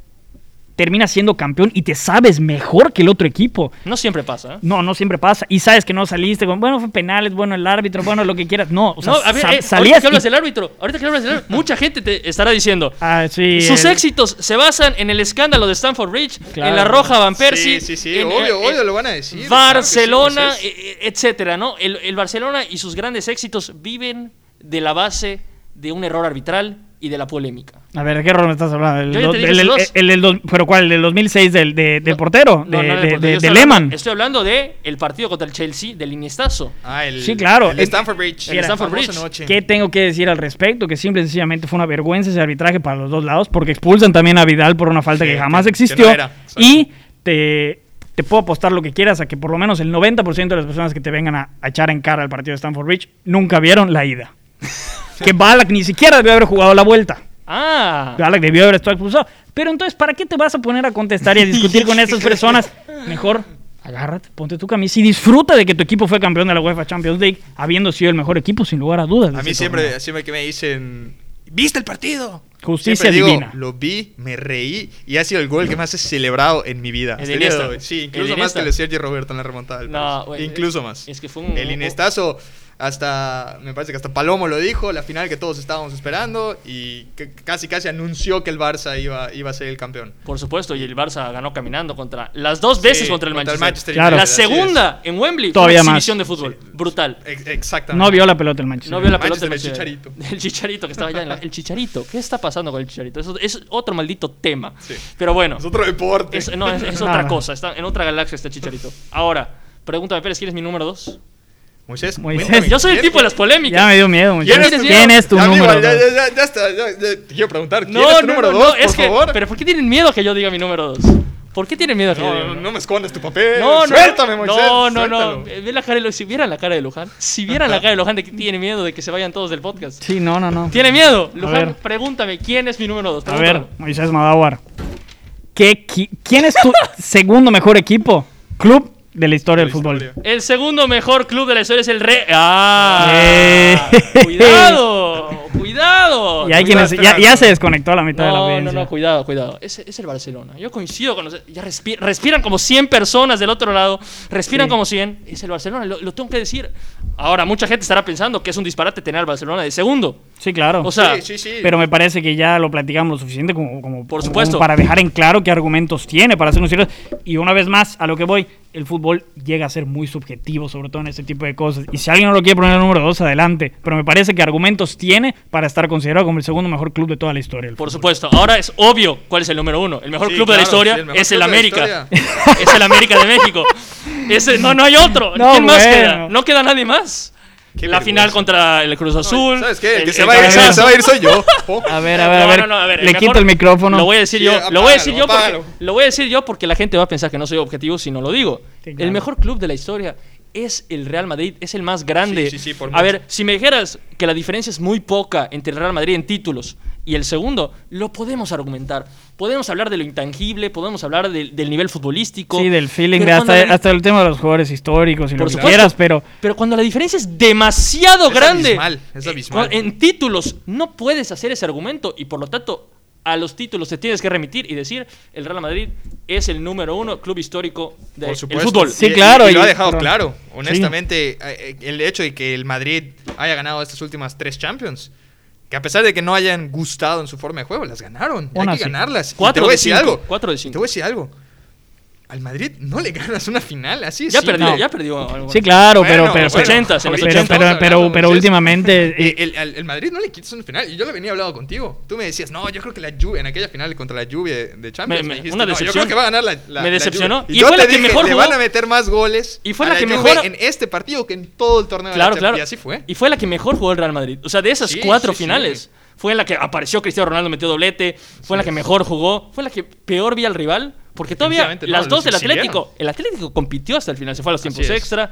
Speaker 2: terminas siendo campeón y te sabes mejor que el otro equipo.
Speaker 1: No siempre pasa. ¿eh?
Speaker 2: No, no siempre pasa. Y sabes que no saliste con, bueno, fue penales, bueno, el árbitro, bueno, lo que quieras. No, o sea,
Speaker 1: no, a ver,
Speaker 2: sa-
Speaker 1: eh, ahorita
Speaker 2: salías.
Speaker 1: que hablas
Speaker 2: y-
Speaker 1: del árbitro, ahorita que hablas del árbitro, mucha gente te estará diciendo,
Speaker 2: Ah, sí,
Speaker 1: Sus
Speaker 2: el-
Speaker 1: éxitos se basan en el escándalo de Stanford Bridge,
Speaker 2: Claro.
Speaker 1: en la roja Van Persie,
Speaker 3: Sí, sí, sí,
Speaker 1: en,
Speaker 3: obvio,
Speaker 1: eh,
Speaker 3: obvio
Speaker 1: eh,
Speaker 3: lo van a decir. claro que sí,
Speaker 1: Barcelona,
Speaker 3: pues es-
Speaker 1: eh, eh, etcétera, ¿no? El, el Barcelona y sus grandes éxitos viven de la base de un error arbitral y de la polémica.
Speaker 2: A ver, ¿de qué error me estás hablando? El,
Speaker 1: Yo ya
Speaker 2: do-
Speaker 1: te dije
Speaker 2: el- el-
Speaker 1: los dos.
Speaker 2: el- el dos- ¿Pero cuál? ¿El del 2006 del, de- del
Speaker 1: No,
Speaker 2: portero?
Speaker 1: No,
Speaker 2: de
Speaker 1: no, no, porque
Speaker 2: de- de-
Speaker 1: yo estoy
Speaker 2: de
Speaker 1: hablando-
Speaker 2: Lehmann.
Speaker 1: Estoy hablando de el partido contra el Chelsea del Iniestazo.
Speaker 3: Ah, el,
Speaker 2: Sí, claro,
Speaker 3: El
Speaker 2: eh,
Speaker 3: Stanford Bridge.
Speaker 1: el
Speaker 3: la
Speaker 1: Stamford
Speaker 3: famosa
Speaker 1: Bridge.
Speaker 3: noche.
Speaker 2: ¿Qué tengo que decir al respecto? Que simple y sencillamente fue una vergüenza ese arbitraje para los dos lados, porque expulsan también a Vidal por una falta
Speaker 3: Sí,
Speaker 2: que
Speaker 3: que-
Speaker 2: jamás
Speaker 3: que no
Speaker 2: existió.
Speaker 3: era, exacto.
Speaker 2: y te, te puedo apostar lo que quieras a que por lo menos el 90% de las personas que te vengan a, a echar en cara al partido de Stanford Bridge nunca vieron la ida. que Balak ni siquiera debió haber jugado la vuelta.
Speaker 1: Ah,
Speaker 2: Balak debió haber estado expulsado. Pero entonces, ¿para qué te vas a poner a contestar y a discutir con estas personas? Mejor agárrate, ponte tu camisa y disfruta de que tu equipo fue campeón de la UEFA Champions League, habiendo sido el mejor equipo, sin lugar a dudas. de
Speaker 3: A mí
Speaker 2: ese
Speaker 3: siempre,
Speaker 2: torneo.
Speaker 3: siempre que me dicen, ¿viste el partido?
Speaker 2: Justicia
Speaker 3: Siempre digo,
Speaker 2: divina.
Speaker 3: Lo vi, me reí y ha sido el gol que más he celebrado en mi vida.
Speaker 1: El
Speaker 3: Hasta
Speaker 1: de
Speaker 3: el día de
Speaker 1: Iniesta.
Speaker 3: hoy. Sí,
Speaker 1: El de
Speaker 3: incluso más
Speaker 1: Iniesta.
Speaker 3: que el de Sergio Roberto en la remontada. del
Speaker 1: No,
Speaker 3: Barça.
Speaker 1: güey,
Speaker 3: incluso
Speaker 1: es-
Speaker 3: más.
Speaker 1: es que fue un-
Speaker 3: El Inestazo, hasta me parece que hasta Palomo lo dijo, la final que todos estábamos esperando y que casi casi anunció que el Barça iba, iba a ser el campeón.
Speaker 1: por supuesto, y el Barça ganó caminando contra las dos veces
Speaker 3: Sí,
Speaker 1: contra el Manchester.
Speaker 2: Claro.
Speaker 1: La
Speaker 3: United, así es.
Speaker 1: segunda en Wembley
Speaker 2: Todavía
Speaker 1: fue una
Speaker 2: más.
Speaker 1: exhibición de fútbol. Brutal.
Speaker 3: Ex- Exactamente.
Speaker 2: No vio la pelota el Manchester.
Speaker 1: No vio la pelota
Speaker 3: Manchester,
Speaker 1: en
Speaker 3: el
Speaker 1: Manchester.
Speaker 3: chicharito.
Speaker 1: El chicharito que estaba allá en la- El chicharito. ¿Qué está pasando con el chicharito? Eso es otro maldito tema.
Speaker 3: Sí.
Speaker 1: Pero bueno.
Speaker 3: Es otro deporte.
Speaker 1: Es, no, es, es
Speaker 2: No,
Speaker 1: otra
Speaker 2: no.
Speaker 1: cosa. Está en otra galaxia este chicharito. Ahora, pregúntame, Pérez, ¿quién es mi número dos?
Speaker 3: Moisés,
Speaker 2: Moisés.
Speaker 3: cuéntame,
Speaker 1: Yo soy el
Speaker 3: ¿quién-
Speaker 1: tipo de las polémicas.
Speaker 2: Ya me dio miedo,
Speaker 1: ¿Quién
Speaker 2: muchachos.
Speaker 1: es-
Speaker 2: ¿Quién es tu
Speaker 3: Ya, amigo,
Speaker 2: número?
Speaker 3: Ya,
Speaker 2: dos?
Speaker 3: ya, ya, ya está. ya- ya- te quiero preguntar. ¿Quién
Speaker 1: No,
Speaker 3: es tu
Speaker 1: no,
Speaker 3: número
Speaker 1: no,
Speaker 3: 2?
Speaker 1: no, es
Speaker 3: por
Speaker 1: que.
Speaker 3: favor.
Speaker 1: ¿Pero por qué tienen miedo que yo diga mi número dos? ¿Por qué tienen miedo que yo diga?
Speaker 3: no,
Speaker 1: mi
Speaker 3: no, no
Speaker 1: número
Speaker 3: me escondas tu papel.
Speaker 1: No, no,
Speaker 3: Suéltame, Moisés.
Speaker 1: No, no, no.
Speaker 3: suéltalo.
Speaker 1: Ve ve la cara de Lu- si vieran la cara de Luján, si vieran la cara de Luján de que tiene miedo de que se vayan todos del podcast.
Speaker 2: Sí, no, no, no.
Speaker 1: ¿Tiene miedo?
Speaker 2: ver.
Speaker 1: Luján, pregúntame, ¿quién es mi número dos?
Speaker 2: A ver,
Speaker 1: Pregúntalo.
Speaker 2: Moisés Madawar. ¿qué qui- ¿Quién es tu segundo mejor equipo? Club de la historia del fútbol.
Speaker 3: historia.
Speaker 1: El segundo mejor club de la historia es el Re. ¡Ah!
Speaker 2: Eh.
Speaker 1: ¡Cuidado! ¡Cuidado!
Speaker 2: Y hay quienes ya, ya se desconectó a la mitad de la
Speaker 1: No, no,
Speaker 2: audiencia.
Speaker 1: no, cuidado, cuidado. Es, es el Barcelona. Yo coincido con los- Ya respi- respiran como 100 personas del otro lado. Respiran
Speaker 2: Sí.
Speaker 1: como 100. Es el Barcelona, lo, lo tengo que decir. Ahora, mucha gente estará pensando que es un disparate tener al Barcelona de segundo.
Speaker 2: Sí, claro.
Speaker 1: O sea,
Speaker 3: Sí, sí, sí.
Speaker 2: pero me parece que ya lo platicamos lo suficiente como, como-
Speaker 1: Por
Speaker 2: como-
Speaker 1: supuesto.
Speaker 2: como para dejar en claro qué argumentos tiene para hacernos serios. Y una vez más, a lo que voy, el fútbol llega a ser muy subjetivo, sobre todo en este tipo de cosas. Y si alguien no lo quiere poner en el número dos, adelante. Pero me parece que argumentos tiene para estar considerado como el segundo mejor club de toda la historia. del
Speaker 1: por
Speaker 2: fútbol.
Speaker 1: supuesto. Ahora es obvio cuál es el número uno. El mejor
Speaker 3: Sí,
Speaker 1: club de
Speaker 3: claro,
Speaker 1: la historia
Speaker 3: sí, el mejor
Speaker 1: es el
Speaker 3: club de la
Speaker 1: América. es el América de México. Ese- no, no hay otro.
Speaker 2: No,
Speaker 1: ¿Quién más
Speaker 2: bueno.
Speaker 1: queda? No queda nadie más.
Speaker 3: Qué
Speaker 1: la
Speaker 3: vergüenza.
Speaker 1: final contra el Cruz Azul.
Speaker 3: ¿Sabes qué? El que
Speaker 1: el
Speaker 3: se va a ir,
Speaker 1: cabezazo.
Speaker 3: se va a ir soy yo. Jo.
Speaker 2: A ver, a ver, a ver.
Speaker 1: No, no, no, a ver,
Speaker 2: Le
Speaker 1: mejor
Speaker 2: quito el micrófono.
Speaker 1: Lo voy a decir
Speaker 3: Sí,
Speaker 1: yo. lo
Speaker 3: apágalo,
Speaker 1: voy a decir yo porque
Speaker 3: apágalo.
Speaker 1: lo voy a decir yo porque la gente va a pensar que no soy objetivo si no lo digo.
Speaker 2: Sí, claro.
Speaker 1: El mejor club de la historia es el Real Madrid, es el más grande.
Speaker 3: Sí, sí, sí, por
Speaker 1: a
Speaker 3: mucho.
Speaker 1: ver, si me dijeras que la diferencia es muy poca entre el Real Madrid en títulos y el segundo, lo podemos argumentar. Podemos hablar de lo intangible, podemos hablar del- del nivel futbolístico.
Speaker 2: Sí, del feeling,
Speaker 1: Pero
Speaker 2: de
Speaker 1: cuando
Speaker 2: hasta,
Speaker 1: la-
Speaker 2: hasta el tema de los jugadores históricos y
Speaker 1: por
Speaker 2: lo que
Speaker 1: supuesto.
Speaker 2: quieras, pero
Speaker 1: Pero cuando la diferencia es demasiado
Speaker 3: Es
Speaker 1: grande.
Speaker 3: abismal, es
Speaker 1: eh,
Speaker 3: abismal.
Speaker 1: cua- En títulos no puedes hacer ese argumento y por lo tanto a los títulos te tienes que remitir y decir el Real Madrid es el número uno club histórico del
Speaker 3: Por supuesto.
Speaker 1: fútbol.
Speaker 2: Sí,
Speaker 3: Y- y-
Speaker 2: claro,
Speaker 3: Y, lo
Speaker 2: y-
Speaker 3: ha dejado
Speaker 2: perdón.
Speaker 3: claro.
Speaker 2: Sí.
Speaker 3: Honestamente, eh, eh, el hecho de que el Madrid haya ganado estas últimas tres Champions, que a pesar de que no hayan gustado en su forma de juego, las ganaron.
Speaker 2: Una
Speaker 3: Hay
Speaker 2: sí.
Speaker 3: que ganarlas. Y
Speaker 1: Cuatro
Speaker 3: te voy
Speaker 1: de
Speaker 3: a decir
Speaker 1: cinco,
Speaker 3: algo.
Speaker 1: cuatro de
Speaker 3: Y
Speaker 1: cinco.
Speaker 3: Te voy a decir algo. Al Madrid no le ganas una final, así es.
Speaker 1: Ya
Speaker 3: simple.
Speaker 1: perdió,
Speaker 2: no.
Speaker 1: ya perdió. alguna.
Speaker 2: sí, claro, pero
Speaker 3: Bueno,
Speaker 2: pero
Speaker 1: los
Speaker 2: pero-
Speaker 1: 80s, en los
Speaker 2: pero
Speaker 1: 80s,
Speaker 2: pero,
Speaker 3: hablando,
Speaker 2: pero, pero
Speaker 3: Moisés.
Speaker 2: últimamente eh,
Speaker 3: Eh, El, al- el Madrid no le quitas una final. Y yo lo venía hablando contigo. Tú me decías, no, yo creo que la Juve, en aquella final contra la Juve de- de Champions,
Speaker 1: Me- me-
Speaker 3: me dijiste,
Speaker 1: una
Speaker 3: "No, yo
Speaker 1: decepción.
Speaker 3: creo que va a ganar la, la-
Speaker 1: Me
Speaker 3: la
Speaker 1: decepcionó.
Speaker 3: Juve".
Speaker 1: Y
Speaker 3: yo
Speaker 1: fue la
Speaker 3: te
Speaker 1: que
Speaker 3: dije,
Speaker 1: mejor
Speaker 3: le
Speaker 1: jugó.
Speaker 3: van a meter más goles.
Speaker 1: Y fue
Speaker 3: a
Speaker 1: la que
Speaker 3: Juve
Speaker 1: mejor-
Speaker 3: En este partido que en todo el torneo. de la
Speaker 1: Claro,
Speaker 3: Champions.
Speaker 1: claro.
Speaker 3: Y así fue.
Speaker 1: Y fue la que mejor jugó el Real Madrid. O sea, de esas
Speaker 3: Sí,
Speaker 1: cuatro
Speaker 3: sí, sí.
Speaker 1: finales, fue en la que apareció Cristiano Ronaldo, metió doblete, fue en la que mejor jugó, fue en la que peor vi al rival. Porque todavía
Speaker 3: Efectivamente, no,
Speaker 1: las dos
Speaker 3: los
Speaker 1: del
Speaker 3: exhibieron.
Speaker 1: Atlético, el Atlético compitió hasta el final, se fue a los
Speaker 3: Así
Speaker 1: tiempos
Speaker 3: es.
Speaker 1: extra,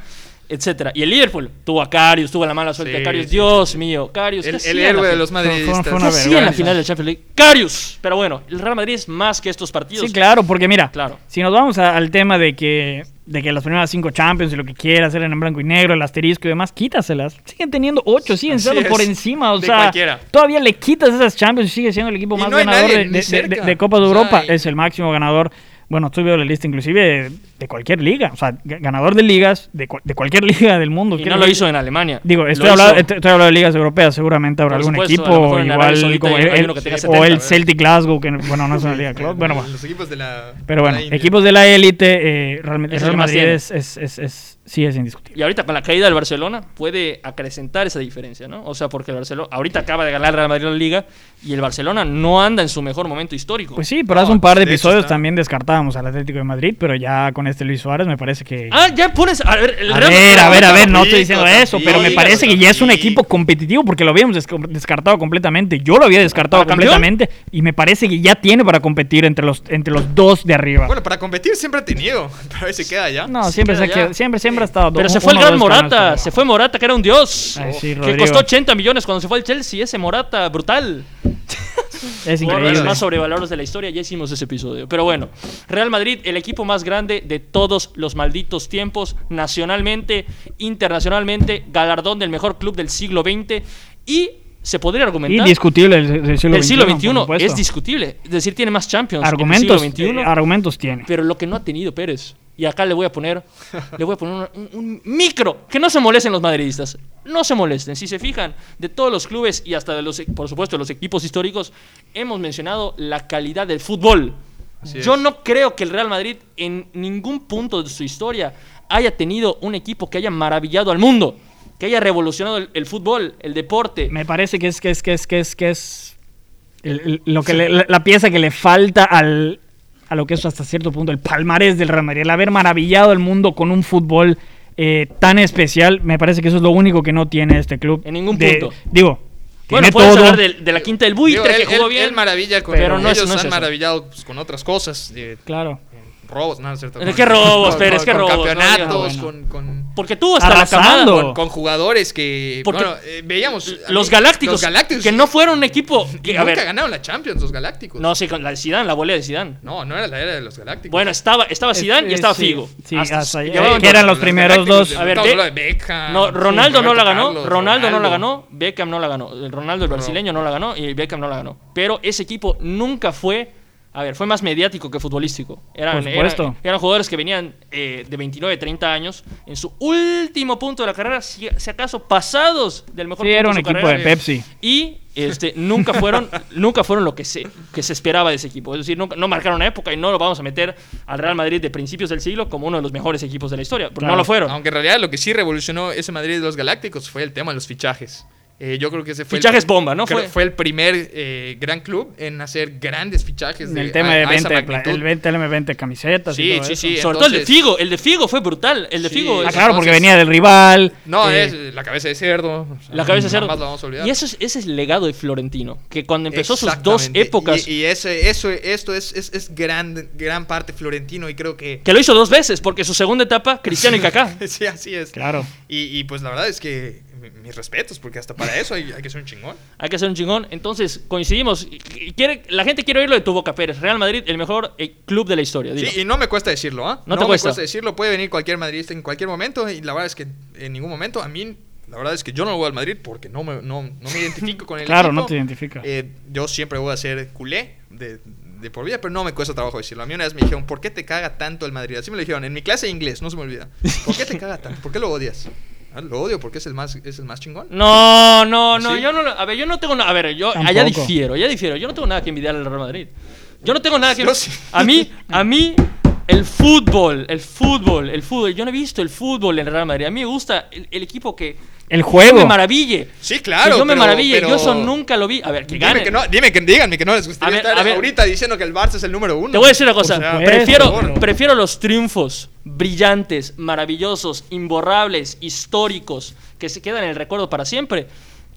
Speaker 1: etcétera. Y el Liverpool tuvo a Carius, tuvo la mala suerte
Speaker 3: Sí,
Speaker 1: de Carius.
Speaker 3: sí,
Speaker 1: Dios mío, Carius. ¿qué
Speaker 3: El,
Speaker 1: hacía
Speaker 3: el
Speaker 1: en la
Speaker 3: héroe de
Speaker 1: fi-
Speaker 3: los madridistas.
Speaker 2: fue
Speaker 1: ¿Qué
Speaker 2: una
Speaker 1: hacía en la
Speaker 2: vergüenza.
Speaker 1: final de Champions League? ¡Carius! Pero bueno, el Real Madrid es más que estos partidos.
Speaker 2: Sí, claro, porque mira,
Speaker 1: Claro.
Speaker 2: si nos vamos a- al tema de que, de que las primeras cinco Champions y lo que quieras eran en blanco y negro, el asterisco y demás, quítaselas. Siguen teniendo ocho, siguen
Speaker 3: Así
Speaker 2: siendo por
Speaker 3: es,
Speaker 2: encima. O
Speaker 3: de
Speaker 2: sea,
Speaker 3: cualquiera.
Speaker 2: todavía le quitas esas Champions y sigue siendo el equipo
Speaker 3: Y
Speaker 2: más
Speaker 3: no hay
Speaker 2: ganador
Speaker 3: nadie
Speaker 2: de-
Speaker 3: ni
Speaker 2: de, de-
Speaker 3: cerca.
Speaker 2: de Copa de
Speaker 3: O sea,
Speaker 2: Europa.
Speaker 3: y-
Speaker 2: Es el máximo ganador. Bueno, estoy viendo la lista inclusive de cualquier liga. O sea, ga- ganador de ligas, de, cu- de cualquier liga del mundo.
Speaker 1: Y
Speaker 2: ¿Qué
Speaker 1: no
Speaker 2: le-
Speaker 1: lo hizo en Alemania.
Speaker 2: Digo,
Speaker 1: Lo
Speaker 2: estoy hablando,
Speaker 1: hizo-
Speaker 2: estoy estoy hablando de ligas europeas, seguramente habrá
Speaker 1: Por
Speaker 2: algún
Speaker 1: supuesto, a lo
Speaker 2: equipo
Speaker 1: mejor en Arabia
Speaker 2: igual
Speaker 1: Saudita
Speaker 2: como
Speaker 1: hay
Speaker 2: el-
Speaker 1: uno que tenga
Speaker 2: o
Speaker 1: 70,
Speaker 2: el
Speaker 1: ¿verdad?
Speaker 2: Celtic Glasgow, que no- bueno, no es una liga club, bueno, bueno.
Speaker 3: Los equipos de la.
Speaker 2: Pero bueno,
Speaker 3: de la India.
Speaker 2: equipos de la élite, eh, realmente
Speaker 1: Es
Speaker 2: el
Speaker 1: el
Speaker 2: Real
Speaker 1: que más
Speaker 2: Madrid
Speaker 1: tiene.
Speaker 2: es, es, es, es- sí es indiscutible.
Speaker 1: Y ahorita con la caída del Barcelona puede acrecentar esa diferencia, ¿no? O sea, porque el Barcelona ahorita acaba de ganar el Real Madrid la Liga y el Barcelona no anda en su mejor momento histórico.
Speaker 2: Pues sí, pero
Speaker 3: No,
Speaker 2: hace un par de,
Speaker 3: de hecho
Speaker 2: episodios
Speaker 3: está-
Speaker 2: también descartábamos al Atlético de Madrid, pero ya con este Luis Suárez me parece que...
Speaker 1: Ah, ya pones a ver, el
Speaker 2: a
Speaker 1: Real
Speaker 2: ver, a ver, a ver, no estoy
Speaker 3: Tampoco,
Speaker 2: diciendo eso, pero me
Speaker 3: tampoco,
Speaker 2: parece que ya es un
Speaker 3: tampoco.
Speaker 2: equipo competitivo porque lo habíamos desco- descartado completamente. Yo lo había descartado
Speaker 1: ¿Para campeón?
Speaker 2: completamente y me parece que ya tiene para competir entre los, entre los dos de arriba.
Speaker 3: Bueno, para competir siempre ha tenido. Pero ahí se queda ya.
Speaker 2: No, siempre,
Speaker 1: queda
Speaker 2: se ha quedado-
Speaker 1: ya.
Speaker 2: siempre, siempre ha estado.
Speaker 1: Pero
Speaker 2: do-
Speaker 1: se fue el
Speaker 2: uno o
Speaker 1: gran
Speaker 2: dos este con
Speaker 1: Morata,
Speaker 2: nuestro-
Speaker 1: se fue Morata que era un dios.
Speaker 2: Ay, sí,
Speaker 1: que
Speaker 2: Rodrigo.
Speaker 1: costó 80 millones cuando se fue al Chelsea ese Morata brutal.
Speaker 2: Es
Speaker 1: Uno de los
Speaker 2: increíble.
Speaker 1: más sobrevalorados de la historia, ya hicimos ese episodio. Pero bueno, Real Madrid, el equipo más grande de todos los malditos tiempos, nacionalmente, internacionalmente, galardón del mejor club del siglo XX y se podría
Speaker 2: Y
Speaker 1: argumentar
Speaker 2: discutible el, el siglo
Speaker 1: El siglo
Speaker 2: XXI, por
Speaker 1: XXI es
Speaker 2: supuesto.
Speaker 1: discutible. Es decir, tiene más Champions que
Speaker 2: argumentos,
Speaker 1: el siglo
Speaker 2: eh,
Speaker 1: XXI.
Speaker 2: argumentos tiene.
Speaker 1: Pero lo que no ha tenido Pérez. Y acá le voy a poner, le voy a poner una- un, un micro. Que no se molesten los madridistas. No se molesten. Si se fijan, de todos los clubes y hasta de los, por supuesto, de los equipos históricos, hemos mencionado la calidad del fútbol.
Speaker 3: Así
Speaker 1: Yo
Speaker 3: es.
Speaker 1: no creo que el Real Madrid en ningún punto de su historia haya tenido un equipo que haya maravillado al mundo, que haya revolucionado el, el fútbol, el deporte.
Speaker 2: Me parece que es que es que es que es que es el- el- lo que le- la, la pieza que le falta al a lo que es hasta cierto punto el palmarés del Real Madrid, el haber maravillado al mundo con un fútbol eh, tan especial, me parece que eso es lo único que no tiene este club.
Speaker 1: En ningún
Speaker 2: De-
Speaker 1: punto.
Speaker 2: Digo,
Speaker 1: Bueno,
Speaker 2: tiene
Speaker 1: puedes
Speaker 2: todo.
Speaker 1: hablar de, de la quinta del buitre
Speaker 3: Digo,
Speaker 1: que
Speaker 3: él,
Speaker 1: jugó
Speaker 3: él-
Speaker 1: bien.
Speaker 3: él maravilla con
Speaker 1: pero no es-
Speaker 3: ellos
Speaker 1: no es
Speaker 3: han
Speaker 1: eso.
Speaker 3: maravillado pues, con otras cosas. eh,
Speaker 2: Claro.
Speaker 3: robos, no, no es cierto.
Speaker 1: ¿De
Speaker 3: con-
Speaker 1: qué robos,
Speaker 3: con-
Speaker 1: Pérez?
Speaker 3: con-
Speaker 1: ¿Qué
Speaker 3: con
Speaker 1: robos? No digas
Speaker 3: campeonatos,
Speaker 2: robos.
Speaker 3: con, con,
Speaker 1: Porque tuvo hasta
Speaker 2: Arrasando.
Speaker 1: la
Speaker 2: No.
Speaker 1: camada.
Speaker 3: con jugadores que.
Speaker 1: Porque
Speaker 3: bueno, eh, veíamos. a
Speaker 1: Los
Speaker 3: ver,
Speaker 1: Galácticos,
Speaker 3: Los Galácticos.
Speaker 1: Que no fueron un equipo.
Speaker 3: y
Speaker 1: Que, a
Speaker 3: nunca
Speaker 1: ver,
Speaker 3: ganaron la Champions, los Galácticos.
Speaker 1: no, sí, con la de Zidane, la volea de Zidane.
Speaker 3: no, no era la era de los Galácticos.
Speaker 1: Bueno, estaba, estaba Zidane y
Speaker 2: Eh,
Speaker 1: estaba
Speaker 2: sí,
Speaker 1: Figo.
Speaker 2: sí,
Speaker 1: Hasta-
Speaker 2: hasta- eh,
Speaker 1: llevaban
Speaker 2: que eran
Speaker 1: dos.
Speaker 2: los primeros
Speaker 3: Galácticos,
Speaker 2: dos.
Speaker 1: A ver,
Speaker 3: estamos
Speaker 1: de-
Speaker 3: hablando de Beckham,
Speaker 1: No, Ronaldo
Speaker 3: sí,
Speaker 1: no la ganó,
Speaker 3: Roberto Carlos,
Speaker 1: Ronaldo no la ganó, Beckham no la ganó, el Ronaldo el brasileño no la ganó y Beckham no la ganó. Pero ese equipo nunca fue, a ver, fue más mediático que futbolístico. Eran,
Speaker 2: Por supuesto.
Speaker 1: eran- eran jugadores que venían eh, de 29, 30 años, en su último punto de la carrera, si, si acaso pasados del mejor
Speaker 2: Sí,
Speaker 1: punto
Speaker 2: era un
Speaker 1: su
Speaker 2: equipo de
Speaker 1: carrera.
Speaker 2: Pepsi.
Speaker 1: Y este, nunca fueron, nunca fueron lo que se, que se esperaba de ese equipo. Es decir, nunca- no marcaron una época y no lo vamos a meter al Real Madrid de principios del siglo como uno de los mejores equipos de la historia. Porque
Speaker 2: Claro.
Speaker 1: no lo fueron.
Speaker 3: Aunque en realidad lo que sí revolucionó ese Madrid de los Galácticos fue el tema de los fichajes. Eh, yo creo que ese fue. el-
Speaker 1: Fichajes bomba, ¿no?
Speaker 3: creo-
Speaker 1: Fue-
Speaker 3: Fue, el primer eh, gran club en hacer grandes fichajes.
Speaker 2: El tema de
Speaker 3: a- a
Speaker 2: 20,
Speaker 3: esa
Speaker 2: de pla-
Speaker 3: magnitud.
Speaker 2: el 20 LM20 camisetas y
Speaker 3: Sí,
Speaker 2: todo
Speaker 3: sí,
Speaker 2: eso.
Speaker 3: sí.
Speaker 1: Sobre todo el de
Speaker 3: entonces-
Speaker 1: Figo, el de Figo fue brutal. El de
Speaker 3: Sí,
Speaker 1: Figo
Speaker 2: Ah,
Speaker 1: es-
Speaker 2: claro, porque
Speaker 3: Entonces-
Speaker 2: venía del rival.
Speaker 3: No,
Speaker 2: eh,
Speaker 3: es la cabeza de cerdo. o sea,
Speaker 1: la cabeza de cerdo.
Speaker 3: Jamás la vamos a olvidar.
Speaker 1: Y eso es, ese es el legado de Florentino, que cuando empezó sus dos
Speaker 3: Exactamente.
Speaker 1: épocas,
Speaker 3: Y, y ese- eso, esto es, es, es gran, gran parte florentino y creo que.
Speaker 1: que lo hizo dos veces, porque su segunda etapa, Cristiano y Kaká.
Speaker 3: sí, así es.
Speaker 2: Claro.
Speaker 3: Y, y, pues la verdad es que mi- mis respetos, porque hasta para eso hay, hay que ser un chingón.
Speaker 1: Hay que hacer un chingón. Entonces, coincidimos. Y- y Quiere, la gente quiere oírlo de tu boca, Pérez. Real Madrid, el mejor eh, club de la historia. dilo.
Speaker 3: Sí, y no me cuesta decirlo, ¿ah?
Speaker 1: No te
Speaker 3: me
Speaker 1: cuesta.
Speaker 3: decirlo. Puede venir cualquier madridista en cualquier momento y la verdad es que en ningún momento a mí. La verdad es que yo no voy al Madrid porque no me, no, no me identifico con el
Speaker 2: Claro,
Speaker 3: equipo.
Speaker 2: no te identifica.
Speaker 3: Eh, yo siempre voy a ser culé de, de por vida, pero no me cuesta trabajo decirlo. A mí una vez me dijeron, ¿por qué te caga tanto el Madrid? Así me lo dijeron, en mi clase de inglés, no se me olvida. ¿Por qué te caga tanto? ¿Por qué lo odias? Ah, lo odio porque es el más, es el más chingón.
Speaker 1: Mm, No, no, no,
Speaker 3: ¿Ah, ¿Sí?
Speaker 1: yo no, lo- a ver, yo no tengo nada, a ver, yo
Speaker 2: Tampoco.
Speaker 1: allá difiero, allá difiero, yo no tengo nada que envidiar al Real Madrid. Yo no tengo nada que
Speaker 3: Yo sí.
Speaker 1: a mí, a mí el fútbol, el fútbol, el fútbol, yo no he visto el fútbol en el Real Madrid. A mí me gusta el, el equipo que
Speaker 2: el
Speaker 1: que
Speaker 2: juego.
Speaker 1: me maraville.
Speaker 3: Sí, claro,
Speaker 1: Que yo me
Speaker 3: pero-
Speaker 1: maraville,
Speaker 3: pero-
Speaker 1: yo eso nunca lo vi. A ver, que
Speaker 3: Dime
Speaker 1: gane.
Speaker 3: que no, dime que, díganme que no les
Speaker 1: A
Speaker 3: gustaría
Speaker 1: ver,
Speaker 3: estar
Speaker 1: a ver.
Speaker 3: ahorita diciendo que el Barça es el número uno.
Speaker 1: Te voy a decir una cosa.
Speaker 3: O sea,
Speaker 2: Por
Speaker 1: prefiero,
Speaker 2: supuesto.
Speaker 1: prefiero los triunfos brillantes, maravillosos, imborrables, históricos, que se quedan en el recuerdo para siempre.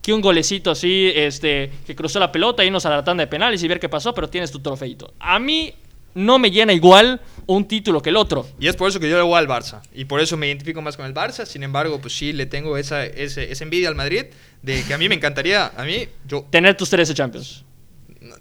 Speaker 1: Que un golecito así, este, que cruzó la pelota, irnos a la tanda de penales y ver qué pasó, pero tienes tu trofeito. A mí, no me llena igual un título que el otro.
Speaker 3: Y es por eso que yo le voy al Barça. Y por eso me identifico más con el Barça. Sin embargo, pues sí, le tengo esa, ese- esa envidia al Madrid de que a mí me encantaría, a mí, yo,
Speaker 1: Tener tus 13 Champions.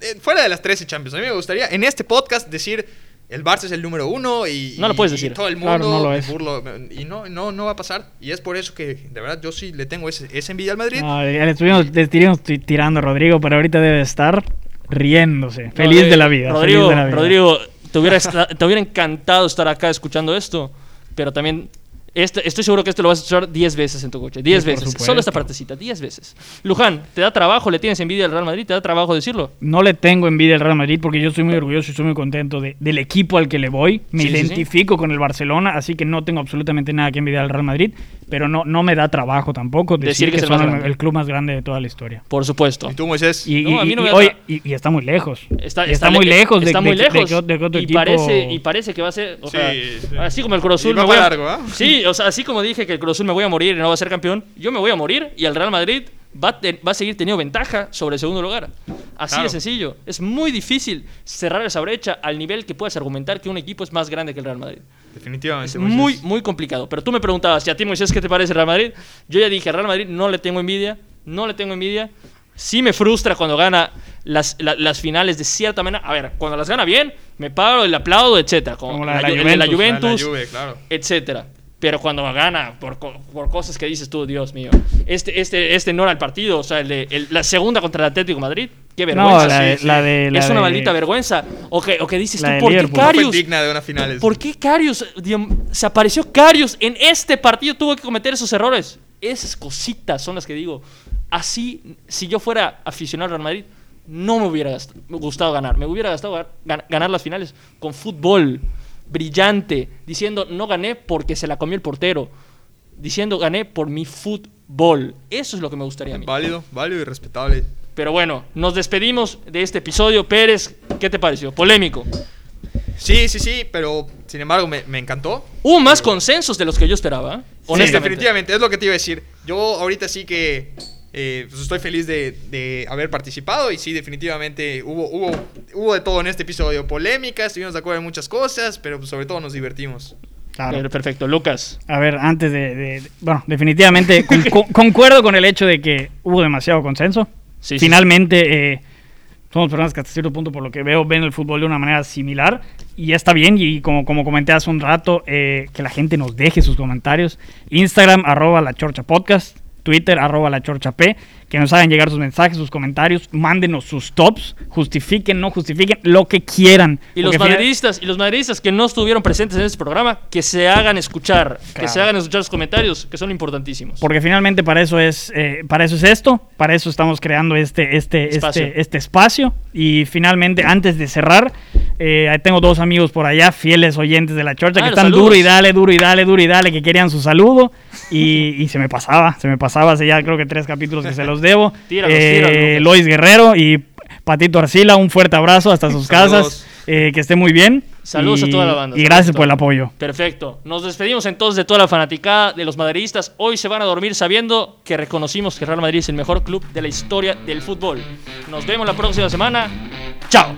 Speaker 3: eh, fuera de las 13 Champions, a mí me gustaría en este podcast decir el Barça es el número uno y,
Speaker 1: No lo
Speaker 3: y-
Speaker 1: puedes
Speaker 3: y
Speaker 1: decir.
Speaker 3: todo el mundo
Speaker 2: Claro, no lo es.
Speaker 3: burlo, y no, no, no va a pasar. Y es por eso que, de verdad, yo sí le tengo ese- esa envidia al Madrid.
Speaker 2: No, ya le estuvimos, le estuvimos tu- tirando a Rodrigo, pero ahorita debe estar riéndose. Feliz
Speaker 1: Rodri-
Speaker 2: de la vida.
Speaker 1: eh, Rodrigo,
Speaker 2: feliz de la vida.
Speaker 1: Rodrigo, te hubiera, esta- te hubiera encantado estar acá escuchando esto, pero también este- estoy seguro que esto lo vas a escuchar 10 veces en tu coche. 10
Speaker 2: Sí, por
Speaker 1: veces.
Speaker 2: supuesto.
Speaker 1: Solo esta partecita, 10 veces. Luján, ¿te da trabajo? ¿Le tienes envidia al Real Madrid? ¿Te da trabajo decirlo?
Speaker 2: No le tengo envidia al Real Madrid porque yo soy muy orgulloso y estoy muy contento de- del equipo al que le voy. Me
Speaker 1: Sí, sí, sí.
Speaker 2: identifico con el Barcelona, así que no tengo absolutamente nada que envidiar al Real Madrid, pero no, no me da trabajo tampoco
Speaker 1: Decir
Speaker 2: decir,
Speaker 1: que
Speaker 2: que,
Speaker 1: es el
Speaker 2: son
Speaker 1: más
Speaker 2: el,
Speaker 1: grande.
Speaker 2: el club más grande de toda la historia.
Speaker 1: Por supuesto.
Speaker 3: Y tú, Moisés,
Speaker 2: Y,
Speaker 1: No,
Speaker 2: y-
Speaker 1: a mí no me
Speaker 2: y- y
Speaker 1: da
Speaker 2: hoy-
Speaker 1: tra-
Speaker 2: y- y está muy lejos.
Speaker 1: Está,
Speaker 2: Y está muy
Speaker 1: le-
Speaker 2: lejos de,
Speaker 1: está
Speaker 2: de-
Speaker 1: muy
Speaker 2: de- de
Speaker 1: lejos
Speaker 2: que- de que otro
Speaker 1: y
Speaker 2: equipo-
Speaker 1: parece y parece que va a ser o
Speaker 3: Sí,
Speaker 1: sea,
Speaker 3: sí.
Speaker 1: así como el Cruz
Speaker 3: Y
Speaker 1: Azul
Speaker 3: va
Speaker 1: me voy a-
Speaker 3: para largo, ¿ah?
Speaker 1: sí o sea así como dije que el Cruz Azul me voy a morir y no va a ser campeón yo me voy a morir y el Real Madrid va a, ten- va a seguir teniendo ventaja sobre el segundo lugar así
Speaker 3: Claro.
Speaker 1: de sencillo es muy difícil cerrar esa brecha al nivel que puedas argumentar que un equipo es más grande que el Real Madrid
Speaker 3: definitivamente.
Speaker 1: es
Speaker 3: Moisés.
Speaker 1: muy, muy complicado. Pero tú me preguntabas, ¿y a ti, Moisés, qué te parece Real Madrid? Yo ya dije, Real Madrid no le tengo envidia, no le tengo envidia. Sí me frustra cuando gana las, la- las finales de cierta manera. A ver, cuando las gana bien, me paro, le aplaudo, etcétera. Como,
Speaker 2: Como la de la
Speaker 1: Ju- el de la
Speaker 2: Juventus,
Speaker 3: Ah, la
Speaker 1: Juventus,
Speaker 3: Juve, claro.
Speaker 1: etcétera. Pero cuando gana por, co- por cosas que dices tú, Dios mío, este, este, este no era el partido, o sea, el de- el- la segunda contra el Atlético de Madrid, qué vergüenza.
Speaker 2: No, la de-
Speaker 1: Sí, sí.
Speaker 2: la de- la
Speaker 1: es una
Speaker 2: de-
Speaker 1: maldita vergüenza. O que, o que dices
Speaker 2: La
Speaker 1: tú,
Speaker 2: de
Speaker 1: ¿por qué
Speaker 2: Liverpool. No
Speaker 3: No fue
Speaker 1: Karius?
Speaker 3: digna de una final.
Speaker 1: ¿Por qué Carius? Diam- Se apareció Carius en este partido, tuvo que cometer esos errores. Esas cositas son las que digo. Así, si yo fuera aficionado al Real Madrid, no me hubiera gast- gustado ganar. Me hubiera gustado ganar, las finales con fútbol brillante, diciendo no gané porque se la comió el portero, diciendo gané por mi fútbol. Eso es lo que me gustaría a mí.
Speaker 3: Válido, válido y respetable.
Speaker 1: Pero bueno, nos despedimos de este episodio. Pérez, ¿qué te pareció? Polémico.
Speaker 3: Sí, sí, sí, pero sin embargo me, me encantó.
Speaker 1: Hubo más consensos de los que yo esperaba, ¿eh?
Speaker 3: Sí,
Speaker 1: honestamente.
Speaker 3: definitivamente, es lo que te iba a decir. Yo ahorita sí que eh, pues estoy feliz de, de haber participado y sí, definitivamente hubo, hubo, hubo de todo en este episodio. Polémica, estuvimos de acuerdo en muchas cosas, pero pues, sobre todo nos divertimos.
Speaker 2: Claro.
Speaker 1: Per- Perfecto, Lucas.
Speaker 2: A ver, antes de. de- de- bueno, definitivamente con- con- concuerdo con el hecho de que hubo demasiado consenso.
Speaker 1: Sí, sí,
Speaker 2: Finalmente, eh, somos personas que hasta cierto punto, por lo que veo, ven el fútbol de una manera similar. Y está bien, y como, como comenté hace un rato, eh, que la gente nos deje sus comentarios. Instagram, arroba la chorcha podcast. Twitter, arroba la chorcha P. Que nos hagan llegar sus mensajes, sus comentarios. Mándenos sus tops. Justifiquen, no justifiquen, lo que quieran.
Speaker 1: Y los
Speaker 2: Porque final-
Speaker 1: madridistas y los madridistas que no estuvieron presentes en este programa, que se hagan escuchar, que
Speaker 2: Claro.
Speaker 1: se hagan escuchar los comentarios, que son importantísimos.
Speaker 2: Porque finalmente para eso es, eh, para eso es esto, para eso estamos creando este, este,
Speaker 1: Espacio.
Speaker 2: este, este espacio. Y finalmente, antes de cerrar, eh, ahí tengo dos amigos por allá, fieles oyentes de la chorcha,
Speaker 1: Ah,
Speaker 2: que
Speaker 1: los
Speaker 2: están
Speaker 1: saludos.
Speaker 2: duro y dale, duro y dale, duro y dale, que querían su saludo. Y, y se me pasaba, se me pasaba hace ya creo que tres capítulos que se los debo. Eh,
Speaker 1: Tíralos, tíralos.
Speaker 2: Lois Guerrero y Patito Arcila, un fuerte abrazo hasta sus
Speaker 3: Saludos.
Speaker 2: casas. eh, que esté muy bien.
Speaker 1: Saludos
Speaker 2: Y-
Speaker 1: a toda la banda.
Speaker 2: Y
Speaker 1: saludos a
Speaker 2: gracias
Speaker 1: toda
Speaker 2: por el
Speaker 1: la banda.
Speaker 2: apoyo.
Speaker 1: Perfecto. Nos despedimos entonces de toda la fanaticada de los madridistas. Hoy se van a dormir sabiendo que reconocimos que Real Madrid es el mejor club de la historia del fútbol. Nos vemos la próxima semana. Chao.